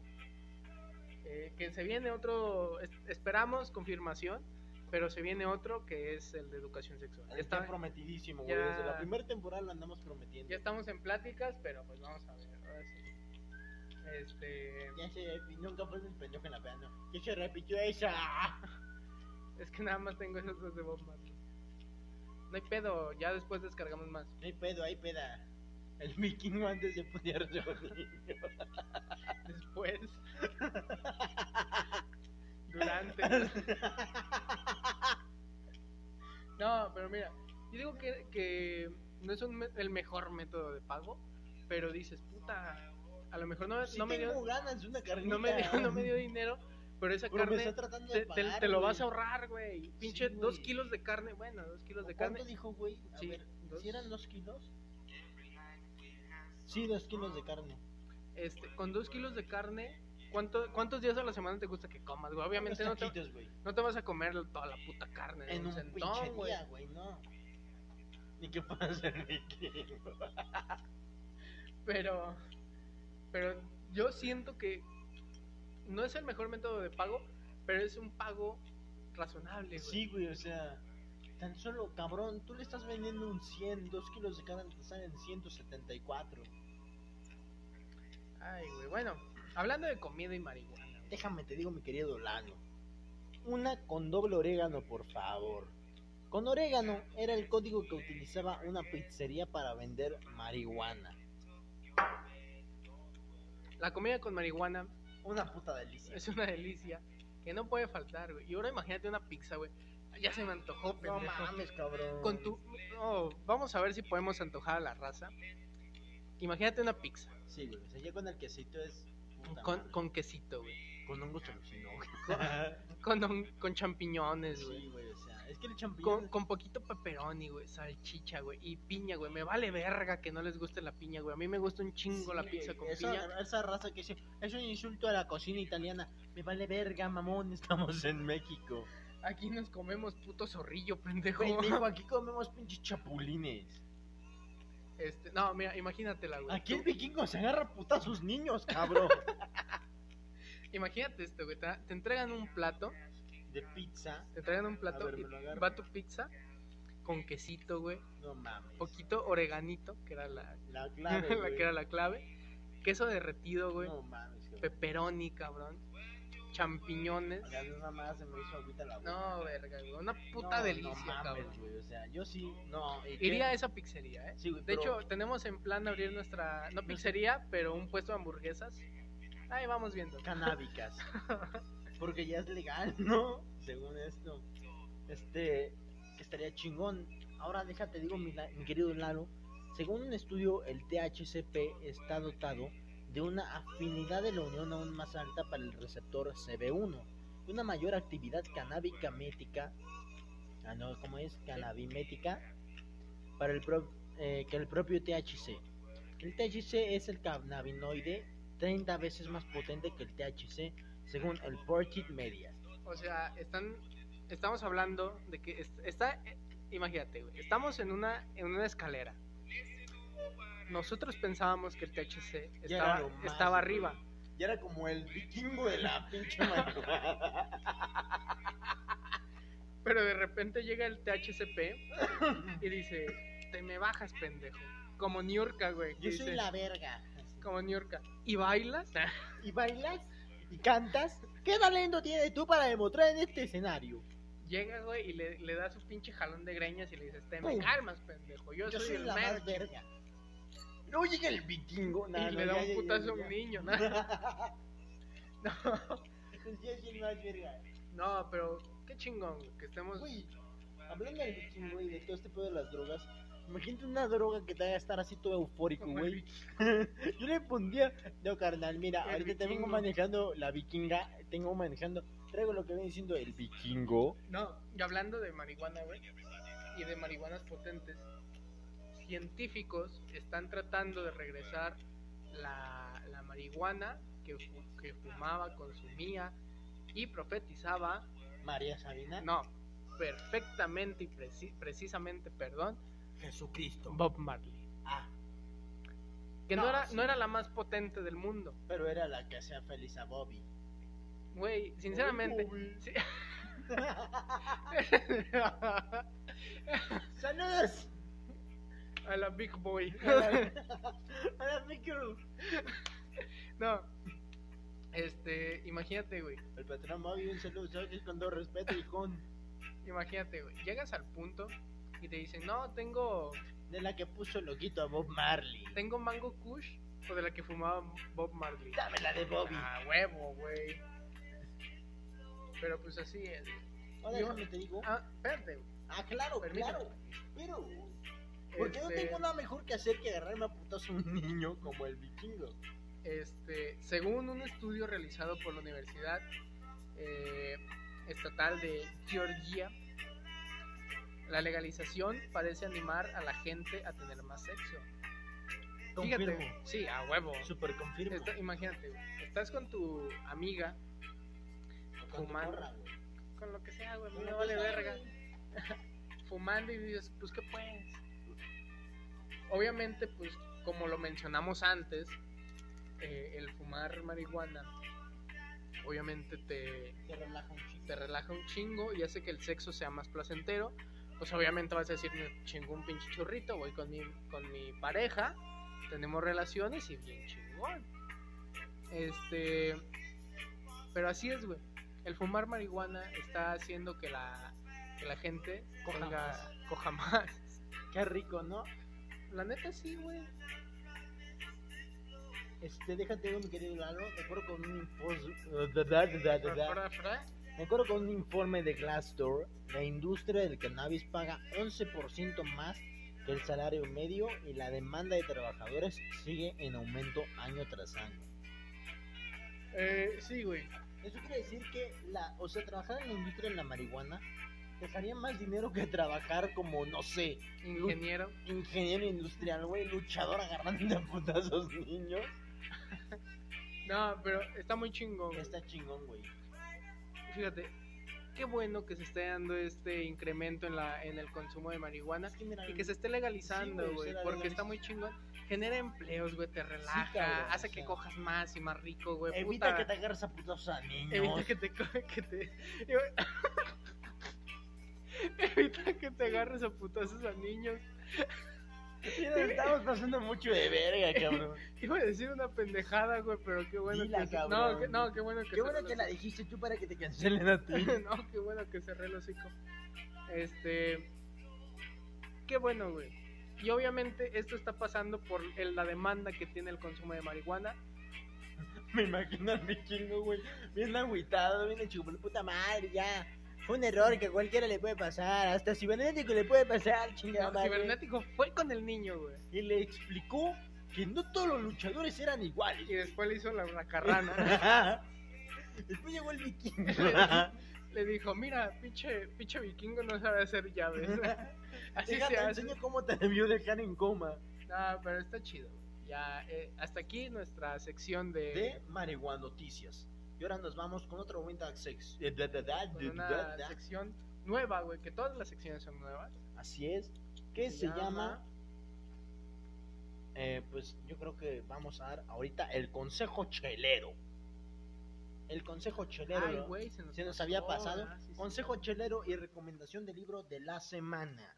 [SPEAKER 1] eh, que se viene otro, es- esperamos confirmación, pero se viene otro que es el de educación sexual. Ya,
[SPEAKER 2] Está
[SPEAKER 1] está-
[SPEAKER 2] prometidísimo, güey.
[SPEAKER 1] ya-
[SPEAKER 2] Desde la primera temporada lo andamos prometiendo.
[SPEAKER 1] ya estamos en pláticas, pero pues vamos a ver. ahora sí. Este,
[SPEAKER 2] Ya se, nunca fue el pendejo en la pena. Ya se repitió esa.
[SPEAKER 1] Es que nada más tengo esos dos de Bob Marley. No hay pedo, ya después descargamos más.
[SPEAKER 2] No hay pedo, hay peda. El vikingo antes de poner (laughs)
[SPEAKER 1] Después. Durante. No, pero mira, yo digo que, que no es un me- el mejor método de pago, pero dices, puta, a lo mejor no,
[SPEAKER 2] Si
[SPEAKER 1] no me,
[SPEAKER 2] tengo
[SPEAKER 1] dio,
[SPEAKER 2] ganas de una carnita.
[SPEAKER 1] no, me dio, no me dio dinero, pero esa
[SPEAKER 2] Pero me
[SPEAKER 1] carne
[SPEAKER 2] está tratando de
[SPEAKER 1] te, te-
[SPEAKER 2] pagar,
[SPEAKER 1] te lo
[SPEAKER 2] güey.
[SPEAKER 1] vas a ahorrar, güey. Pinche
[SPEAKER 2] Sí, güey.
[SPEAKER 1] dos kilos de carne, bueno, dos kilos de
[SPEAKER 2] ¿Cuánto
[SPEAKER 1] carne.
[SPEAKER 2] dijo, güey? A
[SPEAKER 1] Sí,
[SPEAKER 2] ver,
[SPEAKER 1] dos.
[SPEAKER 2] ¿si eran dos kilos? Sí, dos kilos de carne.
[SPEAKER 1] Este, con dos kilos de carne, ¿cuánto, ¿cuántos días a la semana te gusta que comas, güey? Obviamente no
[SPEAKER 2] Unos
[SPEAKER 1] te,
[SPEAKER 2] taquitos, güey.
[SPEAKER 1] no te vas a comer toda la puta carne de
[SPEAKER 2] En un
[SPEAKER 1] sentón,
[SPEAKER 2] pinche
[SPEAKER 1] güey.
[SPEAKER 2] día, güey, no. ¿Y qué pasa, vikingo?
[SPEAKER 1] Pero, pero yo siento que no es el mejor método de pago, pero es un pago razonable, güey.
[SPEAKER 2] Sí, güey, o sea, tan solo, cabrón, tú le estás vendiendo un 100, dos kilos de carne te salen 174.
[SPEAKER 1] Ay, güey. Bueno, hablando de comida y marihuana, güey,
[SPEAKER 2] Déjame te digo, mi querido Lano. Una con doble orégano, por favor. Con orégano era el código que utilizaba una pizzería para vender marihuana.
[SPEAKER 1] la comida con marihuana
[SPEAKER 2] Una puta delicia.
[SPEAKER 1] es una delicia que no puede faltar, güey. Y ahora imagínate una pizza, güey. Ya se me antojó,
[SPEAKER 2] No
[SPEAKER 1] pendejo.
[SPEAKER 2] mames, cabrón.
[SPEAKER 1] Con tu. no, vamos a ver si podemos antojar a la raza. Imagínate una pizza
[SPEAKER 2] Sí, güey. O sea, ya con el quesito es. puta
[SPEAKER 1] con,
[SPEAKER 2] madre.
[SPEAKER 1] con quesito, güey.
[SPEAKER 2] Con hongos alucinógenos.
[SPEAKER 1] Con, hon- con champiñones, güey.
[SPEAKER 2] Sí, güey. O sea, es que el
[SPEAKER 1] Con,
[SPEAKER 2] champiñón.
[SPEAKER 1] con poquito pepperoni, güey, salchicha, güey, y piña, güey. Me vale verga que no les guste la piña, güey. A mí me gusta un chingo
[SPEAKER 2] Sí,
[SPEAKER 1] la
[SPEAKER 2] güey,
[SPEAKER 1] pizza con
[SPEAKER 2] esa,
[SPEAKER 1] piña.
[SPEAKER 2] esa raza que dice, es un insulto a la cocina italiana. Me vale verga, mamón, (laughs) estamos en México.
[SPEAKER 1] Aquí nos comemos puto zorrillo, pendejo.
[SPEAKER 2] Pendejo, aquí comemos pinches chapulines.
[SPEAKER 1] (laughs) Este, no, mira, imagínatela, güey.
[SPEAKER 2] Aquí el
[SPEAKER 1] Tú-
[SPEAKER 2] vikingo se agarra puta a sus
[SPEAKER 1] (laughs)
[SPEAKER 2] niños, cabrón.
[SPEAKER 1] Imagínate esto, güey. Te, te entregan un plato,
[SPEAKER 2] De pizza.
[SPEAKER 1] te entregan un plato
[SPEAKER 2] ver,
[SPEAKER 1] y
[SPEAKER 2] me lo agarro.
[SPEAKER 1] va tu pizza con quesito, güey.
[SPEAKER 2] No mames.
[SPEAKER 1] Poquito oreganito, que era la,
[SPEAKER 2] La clave.
[SPEAKER 1] (laughs) la
[SPEAKER 2] güey.
[SPEAKER 1] que era la clave. Queso derretido, güey.
[SPEAKER 2] No mames, cabrón.
[SPEAKER 1] Pepperoni, cabrón. Champiñones.
[SPEAKER 2] O sea, mi mamá se me hizo agüita la boca.
[SPEAKER 1] No, verga, güey. Una puta
[SPEAKER 2] No,
[SPEAKER 1] delicia,
[SPEAKER 2] no mames,
[SPEAKER 1] cabrón.
[SPEAKER 2] güey, O sea, yo sí. No, ¿y qué?
[SPEAKER 1] Iría a esa pizzería, ¿eh?
[SPEAKER 2] Sí, güey,
[SPEAKER 1] De
[SPEAKER 2] pero-
[SPEAKER 1] hecho, tenemos en plan abrir nuestra, no pizzería, pero un puesto de hamburguesas. Ahí vamos viendo.
[SPEAKER 2] canábicas. Porque ya es legal, ¿no? Según esto. Este, que estaría chingón. Ahora déjate, digo, mi, la- mi querido Lalo, según un estudio, el THCP está dotado de una afinidad de la unión aún más alta para el receptor CB1 y una mayor actividad canábica mética, ah, no, ¿cómo es? Cannabimética, para el pro- eh, que el propio THC. El THC es el cannabinoide 30 veces más potente que el THC, según el Portrait Media.
[SPEAKER 1] O sea, están, estamos hablando de que es- está, eh, imagínate, güey, estamos en una, en una escalera. Nosotros pensábamos que el THC
[SPEAKER 2] Ya era
[SPEAKER 1] estaba,
[SPEAKER 2] lo más,
[SPEAKER 1] estaba
[SPEAKER 2] güey.
[SPEAKER 1] arriba.
[SPEAKER 3] Y era como el vikingo de la pinche
[SPEAKER 1] (laughs)
[SPEAKER 3] marihuana.
[SPEAKER 1] Pero de repente llega el THCP y dice, te me bajas, pendejo. Como Niurka, güey. que
[SPEAKER 2] Yo
[SPEAKER 1] dice,
[SPEAKER 2] soy la verga.
[SPEAKER 1] Como Niurka. ¿Y bailas?
[SPEAKER 2] ¿Y bailas? ¿Y cantas? ¿Qué talento tienes tú para demostrar en este escenario?
[SPEAKER 1] Llega, güey, y le, le da su pinche jalón de greñas y le dices, te me
[SPEAKER 2] Pum.
[SPEAKER 1] calmas, pendejo. Yo,
[SPEAKER 2] Yo
[SPEAKER 1] soy,
[SPEAKER 2] soy
[SPEAKER 1] el
[SPEAKER 2] la más
[SPEAKER 1] mero.
[SPEAKER 2] verga. No llega el vikingo.
[SPEAKER 1] Y
[SPEAKER 2] nah, no,
[SPEAKER 1] le da
[SPEAKER 2] ya,
[SPEAKER 1] un
[SPEAKER 2] ya,
[SPEAKER 1] putazo a
[SPEAKER 2] ya,
[SPEAKER 1] un
[SPEAKER 2] ya.
[SPEAKER 1] niño,
[SPEAKER 2] (laughs)
[SPEAKER 1] ¿no?
[SPEAKER 2] Yo soy Pues el más verga.
[SPEAKER 1] No, pero qué chingón güey, que estemos...
[SPEAKER 2] Güey, hablando del vikingo y de todo este pedo de las drogas, imagínate una droga que te haga estar así todo eufórico,
[SPEAKER 1] como
[SPEAKER 2] güey.
[SPEAKER 1] el-
[SPEAKER 2] (laughs) Yo le pondría, no carnal, mira,
[SPEAKER 1] El
[SPEAKER 2] ahorita te vengo
[SPEAKER 1] vikingo.
[SPEAKER 2] manejando la vikinga, tengo manejando, traigo lo que viene diciendo el vikingo.
[SPEAKER 1] No, y hablando de marihuana, güey, y de marihuanas potentes, científicos están tratando de regresar la, la marihuana que, fu- que fumaba, consumía y profetizaba
[SPEAKER 2] María Sabina.
[SPEAKER 1] No, perfectamente y preci- precisamente, perdón,
[SPEAKER 2] Jesucristo.
[SPEAKER 1] Bob Marley.
[SPEAKER 2] Ah,
[SPEAKER 1] Que no,
[SPEAKER 2] No,
[SPEAKER 1] era,
[SPEAKER 2] sí.
[SPEAKER 1] no era la más potente del mundo.
[SPEAKER 2] pero era la que hacía feliz a Bobby.
[SPEAKER 1] Güey, sinceramente. sí.
[SPEAKER 2] (laughs)
[SPEAKER 1] (laughs)
[SPEAKER 2] Saludos
[SPEAKER 1] a la Big (laughs) Boy.
[SPEAKER 2] a la, a la micro.
[SPEAKER 1] no. Este, imagínate, güey.
[SPEAKER 2] El patrón Bobby, un saludo, sabes que es con todo respeto y con
[SPEAKER 1] Imagínate, güey. Llegas al punto y te dicen, no, tengo,
[SPEAKER 2] De la que puso loquito a Bob Marley.
[SPEAKER 1] tengo mango kush o de la que fumaba Bob Marley.
[SPEAKER 2] Dame la de Bobby.
[SPEAKER 1] Ah, huevo, güey. Pero pues así es. güey.
[SPEAKER 2] Ahora
[SPEAKER 1] yo-
[SPEAKER 2] déjame te digo.
[SPEAKER 1] Ah, espérate, güey.
[SPEAKER 2] Ah, claro,
[SPEAKER 1] Permíteme.
[SPEAKER 2] claro. Pero, porque no
[SPEAKER 1] Este-
[SPEAKER 2] tengo nada mejor que hacer que agarrarme a putazo a un niño como el vikingo.
[SPEAKER 1] Este, según un estudio realizado por la Universidad eh, Estatal de Georgia, la legalización parece animar a la gente a tener más sexo.
[SPEAKER 2] Confirmo.
[SPEAKER 1] Fíjate, sí, a huevo.
[SPEAKER 2] Super confirmo.
[SPEAKER 1] Está- imagínate, güey, estás con tu amiga,
[SPEAKER 2] Con tu
[SPEAKER 1] fumando.
[SPEAKER 2] morra, güey.
[SPEAKER 1] con lo que sea, güey,
[SPEAKER 2] Con
[SPEAKER 1] no
[SPEAKER 2] lo
[SPEAKER 1] vale
[SPEAKER 2] que sea,
[SPEAKER 1] verga,
[SPEAKER 2] Pues, güey.
[SPEAKER 1] fumando y dices, pues qué pues. Obviamente, pues como lo mencionamos antes, eh, el fumar marihuana, obviamente te,
[SPEAKER 2] Te relaja un chingo.
[SPEAKER 1] te relaja un chingo y hace que el sexo sea más placentero, pues obviamente vas a decir, me chingó un pinche churrito, voy con mi, con mi pareja, tenemos relaciones y bien chingón. Este. Pero así es, güey. El fumar marihuana está haciendo que la, que la gente
[SPEAKER 2] Coja
[SPEAKER 1] tenga-
[SPEAKER 2] más.
[SPEAKER 1] coja más.
[SPEAKER 2] Qué rico, ¿no?
[SPEAKER 1] La neta sí, güey.
[SPEAKER 2] Este, déjate ver, mi querido Lalo. Me acuerdo con un informe.
[SPEAKER 1] Fra, fra, fra.
[SPEAKER 2] Me acuerdo con un informe de Glassdoor. La industria del cannabis paga 11% más que el salario medio y la demanda de trabajadores sigue en aumento año tras año.
[SPEAKER 1] Eh, sí, güey.
[SPEAKER 2] Eso quiere decir que la, o sea, trabajar en la industria de la marihuana dejaría más dinero que trabajar como, no sé,
[SPEAKER 1] Ingeniero.
[SPEAKER 2] ingeniero industrial, güey, luchador agarrando (laughs) a putazos niños.
[SPEAKER 1] No, pero está muy chingón. güey.
[SPEAKER 2] Está chingón, güey.
[SPEAKER 1] Fíjate, qué bueno que se esté dando este incremento en, la, en el consumo de marihuana
[SPEAKER 2] Es que mira,
[SPEAKER 1] y que se esté legalizando,
[SPEAKER 2] Sí, güey,
[SPEAKER 1] güey,
[SPEAKER 2] se la
[SPEAKER 1] porque
[SPEAKER 2] legaliza.
[SPEAKER 1] está muy chingón. Genera empleos, güey, te relaja,
[SPEAKER 2] cabrón,
[SPEAKER 1] hace
[SPEAKER 2] o
[SPEAKER 1] que
[SPEAKER 2] sea.
[SPEAKER 1] cojas más y más rico, güey.
[SPEAKER 2] evita
[SPEAKER 1] puta.
[SPEAKER 2] que te agarres a putazos a niños.
[SPEAKER 1] Evita
[SPEAKER 2] (laughs)
[SPEAKER 1] que te, co- (laughs) que te- evita que te agarres a putazos a niños.
[SPEAKER 2] Mira, estamos pasando mucho de verga, cabrón.
[SPEAKER 1] Iba a decir una pendejada, güey, pero qué bueno
[SPEAKER 2] Dila,
[SPEAKER 1] que se- no,
[SPEAKER 2] cabrón.
[SPEAKER 1] que, no, qué bueno que
[SPEAKER 2] Qué
[SPEAKER 1] se
[SPEAKER 2] bueno que
[SPEAKER 1] relaja.
[SPEAKER 2] la dijiste tú para que te cancelen (laughs) a ti.
[SPEAKER 1] (laughs) no, qué bueno que cerré el hocico. Este. Qué bueno, güey. Y obviamente esto está pasando por el- la demanda que tiene el consumo de marihuana.
[SPEAKER 2] Me imagino al vikingo, güey, bien agüitado, bien hecho, como, puta madre, ya. Fue un error que a cualquiera le puede pasar, hasta cibernético le puede pasar, chingada
[SPEAKER 1] El
[SPEAKER 2] madre.
[SPEAKER 1] pues, cibernético fue con el niño, güey.
[SPEAKER 2] Y le explicó que no todos los luchadores eran
[SPEAKER 1] Y (laughs)
[SPEAKER 2] iguales.
[SPEAKER 1] después le hizo la racarrana.
[SPEAKER 2] (laughs) Después llegó el
[SPEAKER 1] (laughs)
[SPEAKER 2] vikingo.
[SPEAKER 1] le dijo, mira, pinche, pinche vikingo no sabe hacer
[SPEAKER 2] (laughs)
[SPEAKER 1] llaves. Así
[SPEAKER 2] Déjame
[SPEAKER 1] se hace.
[SPEAKER 2] enseño cómo te debió dejar en coma.
[SPEAKER 1] No, pero está chido, güey. Ya, eh, hasta aquí nuestra sección de...
[SPEAKER 2] De marihuana noticias. Y ahora nos vamos con otro Windows 6.
[SPEAKER 1] con una sección nueva, güey, que todas las secciones son nuevas.
[SPEAKER 2] Así es. Que
[SPEAKER 1] Se
[SPEAKER 2] se
[SPEAKER 1] llama-
[SPEAKER 2] llama. Eh, pues yo creo que vamos a dar ahorita el consejo chelero. El consejo chelero.
[SPEAKER 1] Ay,
[SPEAKER 2] ¿no?
[SPEAKER 1] güey, se nos,
[SPEAKER 2] Se nos
[SPEAKER 1] pasó,
[SPEAKER 2] había pasado.
[SPEAKER 1] ah, sí, sí.
[SPEAKER 2] Consejo chelero y recomendación de libro de la semana.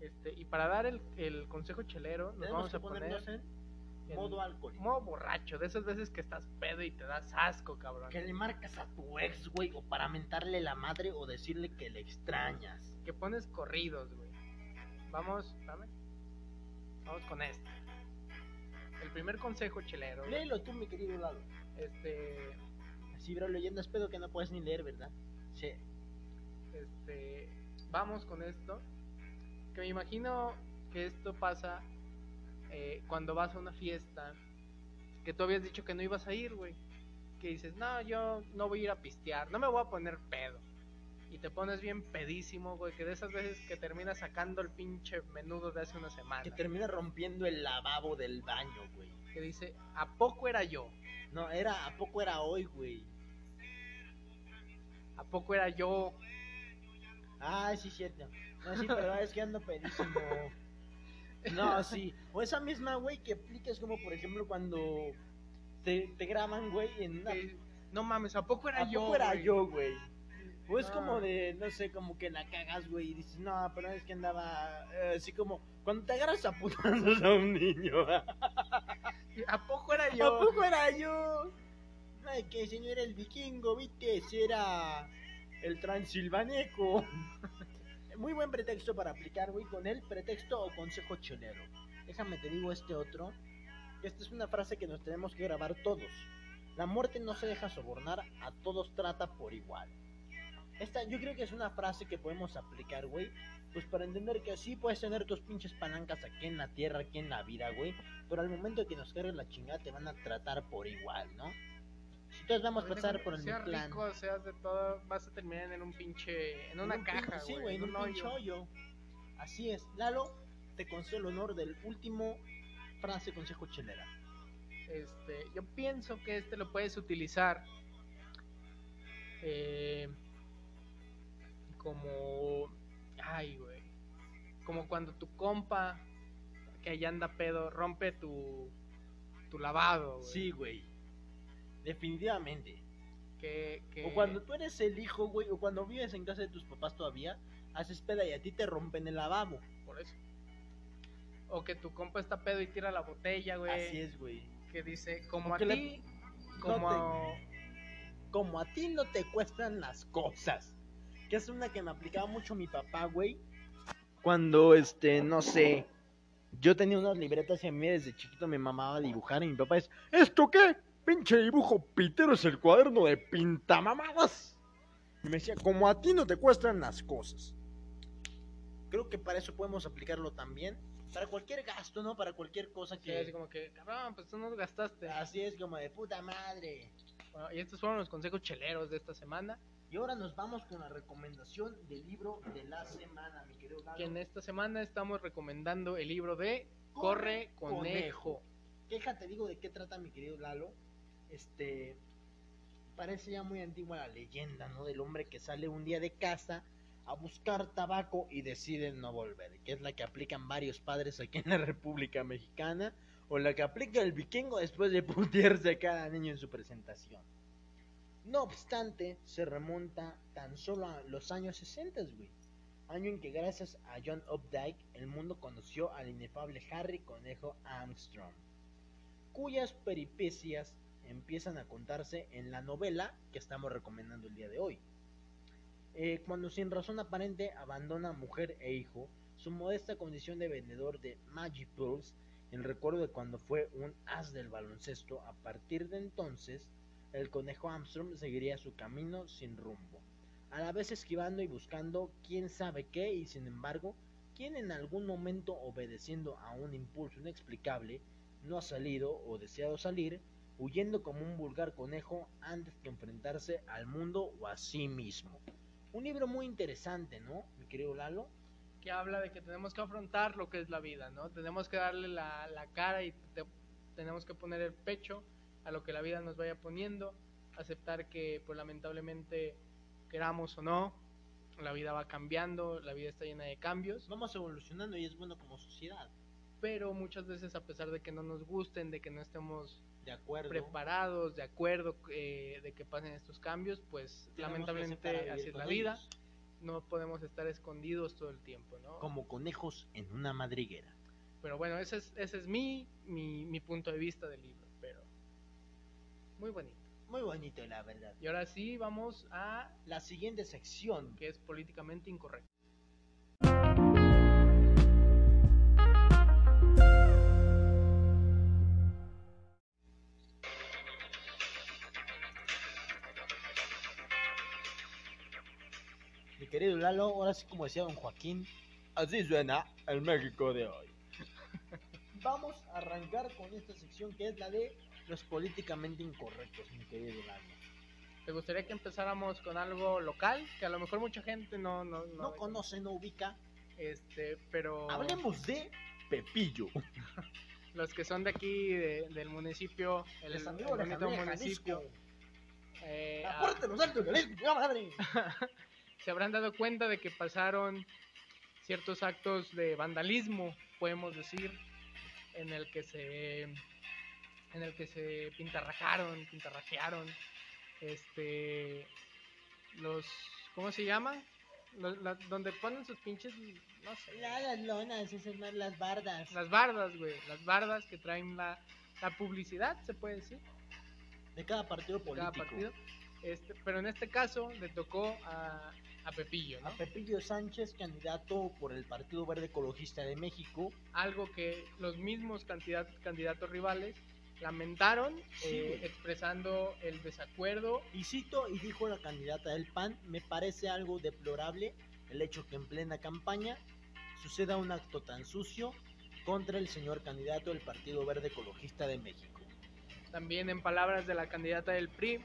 [SPEAKER 1] Este, y para dar el, el consejo chelero, nos
[SPEAKER 2] Tenemos
[SPEAKER 1] vamos
[SPEAKER 2] que
[SPEAKER 1] a poner
[SPEAKER 2] ponernos en
[SPEAKER 1] en
[SPEAKER 2] modo alcohólico.
[SPEAKER 1] modo borracho, de esas veces que estás pedo y te das asco, cabrón.
[SPEAKER 2] Que le marcas a tu ex, güey, o para mentarle la madre o decirle que le extrañas.
[SPEAKER 1] Que pones corridos, güey. Vamos, dame. Vamos con este. El primer consejo chelero, güey,
[SPEAKER 2] Léelo tú, mi querido Lalo.
[SPEAKER 1] este,
[SPEAKER 2] Así, bro, leyendo es pedo que no puedes ni leer, ¿verdad? Sí.
[SPEAKER 1] este, vamos con esto. Que me imagino que esto pasa eh, cuando vas a una fiesta que tú habías dicho que no ibas a ir, güey. Que dices, no, yo no voy a ir a pistear, no me voy a poner pedo. Y te pones bien pedísimo, güey, que de esas veces que terminas sacando el pinche menudo de hace una semana.
[SPEAKER 2] Que
[SPEAKER 1] Que,
[SPEAKER 2] termina rompiendo el lavabo del baño, güey.
[SPEAKER 1] dice, ¿a poco era yo?
[SPEAKER 2] No, era, ¿a poco era hoy, güey?
[SPEAKER 1] ¿A poco era yo?
[SPEAKER 2] Ah, sí, cierto. No, sí, pero es que ando pedísimo. No, sí. O esa misma, güey, que apliques como, por ejemplo, cuando te, te graban, güey, en una...
[SPEAKER 1] Que, no mames, ¿a poco era
[SPEAKER 2] ¿A
[SPEAKER 1] yo?
[SPEAKER 2] poco era
[SPEAKER 1] güey?"
[SPEAKER 2] yo, güey? O es
[SPEAKER 1] Ah.
[SPEAKER 2] como de, no sé, como que la cagas, güey, y dices, no, pero es que andaba eh, así como... Cuando te agarras a putazos a un niño,
[SPEAKER 1] ¿A poco era era yo.
[SPEAKER 2] poco era yo? Ay, que ese no era el vikingo, viste, ese era el transilvaneco. (laughs) Muy buen pretexto para aplicar, güey, con el pretexto o consejo cholero. Déjame te digo este otro. Esta es una frase que nos tenemos que grabar todos. La muerte no se deja sobornar, a todos trata por igual. Esta yo creo que es una frase que podemos aplicar, güey. Pues para entender que sí puedes tener tus pinches palancas aquí en la tierra, aquí en la vida, güey. Pero al momento que nos cargue la chingada te van a tratar por igual, ¿no? Si todos vamos a pasar por el
[SPEAKER 1] Seas
[SPEAKER 2] plan.
[SPEAKER 1] rico, seas de todo, vas a terminar en un pinche. En una
[SPEAKER 2] un pin-
[SPEAKER 1] caja,
[SPEAKER 2] sí,
[SPEAKER 1] güey.
[SPEAKER 2] en un pinche
[SPEAKER 1] hoyo.
[SPEAKER 2] hoyo. Así es. Lalo, te concedo el honor del último frase consejo chelera.
[SPEAKER 1] Este, yo pienso que este lo puedes utilizar eh, como, ay, güey, como cuando tu compa que allá anda pedo rompe tu, tu lavado, güey.
[SPEAKER 2] Sí, güey. Definitivamente.
[SPEAKER 1] que, que-
[SPEAKER 2] O cuando tú eres el hijo, güey, o cuando vives en casa de tus papás todavía, haces peda y a ti te rompen el lavabo.
[SPEAKER 1] por eso. O que tu compa está pedo y tira la botella, güey.
[SPEAKER 2] Así es, güey.
[SPEAKER 1] Que dice, como
[SPEAKER 2] O
[SPEAKER 1] a
[SPEAKER 2] que le-
[SPEAKER 1] ti, como a-
[SPEAKER 2] Como a ti no te cuestan las cosas. Que es una que me aplicaba mucho mi papá, güey. Cuando, este, no sé. Yo tenía unas libretas y a mí desde chiquito me mamaba dibujar y mi papá es,
[SPEAKER 3] ¿Esto qué? Pinche dibujo pitero es el cuaderno de pintamamadas. Y me decía, como a ti no te cuestan las cosas.
[SPEAKER 2] creo que para eso podemos aplicarlo también. Para cualquier gasto, ¿no? Para cualquier cosa
[SPEAKER 1] Sí,
[SPEAKER 2] que...
[SPEAKER 1] así como que, cabrón, pues tú no gastaste.
[SPEAKER 2] Así es, como de puta madre.
[SPEAKER 1] Bueno, y estos fueron los consejos cheleros de esta semana.
[SPEAKER 2] Y ahora nos vamos con la recomendación del libro de la semana, mi querido Galo.
[SPEAKER 1] Que en esta semana estamos recomendando el libro de Corre, Conejo.
[SPEAKER 2] Que Déjate digo de qué trata mi querido Lalo. Este parece ya muy antigua la leyenda, ¿no? Del hombre que sale un día de casa a buscar tabaco y decide no volver, que es la que aplican varios padres aquí en la República Mexicana o la que aplica el vikingo después de putearse a cada niño en su presentación. No obstante, se remonta tan solo a los años 60, güey. Año en que gracias a John Updike el mundo conoció al inefable Harry Conejo Armstrong, cuyas peripecias empiezan a contarse en la novela que estamos recomendando el día de hoy. Eh, cuando sin razón aparente abandona a mujer e hijo, su modesta condición de vendedor de Magic Pulse, en recuerdo de cuando fue un as del baloncesto, a partir de entonces, el conejo Armstrong seguiría su camino sin rumbo a la vez esquivando y buscando quién sabe qué y sin embargo, quien en algún momento obedeciendo a un impulso inexplicable no ha salido o deseado salir, huyendo como un vulgar conejo antes que enfrentarse al mundo o a sí mismo. Un libro muy interesante, ¿no? Mi querido Lalo.
[SPEAKER 1] Que habla de que tenemos que afrontar lo que es la vida, ¿no? Tenemos que darle la, la cara y te- tenemos que poner el pecho a lo que la vida nos vaya poniendo. Aceptar que, pues lamentablemente, queramos o no, la vida va cambiando, la vida está llena de cambios.
[SPEAKER 2] Vamos evolucionando y es bueno como sociedad,
[SPEAKER 1] Pero muchas veces, a pesar de que no nos gusten, de que no estemos
[SPEAKER 2] de acuerdo.
[SPEAKER 1] preparados, de acuerdo eh, de que pasen estos cambios, pues lamentablemente así es la vida. No podemos estar escondidos todo el tiempo, ¿no?
[SPEAKER 2] Como conejos en una madriguera.
[SPEAKER 1] Pero bueno, ese es, ese es mi, mi, mi punto de vista del libro, pero muy bonito.
[SPEAKER 2] Muy bonito, la verdad.
[SPEAKER 1] Y ahora sí vamos a
[SPEAKER 2] La siguiente sección
[SPEAKER 1] que es políticamente incorrecto.
[SPEAKER 2] Mi querido Lalo, ahora sí como decía don Joaquín,
[SPEAKER 3] Así suena el México de hoy.
[SPEAKER 2] vamos a arrancar con esta sección que es la de los políticamente incorrectos, mi querido Lalo.
[SPEAKER 1] ¿Te gustaría que empezáramos con algo local? Que a lo mejor mucha gente no... No, no,
[SPEAKER 2] No conoce, no ubica.
[SPEAKER 1] Este, pero...
[SPEAKER 2] Hablemos de
[SPEAKER 3] Pepillo.
[SPEAKER 1] Los que son de aquí, de- del municipio, el,
[SPEAKER 2] los
[SPEAKER 1] el
[SPEAKER 2] amigos de
[SPEAKER 1] bonito
[SPEAKER 2] Jardín de
[SPEAKER 1] municipio,
[SPEAKER 2] Jalisco.
[SPEAKER 1] eh,
[SPEAKER 2] La
[SPEAKER 1] a-
[SPEAKER 2] puerta de los altos de Jalisco, ¡ya madre!
[SPEAKER 1] se habrán dado cuenta de que pasaron ciertos actos de vandalismo, podemos decir, en el que se en el que se pintarrajaron, pintarrajearon este los ¿cómo se llama? Lo- la- donde ponen sus pinches no sé,
[SPEAKER 2] las lonas, esas más las bardas.
[SPEAKER 1] las bardas, güey, las bardas que traen la la publicidad, se puede decir,
[SPEAKER 2] de cada partido
[SPEAKER 1] de
[SPEAKER 2] político.
[SPEAKER 1] cada partido. Este, pero en este caso le tocó a, a Pepillo, ¿no?
[SPEAKER 2] A Pepillo Sánchez, candidato por el Partido Verde Ecologista de México.
[SPEAKER 1] Algo que los mismos cantidad- candidatos rivales lamentaron,
[SPEAKER 2] Sí,
[SPEAKER 1] eh,
[SPEAKER 2] güey.
[SPEAKER 1] expresando el desacuerdo
[SPEAKER 2] Y cito, y dijo la candidata del PAN, me parece algo deplorable el hecho que en plena campaña suceda un acto tan sucio contra el señor candidato del Partido Verde Ecologista de México.
[SPEAKER 1] También en palabras de la candidata del PRI,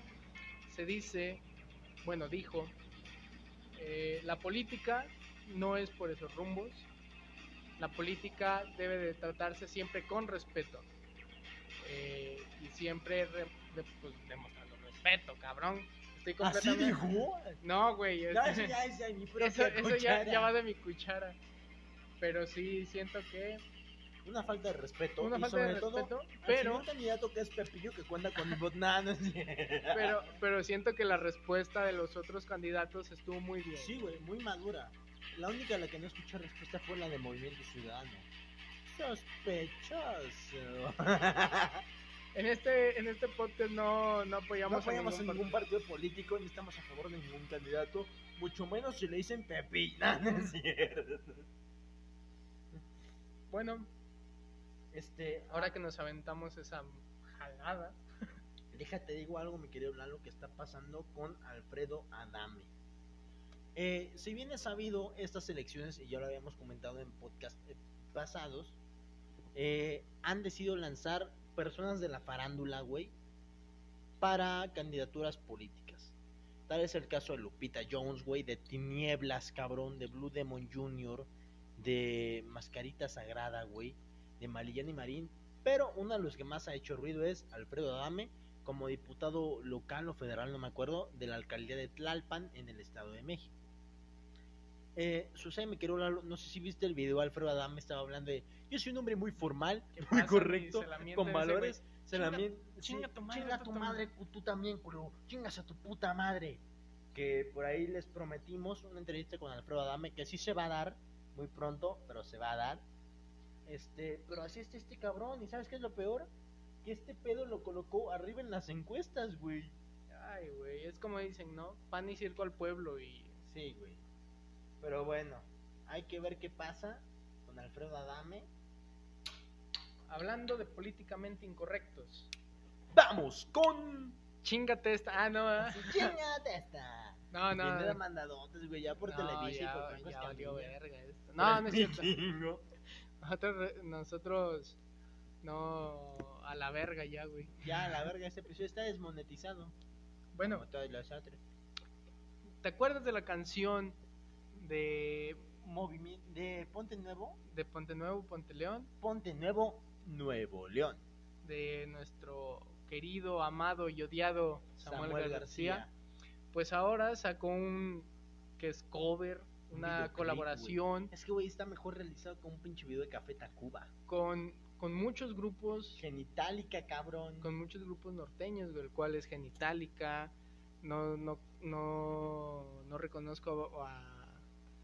[SPEAKER 1] se dice, bueno, dijo, eh, la política no es por esos rumbos, la política debe de tratarse siempre con respeto eh, y siempre re- de- pues, demostrando respeto, cabrón. Estoy
[SPEAKER 2] ¿Así
[SPEAKER 1] completamente...
[SPEAKER 2] dijo?
[SPEAKER 1] No, güey, es-
[SPEAKER 2] No, eso ya es de mi propia
[SPEAKER 1] eso, eso ya,
[SPEAKER 2] cuchara.
[SPEAKER 1] ya va de mi cuchara. Pero sí, siento que...
[SPEAKER 2] Una falta de respeto.
[SPEAKER 1] Una
[SPEAKER 2] y
[SPEAKER 1] falta
[SPEAKER 2] sobre
[SPEAKER 1] de
[SPEAKER 2] todo, ah,
[SPEAKER 1] respeto,
[SPEAKER 2] al
[SPEAKER 1] pero...
[SPEAKER 2] señor candidato que es Pepillo que cuenta con mi (laughs) bot- Nah, no es cierto.
[SPEAKER 1] Pero, pero siento que la respuesta de los otros candidatos estuvo muy bien.
[SPEAKER 2] Sí, güey, muy madura. La única a la que no escuché respuesta fue la de Movimiento Ciudadano. (laughs) Sospechoso.
[SPEAKER 1] En este, en este podcast no, no
[SPEAKER 2] No
[SPEAKER 1] apoyamos
[SPEAKER 2] apoyamos
[SPEAKER 1] a
[SPEAKER 2] a
[SPEAKER 1] ningún
[SPEAKER 2] ningún partido político, ni estamos a favor de ningún candidato, mucho menos si le dicen (laughs) Pepina, no es cierto.
[SPEAKER 1] partido. Bueno,
[SPEAKER 2] Este,
[SPEAKER 1] ahora que nos aventamos esa jalada,
[SPEAKER 2] déjate digo algo, mi querido Lalo, que está pasando con Alfredo Adame. Eh, si bien es sabido, estas elecciones, y ya lo habíamos comentado en podcast eh, pasados, eh, han decidido lanzar personas de la farándula, güey, para candidaturas políticas. Tal es el caso de Lupita Jones, güey, de Tinieblas, cabrón, de Blue Demon Jr., de Mascarita Sagrada, güey, de Malillani Marín. Pero uno de los que más ha hecho ruido es Alfredo Adame, como diputado local o federal, no me acuerdo, de la alcaldía de Tlalpan en el Estado de México. Eh, Susana, me quiero Lalo, no sé si viste el video, Alfredo Adame estaba hablando de, yo soy un hombre muy formal,
[SPEAKER 1] ¿Qué
[SPEAKER 2] muy
[SPEAKER 1] pasa?
[SPEAKER 2] correcto,
[SPEAKER 1] Y se la miente
[SPEAKER 2] con
[SPEAKER 1] ese güey.
[SPEAKER 2] valores, se la
[SPEAKER 1] Chinga-
[SPEAKER 2] mien-
[SPEAKER 1] chinga
[SPEAKER 2] sí,
[SPEAKER 1] tu madre,
[SPEAKER 2] chinga
[SPEAKER 1] tú
[SPEAKER 2] tu
[SPEAKER 1] también.
[SPEAKER 2] madre, cu- tú también, culo, chingas a tu puta madre. Que por ahí les prometimos una entrevista con Alfredo Adame, que sí se va a dar, muy pronto, pero se va a dar. Este, pero así está este cabrón, y ¿sabes qué es lo peor? Que este pedo lo colocó arriba en las encuestas, güey.
[SPEAKER 1] Ay, güey, es como dicen, ¿no? Pan y circo al pueblo y...
[SPEAKER 2] Sí, güey. Pero bueno, hay que ver qué pasa con Alfredo
[SPEAKER 1] (laughs)
[SPEAKER 2] Adame.
[SPEAKER 1] Hablando de políticamente incorrectos.
[SPEAKER 2] ¡Vamos con...
[SPEAKER 1] Chingate esta... Ah, no, ¿verdad?
[SPEAKER 2] ¡Chingate esta!
[SPEAKER 1] no, no.
[SPEAKER 2] (laughs) Viene de
[SPEAKER 1] no.
[SPEAKER 2] mandadotes, güey, ya por
[SPEAKER 1] No,
[SPEAKER 2] Televisa y
[SPEAKER 1] ya-
[SPEAKER 2] por Franco
[SPEAKER 1] ya valió
[SPEAKER 2] Escamilla.
[SPEAKER 1] verga esto.
[SPEAKER 2] (laughs)
[SPEAKER 1] No, no es cierto.
[SPEAKER 2] Vikingo.
[SPEAKER 1] Nosotros, re- nosotros no a la verga ya, güey.
[SPEAKER 2] Ya, la verga, este episodio está desmonetizado.
[SPEAKER 1] Bueno,
[SPEAKER 2] Como todas las otras.
[SPEAKER 1] ¿te acuerdas de la canción de,
[SPEAKER 2] Movimiento de Ponte Nuevo,
[SPEAKER 1] de Ponte Nuevo, Ponte León?
[SPEAKER 2] Ponte Nuevo, Nuevo León.
[SPEAKER 1] De nuestro querido, amado y odiado Samuel, García. Pues ahora sacó un que es cover,
[SPEAKER 2] Un
[SPEAKER 1] una
[SPEAKER 2] videoclip,
[SPEAKER 1] colaboración
[SPEAKER 2] Es que, güey, está mejor realizado con un pinche video de Café Tacuba.
[SPEAKER 1] con, con muchos grupos
[SPEAKER 2] Genitálica, cabrón.
[SPEAKER 1] con muchos grupos norteños, güey, el cual es Genitalica, no, no, no, no reconozco a- a,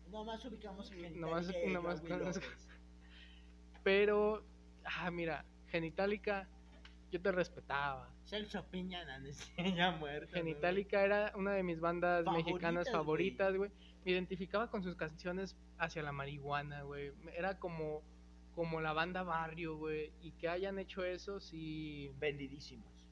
[SPEAKER 2] Nomás ubicamos a Genitalica.
[SPEAKER 1] Nomás-
[SPEAKER 2] y a
[SPEAKER 1] nomás
[SPEAKER 2] Joey
[SPEAKER 1] conozco.
[SPEAKER 2] López.
[SPEAKER 1] Pero, ah, mira, Genitalica, yo te respetaba.
[SPEAKER 2] Celso Piña, no, no sé, (laughs) ya muerto. ¿no?
[SPEAKER 1] Genitalica era una de mis bandas
[SPEAKER 2] Favoritas,
[SPEAKER 1] mexicanas
[SPEAKER 2] güey.
[SPEAKER 1] favoritas, güey. Me identificaba con sus canciones hacia la marihuana, güey. Era como, como la banda barrio, güey. Y que hayan hecho eso, sí,
[SPEAKER 2] Vendidísimos.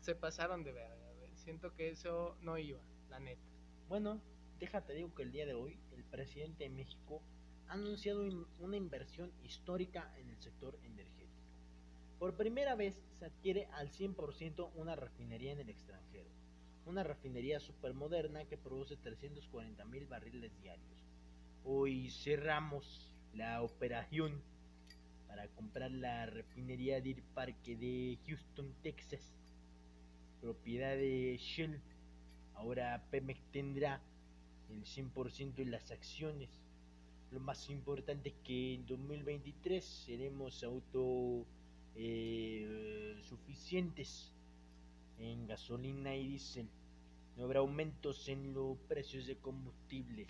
[SPEAKER 1] se pasaron de verga, güey. Siento que eso no iba, la neta.
[SPEAKER 2] Bueno, déjate digo que el día de hoy el presidente de México ha anunciado in- una inversión histórica en el sector energético. Por primera vez se adquiere al 100% una refinería en el extranjero, una refinería supermoderna que produce 340 mil barriles diarios. Hoy cerramos la operación para comprar la refinería Deer Parque de Houston, Texas, propiedad de Shell. Ahora Pemex tendrá el 100% de las acciones. Lo más importante es que en 2023 seremos auto eh, suficientes en gasolina y diésel. No habrá aumentos en los precios de combustible,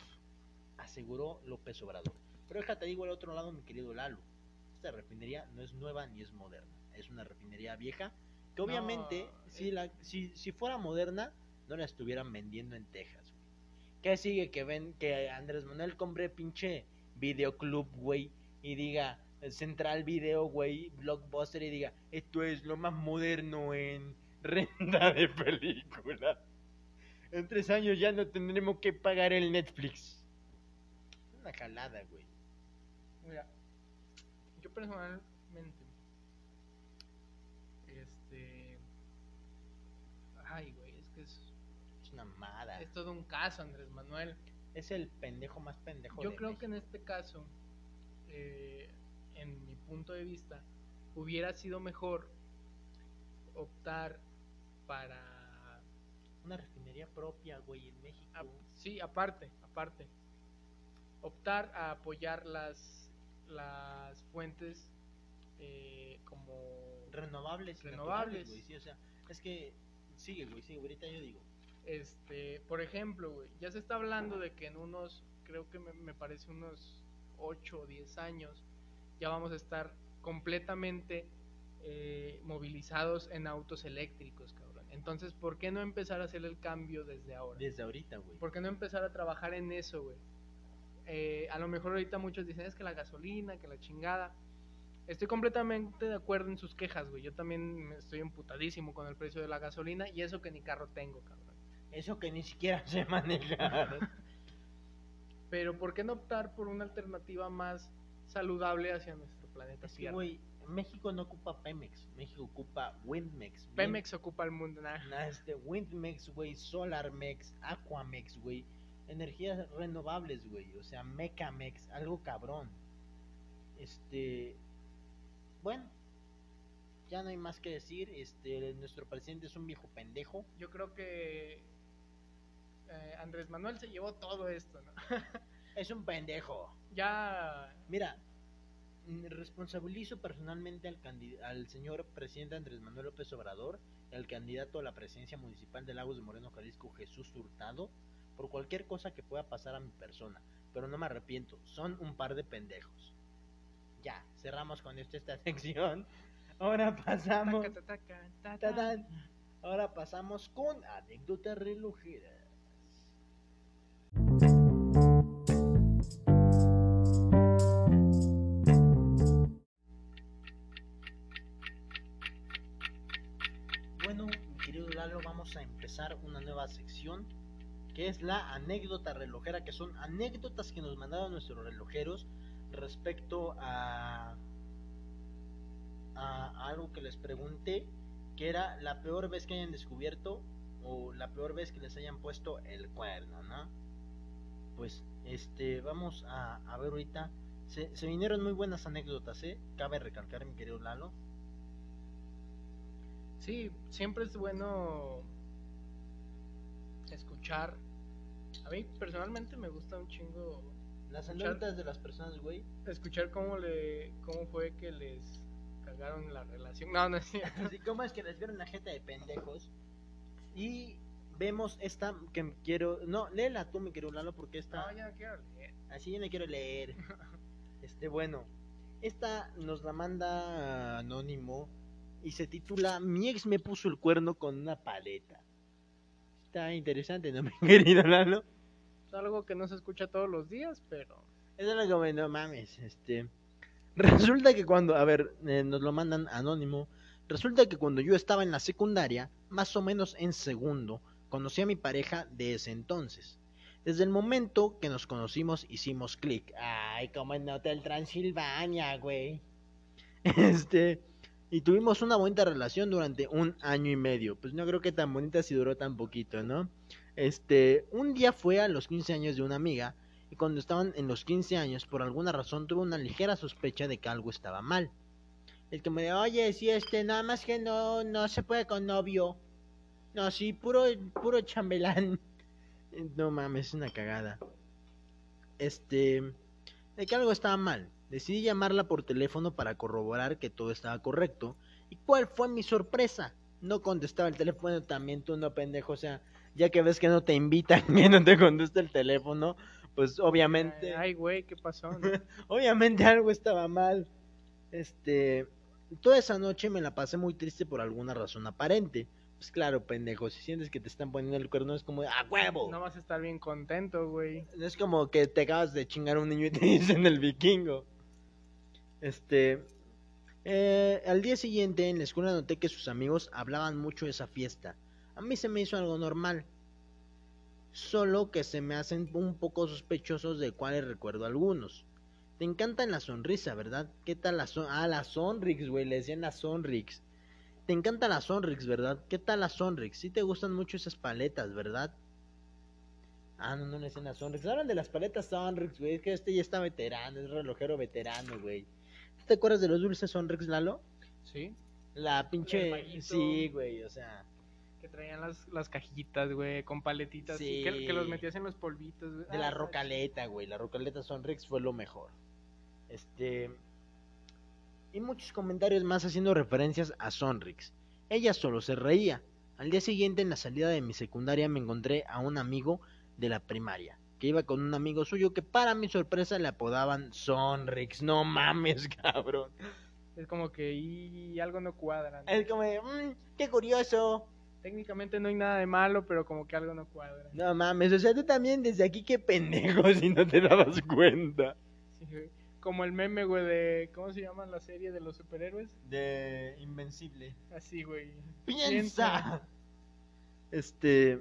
[SPEAKER 2] aseguró López Obrador. Pero déjate digo al otro lado, mi querido Lalo. Esta refinería no es nueva ni es moderna. es una refinería vieja, que obviamente
[SPEAKER 1] No,
[SPEAKER 2] si,
[SPEAKER 1] eh.
[SPEAKER 2] la, si, si fuera moderna, no la estuvieran vendiendo en Texas. güey. ¿Qué sigue que ven que Andrés Manuel compre pinche videoclub, güey, y diga eh, Central Video, güey, Blockbuster y diga, esto es lo más moderno en renta de película. En tres años ya no tendremos que pagar el Netflix. Una jalada, güey.
[SPEAKER 1] Mira, yo personalmente, este, ay, güey, es que es,
[SPEAKER 2] Es una mala.
[SPEAKER 1] es todo un caso, Andrés Manuel.
[SPEAKER 2] Es el pendejo más pendejo.
[SPEAKER 1] Yo
[SPEAKER 2] de
[SPEAKER 1] creo que
[SPEAKER 2] México.
[SPEAKER 1] en este caso, eh, en mi punto de vista, hubiera sido mejor optar para...
[SPEAKER 2] Una refinería propia, güey, en México.
[SPEAKER 1] a- sí, aparte, aparte. Optar a apoyar las, las fuentes eh, como...
[SPEAKER 2] Renovables. y
[SPEAKER 1] Renovables.
[SPEAKER 2] naturales, güey, sí, o sea, es que sigue, güey, sigue. Ahorita yo digo.
[SPEAKER 1] Este, por ejemplo, güey, ya se está hablando de que en unos, creo que me, me parece unos 8 o 10 años, ya vamos a estar completamente eh, movilizados en autos eléctricos, cabrón. Entonces, ¿por qué no empezar a hacer el cambio desde ahora?
[SPEAKER 2] Desde ahorita, güey.
[SPEAKER 1] ¿Por qué no empezar a trabajar en eso, güey? Eh, a lo mejor ahorita muchos dicen, es que la gasolina, que la chingada. Estoy completamente de acuerdo en sus quejas, güey. Yo también me estoy emputadísimo con el precio de la gasolina y eso que ni carro tengo, cabrón.
[SPEAKER 2] Eso que ni siquiera (laughs) se maneja.
[SPEAKER 1] Pero ¿por qué no optar por una alternativa más saludable hacia nuestro planeta
[SPEAKER 2] es que,
[SPEAKER 1] Tierra?
[SPEAKER 2] güey, México no ocupa Pemex. México ocupa Windmex. bien-
[SPEAKER 1] Pemex ocupa el mundo, nah.
[SPEAKER 2] Nah, este Windmex, güey, Solarmex, Aquamex, güey, energías renovables, güey, o sea, Mecamex, algo cabrón. Este, bueno, ya no hay más que decir, este, nuestro presidente es un viejo pendejo.
[SPEAKER 1] Yo creo que eh, Andrés Manuel se llevó todo esto, ¿no?
[SPEAKER 2] Es un pendejo.
[SPEAKER 1] Ya
[SPEAKER 2] Mira, mm, responsabilizo personalmente al, candi- al señor presidente Andrés Manuel López Obrador, y al candidato a la presidencia municipal de Lagos de Moreno, Jalisco, Jesús Hurtado, por cualquier cosa que pueda pasar a mi persona. Pero no me arrepiento, son un par de pendejos. Ya, cerramos con esto esta (laughs) sección. Ahora pasamos.
[SPEAKER 1] taca, taca, ta, ta.
[SPEAKER 2] Tadán. Ahora pasamos con anécdotas relojeras. Bueno, mi querido Lalo, vamos a empezar una nueva sección que es la anécdota relojera, que son anécdotas que nos mandaron nuestros relojeros respecto a, a algo que les pregunté que era la peor vez que hayan descubierto o la peor vez que les hayan puesto el cuerno, ¿no? Pues, este, vamos a, a ver ahorita. Se, se vinieron muy buenas anécdotas, ¿eh? Cabe recalcar, mi querido Lalo.
[SPEAKER 1] Sí, siempre es bueno escuchar. A mí personalmente me gusta un chingo
[SPEAKER 2] Las
[SPEAKER 1] Escuchar.
[SPEAKER 2] anécdotas de las personas, güey.
[SPEAKER 1] escuchar cómo le cómo fue que les cagaron la relación. No, no es cierto.
[SPEAKER 2] Así, ¿cómo es que les vieron la jeta de pendejos? Y vemos esta que quiero... No, léela tú, mi querido Lalo, porque esta...
[SPEAKER 1] No, ya no quiero leer.
[SPEAKER 2] Así yo no quiero leer. Este, bueno. Esta nos la manda Anónimo y se titula Mi ex me puso el cuerno con una paleta. Está interesante, ¿no, (laughs) mi querido Lalo?
[SPEAKER 1] Es algo que no se escucha todos los días, pero
[SPEAKER 2] Eso es lo que me- no mames, este. Resulta que cuando, a ver, eh, nos lo mandan anónimo. Resulta que cuando yo estaba en la secundaria, más o menos en segundo, conocí a mi pareja de ese entonces. Desde el momento que nos conocimos, hicimos clic. Ay, como en Hotel Transilvania, güey. (laughs) Este. Y tuvimos una bonita relación durante un año y medio. Pues no creo que tan bonita si duró tan poquito, ¿no? Este. Un día fue a los 15 años de una amiga y cuando estaban en los 15 años, por alguna razón tuve una ligera sospecha de que algo estaba mal. El que me dijo, oye, si este, nada más que no, no se puede con novio. No, sí, puro, puro chambelán. (laughs) No mames, es una cagada. Este, de que algo estaba mal. Decidí llamarla por teléfono para corroborar que todo estaba correcto. ¿Y cuál fue mi sorpresa? No contestaba el teléfono también, tú no pendejo. O sea, ya que ves que no te invitan (laughs) y no te contesta el teléfono, pues obviamente (laughs)
[SPEAKER 1] ay, güey, ¿qué pasó? no?
[SPEAKER 2] obviamente algo estaba mal. Este, Toda esa noche me la pasé muy triste por alguna razón aparente. Pues claro, pendejo, si sientes que te están poniendo el cuerno es como, ¡a huevo!
[SPEAKER 1] No vas a estar bien contento, güey.
[SPEAKER 2] No es como que te acabas de chingar a un niño y te (laughs) dicen el vikingo. Este. eh, al día siguiente en la escuela noté que sus amigos hablaban mucho de esa fiesta. A mí se me hizo algo normal. Solo que se me hacen un poco sospechosos de cuáles recuerdo algunos. Te encantan la sonrisa, ¿verdad? ¿Qué tal la son Ah, la Sonrix, güey, le decían la Sonrix. Te encanta la Sonrix, ¿verdad? ¿Qué tal la Sonrix? Sí te gustan mucho esas paletas, ¿verdad? Ah, no, no le decían la Sonrix. Hablan de las paletas Sonrix, güey. Es que este ya está veterano, es relojero veterano, güey. ¿Tú te acuerdas de los dulces Sonrix, Lalo?
[SPEAKER 1] Sí.
[SPEAKER 2] La
[SPEAKER 1] El
[SPEAKER 2] pinche...
[SPEAKER 1] maguito.
[SPEAKER 2] Sí, güey, o sea...
[SPEAKER 1] Que traían las, las cajitas, güey, con paletitas.
[SPEAKER 2] Sí.
[SPEAKER 1] y Que, que los metías en los polvitos, güey.
[SPEAKER 2] De la
[SPEAKER 1] Ah,
[SPEAKER 2] rocaleta, güey. La rocaleta Sonrix fue lo mejor. Este. Y muchos comentarios más haciendo referencias a Sonrix. Ella solo se reía. Al día siguiente, en la salida de mi secundaria, me encontré a un amigo de la primaria. Que iba con un amigo suyo que, para mi sorpresa, le apodaban Sonrix. No mames, (laughs) cabrón.
[SPEAKER 1] Es como que y algo no cuadra. ¿no?
[SPEAKER 2] Es como, de, "Mm, qué curioso.
[SPEAKER 1] Técnicamente no hay nada de malo, pero como que algo no cuadra.
[SPEAKER 2] No mames, o sea, tú también desde aquí, qué pendejo (laughs) si no te dabas cuenta.
[SPEAKER 1] Sí, güey. Como el meme, güey, de. ¿Cómo se llama la serie de los superhéroes?
[SPEAKER 3] De Invencible.
[SPEAKER 1] Así, güey.
[SPEAKER 2] piensa. Este.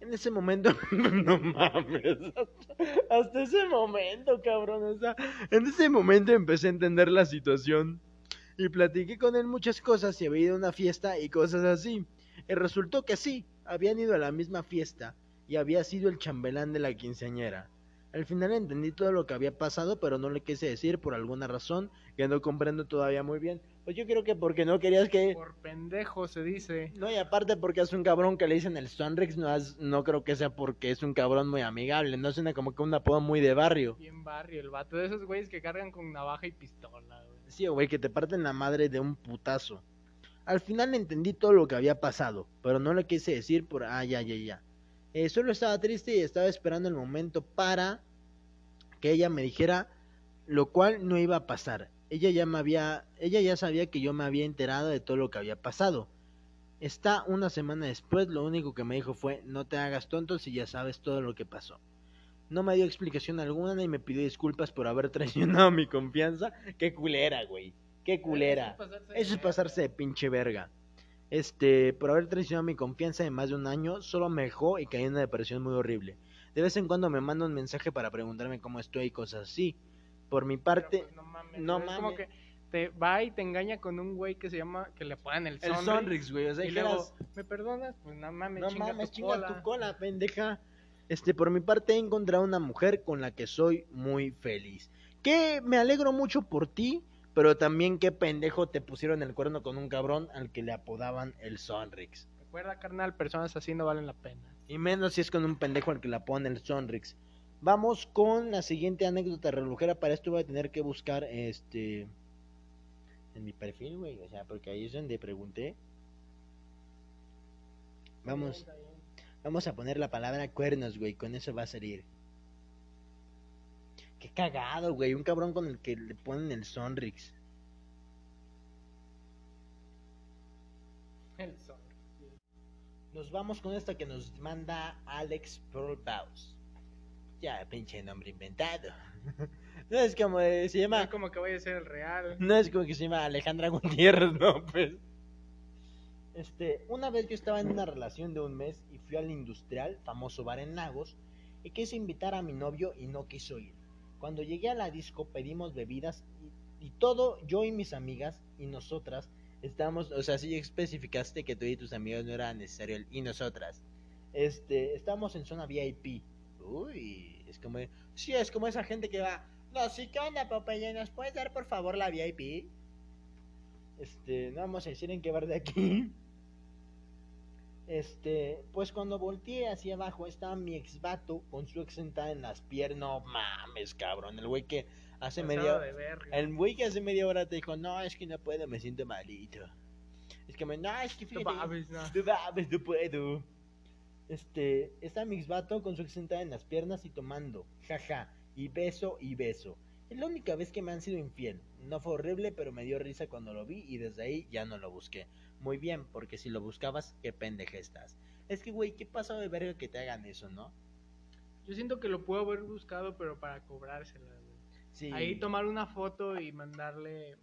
[SPEAKER 2] En ese momento, (laughs) no mames. Hasta, hasta ese momento, cabrón. o sea, en ese momento empecé a entender la situación. Y platiqué con él muchas cosas si había ido a una fiesta y cosas así. Y resultó que sí, habían ido a la misma fiesta y había sido el chambelán de la quinceañera. Al final entendí todo lo que había pasado, pero no le quise decir por alguna razón que no comprendo todavía muy bien. Pues yo creo que porque no querías que...
[SPEAKER 1] Por pendejo se dice.
[SPEAKER 2] No, y aparte porque es un cabrón que le dicen el Sonrix, no, es- no creo que sea porque es un cabrón muy amigable, no suena como que un apodo muy de barrio.
[SPEAKER 1] Bien barrio, el vato de esos güeyes que cargan con navaja y pistola, güey.
[SPEAKER 2] Sí, güey, que te parten la madre de un putazo. Al final entendí todo lo que había pasado, pero no le quise decir por... Ah, ya, ya, ya. Eh, solo estaba triste y estaba esperando el momento para que ella me dijera lo cual no iba a pasar. Ella ya me había, ella ya sabía que yo me había enterado de todo lo que había pasado. Está una semana después, lo único que me dijo fue no te hagas tonto si ya sabes todo lo que pasó. No me dio explicación alguna y me pidió disculpas por haber (laughs) traicionado mi confianza. Qué culera, güey. Qué culera. Eso es pasarse de pinche verga. Este, por haber traicionado mi confianza de más de un año, solo me dejó y caí en una depresión muy horrible. De vez en cuando me manda un mensaje para preguntarme cómo estoy y cosas así. Por mi
[SPEAKER 1] Pero,
[SPEAKER 2] parte,
[SPEAKER 1] pues, no mames.
[SPEAKER 2] no
[SPEAKER 1] güey, Es como
[SPEAKER 2] mames.
[SPEAKER 1] que te va y te engaña con un güey que se llama. Que le apodan el
[SPEAKER 2] el
[SPEAKER 1] Sonrix.
[SPEAKER 2] Sonrix, güey, o sea,
[SPEAKER 1] Y luego,
[SPEAKER 2] dijeras,
[SPEAKER 1] ¿me perdonas? Pues no mames,
[SPEAKER 2] no
[SPEAKER 1] chinga
[SPEAKER 2] mames,
[SPEAKER 1] tu
[SPEAKER 2] chinga
[SPEAKER 1] cola.
[SPEAKER 2] tu cola, pendeja. Este, por mi parte he encontrado una mujer con la que soy muy feliz. Que me alegro mucho por ti, pero también qué pendejo te pusieron el cuerno con un cabrón al que le apodaban el Sonrix.
[SPEAKER 1] Recuerda, carnal, personas así no valen la pena.
[SPEAKER 2] Y menos si es con un pendejo al que la pone el Sonrix. Vamos con la siguiente anécdota relojera. Para esto voy a tener que buscar este. En mi perfil, güey. O sea, porque ahí es donde pregunté. Vamos, vamos a poner la palabra cuernos, güey. Con eso va a salir. Qué cagado, güey. Un cabrón con el que le ponen el Sonrix.
[SPEAKER 1] El Sonrix.
[SPEAKER 2] Nos vamos con esta que nos manda Alex Pearlbaus. Ya, pinche nombre inventado. (laughs) No es como eh, se
[SPEAKER 1] No
[SPEAKER 2] llama.
[SPEAKER 1] es como que vaya a ser el real.
[SPEAKER 2] No es como que se llama Alejandra Gutiérrez, (laughs) no, pues. Este, una vez yo estaba en una relación de un mes y fui al industrial, famoso bar en Lagos, y quise invitar a mi novio y no quiso ir. Cuando llegué a la disco pedimos bebidas y, y todo, yo y mis amigas y nosotras estábamos, o sea, sí especificaste que tú y tus amigos no era necesario el y nosotras. Este, estábamos en zona VIP. Uy, es como, sí, es como esa gente que va, no, sí, ¿qué onda, Popeye? ¿Nos puedes dar por favor la VIP? Este, no vamos a decir en qué bar de aquí. Este, pues cuando volteé hacia abajo estaba mi ex vato con su ex sentada en las piernas. No mames, cabrón. El güey que hace
[SPEAKER 1] Pasado
[SPEAKER 2] media
[SPEAKER 1] de verga.
[SPEAKER 2] el güey que hace media hora te dijo, no, es que no puedo, me siento malito. Es que me, no, es que
[SPEAKER 1] No
[SPEAKER 2] fíjate,
[SPEAKER 1] mames, no.
[SPEAKER 2] no mames, no puedo. Este, está mixvato con su ex sentada en las piernas y tomando, jaja, y beso y beso. Es la única vez que me han sido infiel. No fue horrible, pero me dio risa cuando lo vi y desde ahí ya no lo busqué. Muy bien, porque si lo buscabas, qué pendeje estás. Es que, güey, ¿qué pasó de verga que te hagan eso, no?
[SPEAKER 1] Yo siento que lo puedo haber buscado, pero para cobrársela, güey.
[SPEAKER 2] Sí.
[SPEAKER 1] Ahí tomar una foto y mandarle.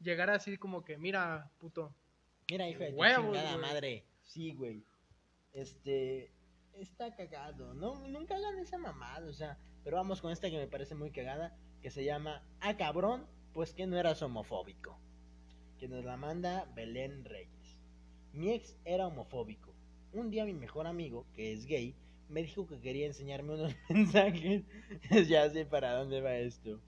[SPEAKER 1] Llegar así como que, mira, puto.
[SPEAKER 2] Mira, hijo de tu
[SPEAKER 1] Huevos,
[SPEAKER 2] chingada
[SPEAKER 1] güey.
[SPEAKER 2] madre. Sí, güey. Este. Está cagado. No, nunca hagan esa mamada, o sea. Pero vamos con esta que me parece muy cagada. Que se llama Ah, cabrón, pues que no eras homofóbico. Que nos la manda Belén Reyes. Mi ex era homofóbico. Un día mi mejor amigo, que es gay, me dijo que quería enseñarme unos (laughs) mensajes. ya sé para dónde va esto.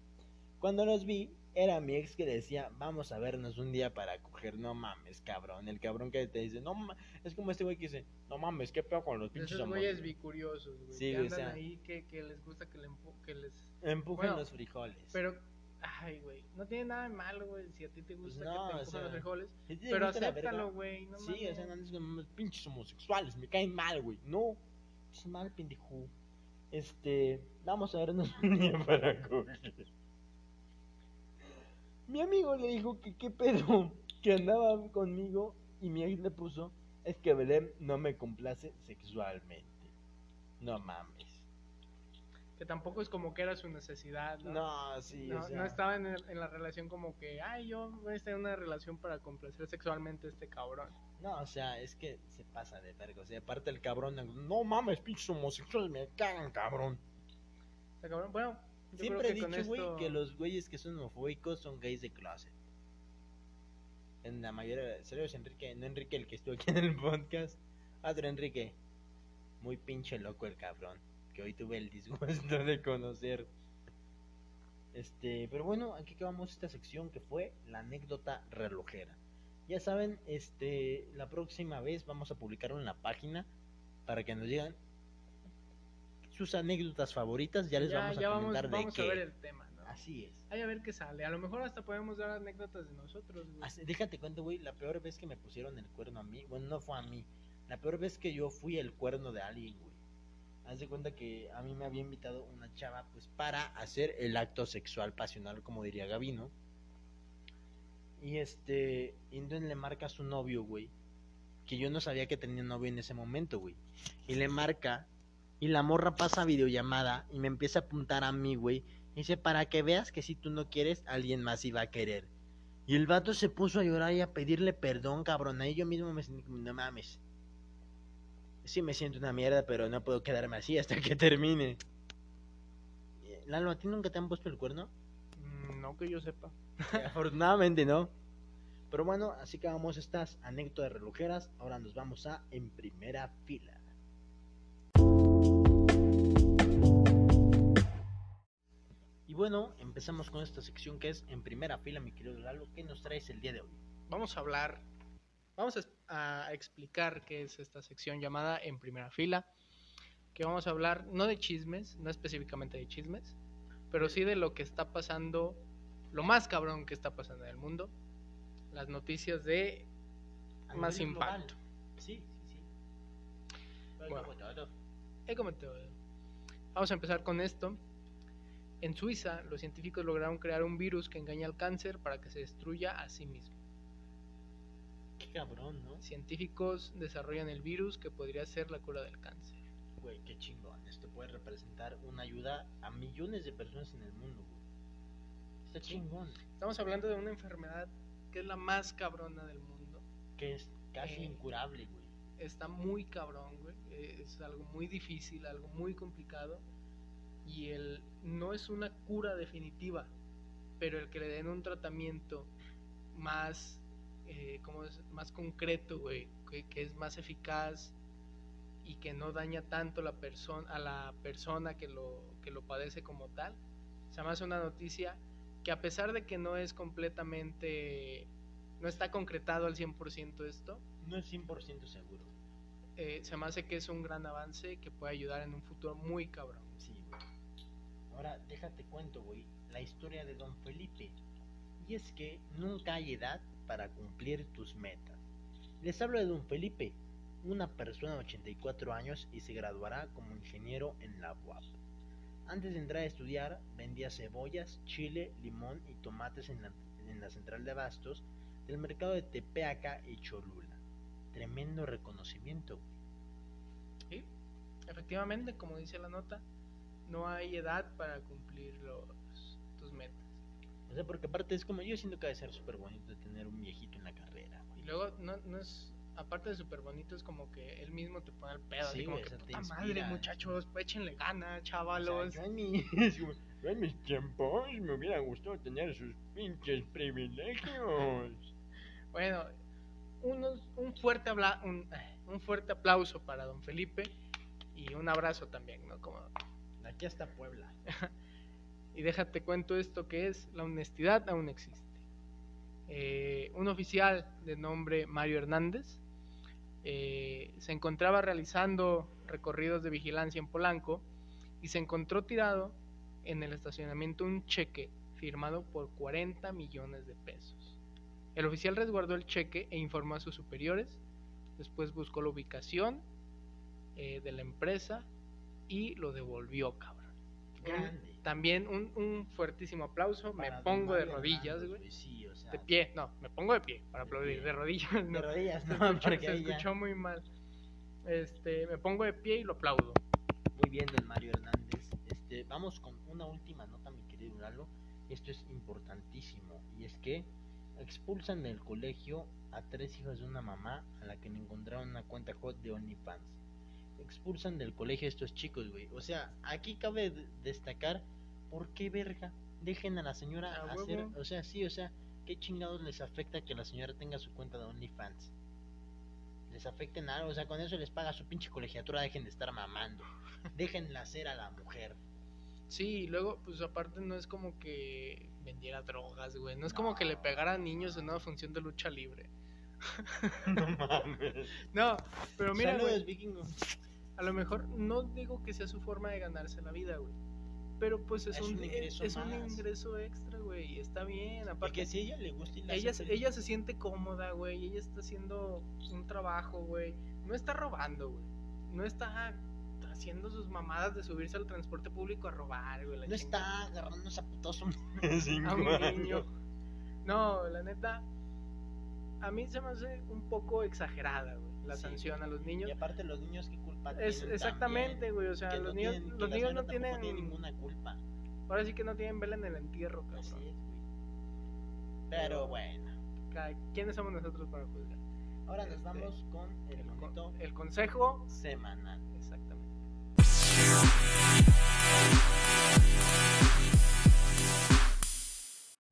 [SPEAKER 2] Cuando los vi, era mi ex que decía, vamos a vernos un día para coger, no mames, cabrón. El cabrón que te dice, no mames, es como este güey que dice, no mames, qué pedo con los
[SPEAKER 1] De
[SPEAKER 2] pinches
[SPEAKER 1] Esos
[SPEAKER 2] homos-
[SPEAKER 1] güeyes bicuriosos, güey.
[SPEAKER 2] Sí,
[SPEAKER 1] que
[SPEAKER 2] güey,
[SPEAKER 1] andan
[SPEAKER 2] o sea.
[SPEAKER 1] ahí, que, que les gusta que, le empu- que les.
[SPEAKER 2] Empujen
[SPEAKER 1] Bueno,
[SPEAKER 2] los frijoles.
[SPEAKER 1] Pero, ay, güey. No tiene nada de malo, güey. Si a ti te gusta
[SPEAKER 2] Pues no,
[SPEAKER 1] que te
[SPEAKER 2] o
[SPEAKER 1] empujen
[SPEAKER 2] sea,
[SPEAKER 1] los frijoles.
[SPEAKER 2] ¿Sí te
[SPEAKER 1] Pero
[SPEAKER 2] gusta la
[SPEAKER 1] acéptalo,
[SPEAKER 2] verga?
[SPEAKER 1] güey. No
[SPEAKER 2] Sí, o sea, no
[SPEAKER 1] mames.
[SPEAKER 2] andes con unos pinches homosexuales, me caen mal, güey. No, es mal, pendejo. Este, vamos a vernos (laughs) un día para coger. Mi amigo le dijo que qué pedo, (laughs) que andaba conmigo y mi ex le puso, es que Belén no me complace sexualmente. No mames.
[SPEAKER 1] Que tampoco es como que era su necesidad, ¿no?
[SPEAKER 2] No, sí,
[SPEAKER 1] No,
[SPEAKER 2] o sea,
[SPEAKER 1] no estaba en, el- en la relación como que, ay, yo voy a estar en una relación para complacer sexualmente a este cabrón.
[SPEAKER 2] no, o sea, es que se pasa de verga. O sea, aparte el cabrón, no mames, pinches homosexuales me cagan, cabrón.
[SPEAKER 1] Está cabrón. Bueno, yo
[SPEAKER 2] Siempre he
[SPEAKER 1] creo que con
[SPEAKER 2] dicho, güey,
[SPEAKER 1] esto-
[SPEAKER 2] que los güeyes que son homofóbicos son gays de closet. En la mayoría de saludos, Enrique, no Enrique el que estuvo aquí en el podcast. Otro Enrique. Muy pinche loco el cabrón. Que hoy tuve el disgusto de conocer. Este, pero bueno, aquí acabamos esta sección que fue la anécdota relojera. Ya saben, este, la próxima vez vamos a publicarlo en la página para que nos digan sus anécdotas favoritas. Ya les
[SPEAKER 1] ya,
[SPEAKER 2] vamos a
[SPEAKER 1] ya
[SPEAKER 2] comentar de
[SPEAKER 1] vamos
[SPEAKER 2] qué.
[SPEAKER 1] a ver el tema, ¿no?
[SPEAKER 2] Así es.
[SPEAKER 1] Ay, a ver qué sale. A lo mejor hasta podemos dar anécdotas de nosotros, güey.
[SPEAKER 2] Así- déjate cuento, güey, la peor vez que me pusieron el cuerno a mí, bueno, no fue a mí, la peor vez que yo fui el cuerno de alguien, güey. Haz de cuenta que a mí me había invitado una chava, pues, para hacer el acto sexual pasional, como diría Gabino. Y este, y entonces le marca a su novio, güey, que yo no sabía que tenía novio en ese momento, güey. Y le marca, y la morra pasa videollamada y me empieza a apuntar a mí, güey. y Dice, para que veas que si tú no quieres, alguien más iba a querer. Y el vato se puso a llorar y a pedirle perdón, cabrón. Ahí yo mismo me sentí como, no mames. Sí me siento una mierda, pero no puedo quedarme así hasta que termine. Eh, Lalo, ¿a ti nunca te han puesto el cuerno?
[SPEAKER 1] Mm, No que yo sepa.
[SPEAKER 2] Afortunadamente no. Pero bueno, así que vamos estas anécdotas relojeras. Ahora nos vamos a en primera fila. Y bueno, empezamos con esta sección que es en primera fila, mi querido Lalo. ¿Qué nos traes el día de hoy?
[SPEAKER 1] Vamos a hablar, vamos a, es- a explicar qué es esta sección llamada En Primera Fila. Que vamos a hablar no de chismes, no específicamente de chismes, pero sí de lo que está pasando, lo más cabrón que está pasando en el mundo. Las noticias de
[SPEAKER 2] A
[SPEAKER 1] más
[SPEAKER 2] nivel global.
[SPEAKER 1] impacto.
[SPEAKER 2] Sí, sí, sí.
[SPEAKER 1] Bueno. He comentado. Vamos a empezar con esto. En Suiza, los científicos lograron crear un virus que engaña al cáncer para que se destruya a sí mismo.
[SPEAKER 2] Qué cabrón, ¿no?
[SPEAKER 1] Científicos desarrollan el virus que podría ser la cura del cáncer.
[SPEAKER 2] Güey, qué chingón. Esto puede representar una ayuda a millones de personas en el mundo, güey. Está chingón.
[SPEAKER 1] Estamos hablando de una enfermedad que es la más cabrona del mundo.
[SPEAKER 2] Que es casi
[SPEAKER 1] Eh.
[SPEAKER 2] incurable, güey.
[SPEAKER 1] Está muy cabrón, güey. Eh, Es algo muy difícil, algo muy complicado. Y el, no es una cura definitiva, pero el que le den un tratamiento más, eh, ¿cómo es? más concreto, güey, que, que es más eficaz y que no daña tanto la persona a la persona que lo, que lo padece como tal. Se me hace una noticia que a pesar de que no es completamente, no está concretado al 100% esto,
[SPEAKER 2] No es 100% seguro.
[SPEAKER 1] eh, se me hace que es un gran avance que puede ayudar en un futuro muy cabrón.
[SPEAKER 2] Sí, güey. Ahora, déjate cuento, güey, la historia de Don Felipe. Y es que nunca hay edad para cumplir tus metas. Les hablo de Don Felipe, una persona de 84 años y se graduará como ingeniero en la UAP. Antes de entrar a estudiar, vendía cebollas, chile, limón y tomates en la, en la central de abastos del mercado de Tepeaca y Cholula. Tremendo reconocimiento. güey.
[SPEAKER 1] Sí, efectivamente, como dice la nota, no hay edad para cumplir los, tus metas.
[SPEAKER 2] O sea, porque aparte es como, yo siento que ha de ser súper bonito de tener un viejito en la carrera, güey.
[SPEAKER 1] Y luego, no, no es, aparte de súper bonito, es como que él mismo te pone el pedo.
[SPEAKER 2] Sí,
[SPEAKER 1] así como
[SPEAKER 2] güey,
[SPEAKER 1] que,
[SPEAKER 2] o sea, te
[SPEAKER 1] puta madre,
[SPEAKER 2] inspira".
[SPEAKER 1] muchachos, pues échenle gana,
[SPEAKER 2] O sea,
[SPEAKER 1] chavalos.
[SPEAKER 2] yo en mi- (laughs)
[SPEAKER 3] Es como, yo en mis tiempos me hubiera gustado tener sus pinches privilegios.
[SPEAKER 1] Bueno, unos, un, fuerte habla, un, un fuerte aplauso para don Felipe y un abrazo también, ¿no? Como,
[SPEAKER 2] de aquí hasta Puebla.
[SPEAKER 1] y déjate cuento esto que es, la honestidad aún existe. Eh, un oficial de nombre Mario Hernández eh, se encontraba realizando recorridos de vigilancia en Polanco y se encontró tirado en el estacionamiento un cheque firmado por 40 millones de pesos. El oficial resguardó el cheque e informó a sus superiores, después buscó la ubicación eh, de la empresa y lo devolvió, cabrón.
[SPEAKER 2] Grande.
[SPEAKER 1] También un, un fuertísimo aplauso.
[SPEAKER 2] Para
[SPEAKER 1] me
[SPEAKER 2] don
[SPEAKER 1] pongo de
[SPEAKER 2] Mario
[SPEAKER 1] rodillas,
[SPEAKER 2] Hernández,
[SPEAKER 1] güey.
[SPEAKER 2] Sí, o sea,
[SPEAKER 1] De pie, no, me pongo de pie para
[SPEAKER 2] De
[SPEAKER 1] aplaudir.
[SPEAKER 2] pie.
[SPEAKER 1] De rodillas,
[SPEAKER 2] de
[SPEAKER 1] (laughs) no.
[SPEAKER 2] rodillas,
[SPEAKER 1] Se
[SPEAKER 2] no,
[SPEAKER 1] escuchó,
[SPEAKER 2] porque
[SPEAKER 1] se
[SPEAKER 2] ahí ya-
[SPEAKER 1] escuchó muy mal. Este, me pongo de pie y lo aplaudo.
[SPEAKER 2] Muy bien, don Mario Hernández. Este, vamos con una última nota, mi querido Lalo. Esto es importantísimo. Y es que expulsan del colegio a tres hijas de una mamá a la que le encontraron una cuenta hot de OnlyFans. Expulsan del colegio a estos chicos, güey. O sea, aquí cabe d- destacar por qué verga dejen a la señora
[SPEAKER 1] A
[SPEAKER 2] hacer.
[SPEAKER 1] huevo.
[SPEAKER 2] O sea, sí, o sea, qué chingados les afecta que la señora tenga su cuenta de OnlyFans. Les afecta en algo, o sea, con eso les paga su pinche colegiatura, dejen de estar mamando. Déjenla hacer a la mujer.
[SPEAKER 1] Sí, y luego, pues aparte no es como que vendiera drogas, güey. No es como que le pegara a niños en una función de lucha
[SPEAKER 2] (laughs)
[SPEAKER 1] libre.
[SPEAKER 3] No mames.
[SPEAKER 1] (laughs) No, pero mira, güey,
[SPEAKER 2] Saludos, vikingos.
[SPEAKER 1] a lo mejor no digo que sea su forma de ganarse la vida, güey. Pero pues es,
[SPEAKER 2] Es
[SPEAKER 1] un,
[SPEAKER 2] un ingreso
[SPEAKER 1] es un
[SPEAKER 2] más.
[SPEAKER 1] ingreso extra, güey. Y está bien. Aparte,
[SPEAKER 2] Porque si a ella le gusta y la
[SPEAKER 1] ella,
[SPEAKER 2] hace feliz,
[SPEAKER 1] ella se siente cómoda, güey. Ella está haciendo un trabajo, güey. No está robando, güey. No está haciendo sus mamadas de subirse al transporte público a robar, güey. la
[SPEAKER 2] pues, no
[SPEAKER 1] chingada.
[SPEAKER 2] está agarrando zaputoso. (laughs)
[SPEAKER 3] Cinco
[SPEAKER 1] A un
[SPEAKER 3] años.
[SPEAKER 1] niño. No, la neta. A mí se me hace un poco exagerada, güey. La
[SPEAKER 2] Sí.
[SPEAKER 1] sanción a los
[SPEAKER 2] Y
[SPEAKER 1] niños.
[SPEAKER 2] aparte los niños qué culpa
[SPEAKER 1] Es,
[SPEAKER 2] tienen
[SPEAKER 1] exactamente,
[SPEAKER 2] también,
[SPEAKER 1] güey. O sea,
[SPEAKER 2] que
[SPEAKER 1] los
[SPEAKER 2] no
[SPEAKER 1] niños,
[SPEAKER 2] tienen- que
[SPEAKER 1] los
[SPEAKER 2] la
[SPEAKER 1] niños
[SPEAKER 2] señora
[SPEAKER 1] no
[SPEAKER 2] tampoco
[SPEAKER 1] tienen.
[SPEAKER 2] tiene ninguna culpa.
[SPEAKER 1] Ahora sí que no tienen vela en el entierro, cabrón.
[SPEAKER 2] Así es, güey. Pero bueno,
[SPEAKER 1] Cada- ¿Quiénes somos nosotros para juzgar?
[SPEAKER 2] ahora nos
[SPEAKER 1] Este,
[SPEAKER 2] vamos con el
[SPEAKER 1] El, con-
[SPEAKER 2] momento
[SPEAKER 1] el consejo.
[SPEAKER 2] semanal.
[SPEAKER 1] Exactamente.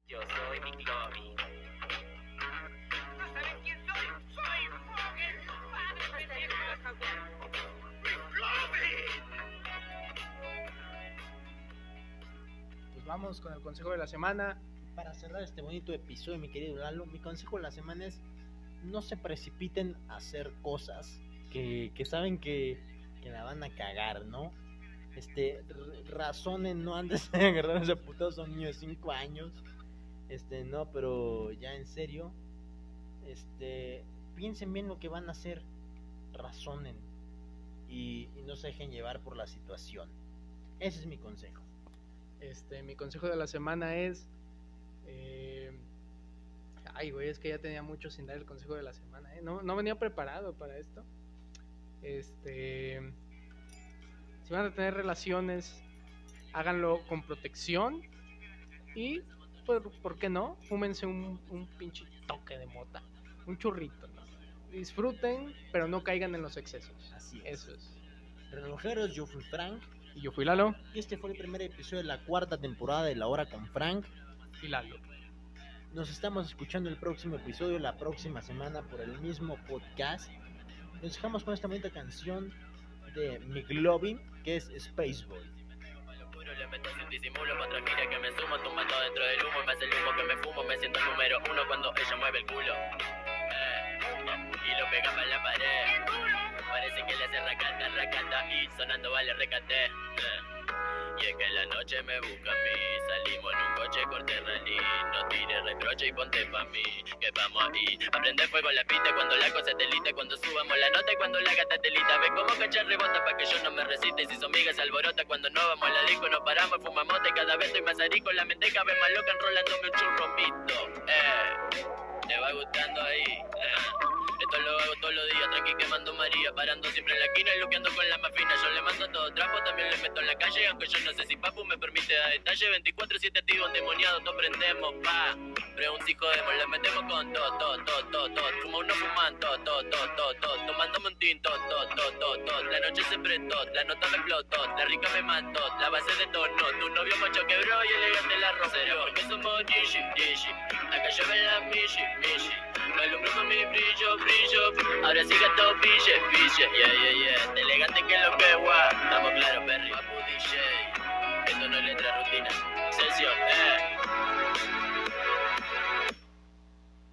[SPEAKER 4] Yo soy McLovin.
[SPEAKER 5] ¿Vas a ver quién soy? Soy Fogel, padre pendejo.
[SPEAKER 1] Pues vamos con el consejo de la semana.
[SPEAKER 2] Para cerrar este bonito episodio, mi querido Lalo, mi consejo de la semana es no se precipiten a hacer cosas que, que saben que, que la van a cagar, ¿no? Este, r- razonen, no antes de (laughs) agarrar a ese puto niño de 5 años. Este, no, pero ya en serio, este, piensen bien lo que van a hacer, razonen y, y no se dejen llevar por la situación. Ese es mi consejo.
[SPEAKER 1] Este, mi consejo de la semana es. eh, ay, güey, es que ya tenía mucho sin dar el consejo de la semana, ¿eh? No, no venía preparado para esto. Este. Si van a tener relaciones, háganlo con protección. Y, pues, ¿por qué no? Fúmense un, un pinche toque de mota. Un churrito, ¿no? Disfruten, pero no caigan en los excesos.
[SPEAKER 2] Así es.
[SPEAKER 1] Eso es.
[SPEAKER 2] Relojeros, yo fui Frank.
[SPEAKER 1] Y yo fui Lalo.
[SPEAKER 2] Y este fue el primer episodio de la cuarta temporada de La Hora con Frank.
[SPEAKER 1] Y Lalo.
[SPEAKER 2] Nos estamos escuchando el próximo episodio, la próxima semana, por el mismo podcast. Nos dejamos con esta bonita canción de McLovin, que es Spaceboy.
[SPEAKER 4] Puro le meto sin disimulo, más tranquila que me sumo, tumbando dentro del humo y me hace el humo que me fumo, me siento el número uno cuando ella mueve el culo. Eh, y lo pegaba en la pared. Parece que le hace racata, racata y sonando vale recate. Eh. Y es que en la noche me busca a mí Salimos en un coche, corte rally No tires reproche y ponte pa' mí Que vamos ahí A prender fuego la pista cuando la cosa es delita Cuando subamos la nota y cuando la gata es delita Ve como cacha rebota pa' que yo no me resista Y si su amiga se alborota cuando no vamos a la disco Nos paramos, fumamos y cada vez estoy más arico La mente cada vez más loca enrolándome un churromito Eh, te va gustando ahí eh. Esto lo hago todos los días, tranqui quemando María Parando siempre en la esquina y luqueando con la más fina Yo le mando todo trapo, también le meto en la calle Aunque yo no sé si Papu me permite dar detalle 24-7 tío endemoniado, no prendemos, pa' Pregunta y jodemos, le metemos con todo, todo, todo, todo, todo. Fumo uno fuman, todo, todo, todo, todo, todo. Tomándome un tinto, todo, todo, todo, todo. La noche se prestó, la nota me explotó, la rica me mató, la base de tono. Tu novio macho quebró y elegante la roceró. Porque somos Dishi, Dishi, acá llueve la Mishi, Mishi. Me alumbró con mi brillo, brillo. Ahora sí gato, pille, pille. Yeah, yeah, yeah. Te elegante que lo que guay. Estamos claros, Perry. Papu DJ. Esto no es letra rutina. Sesión, eh.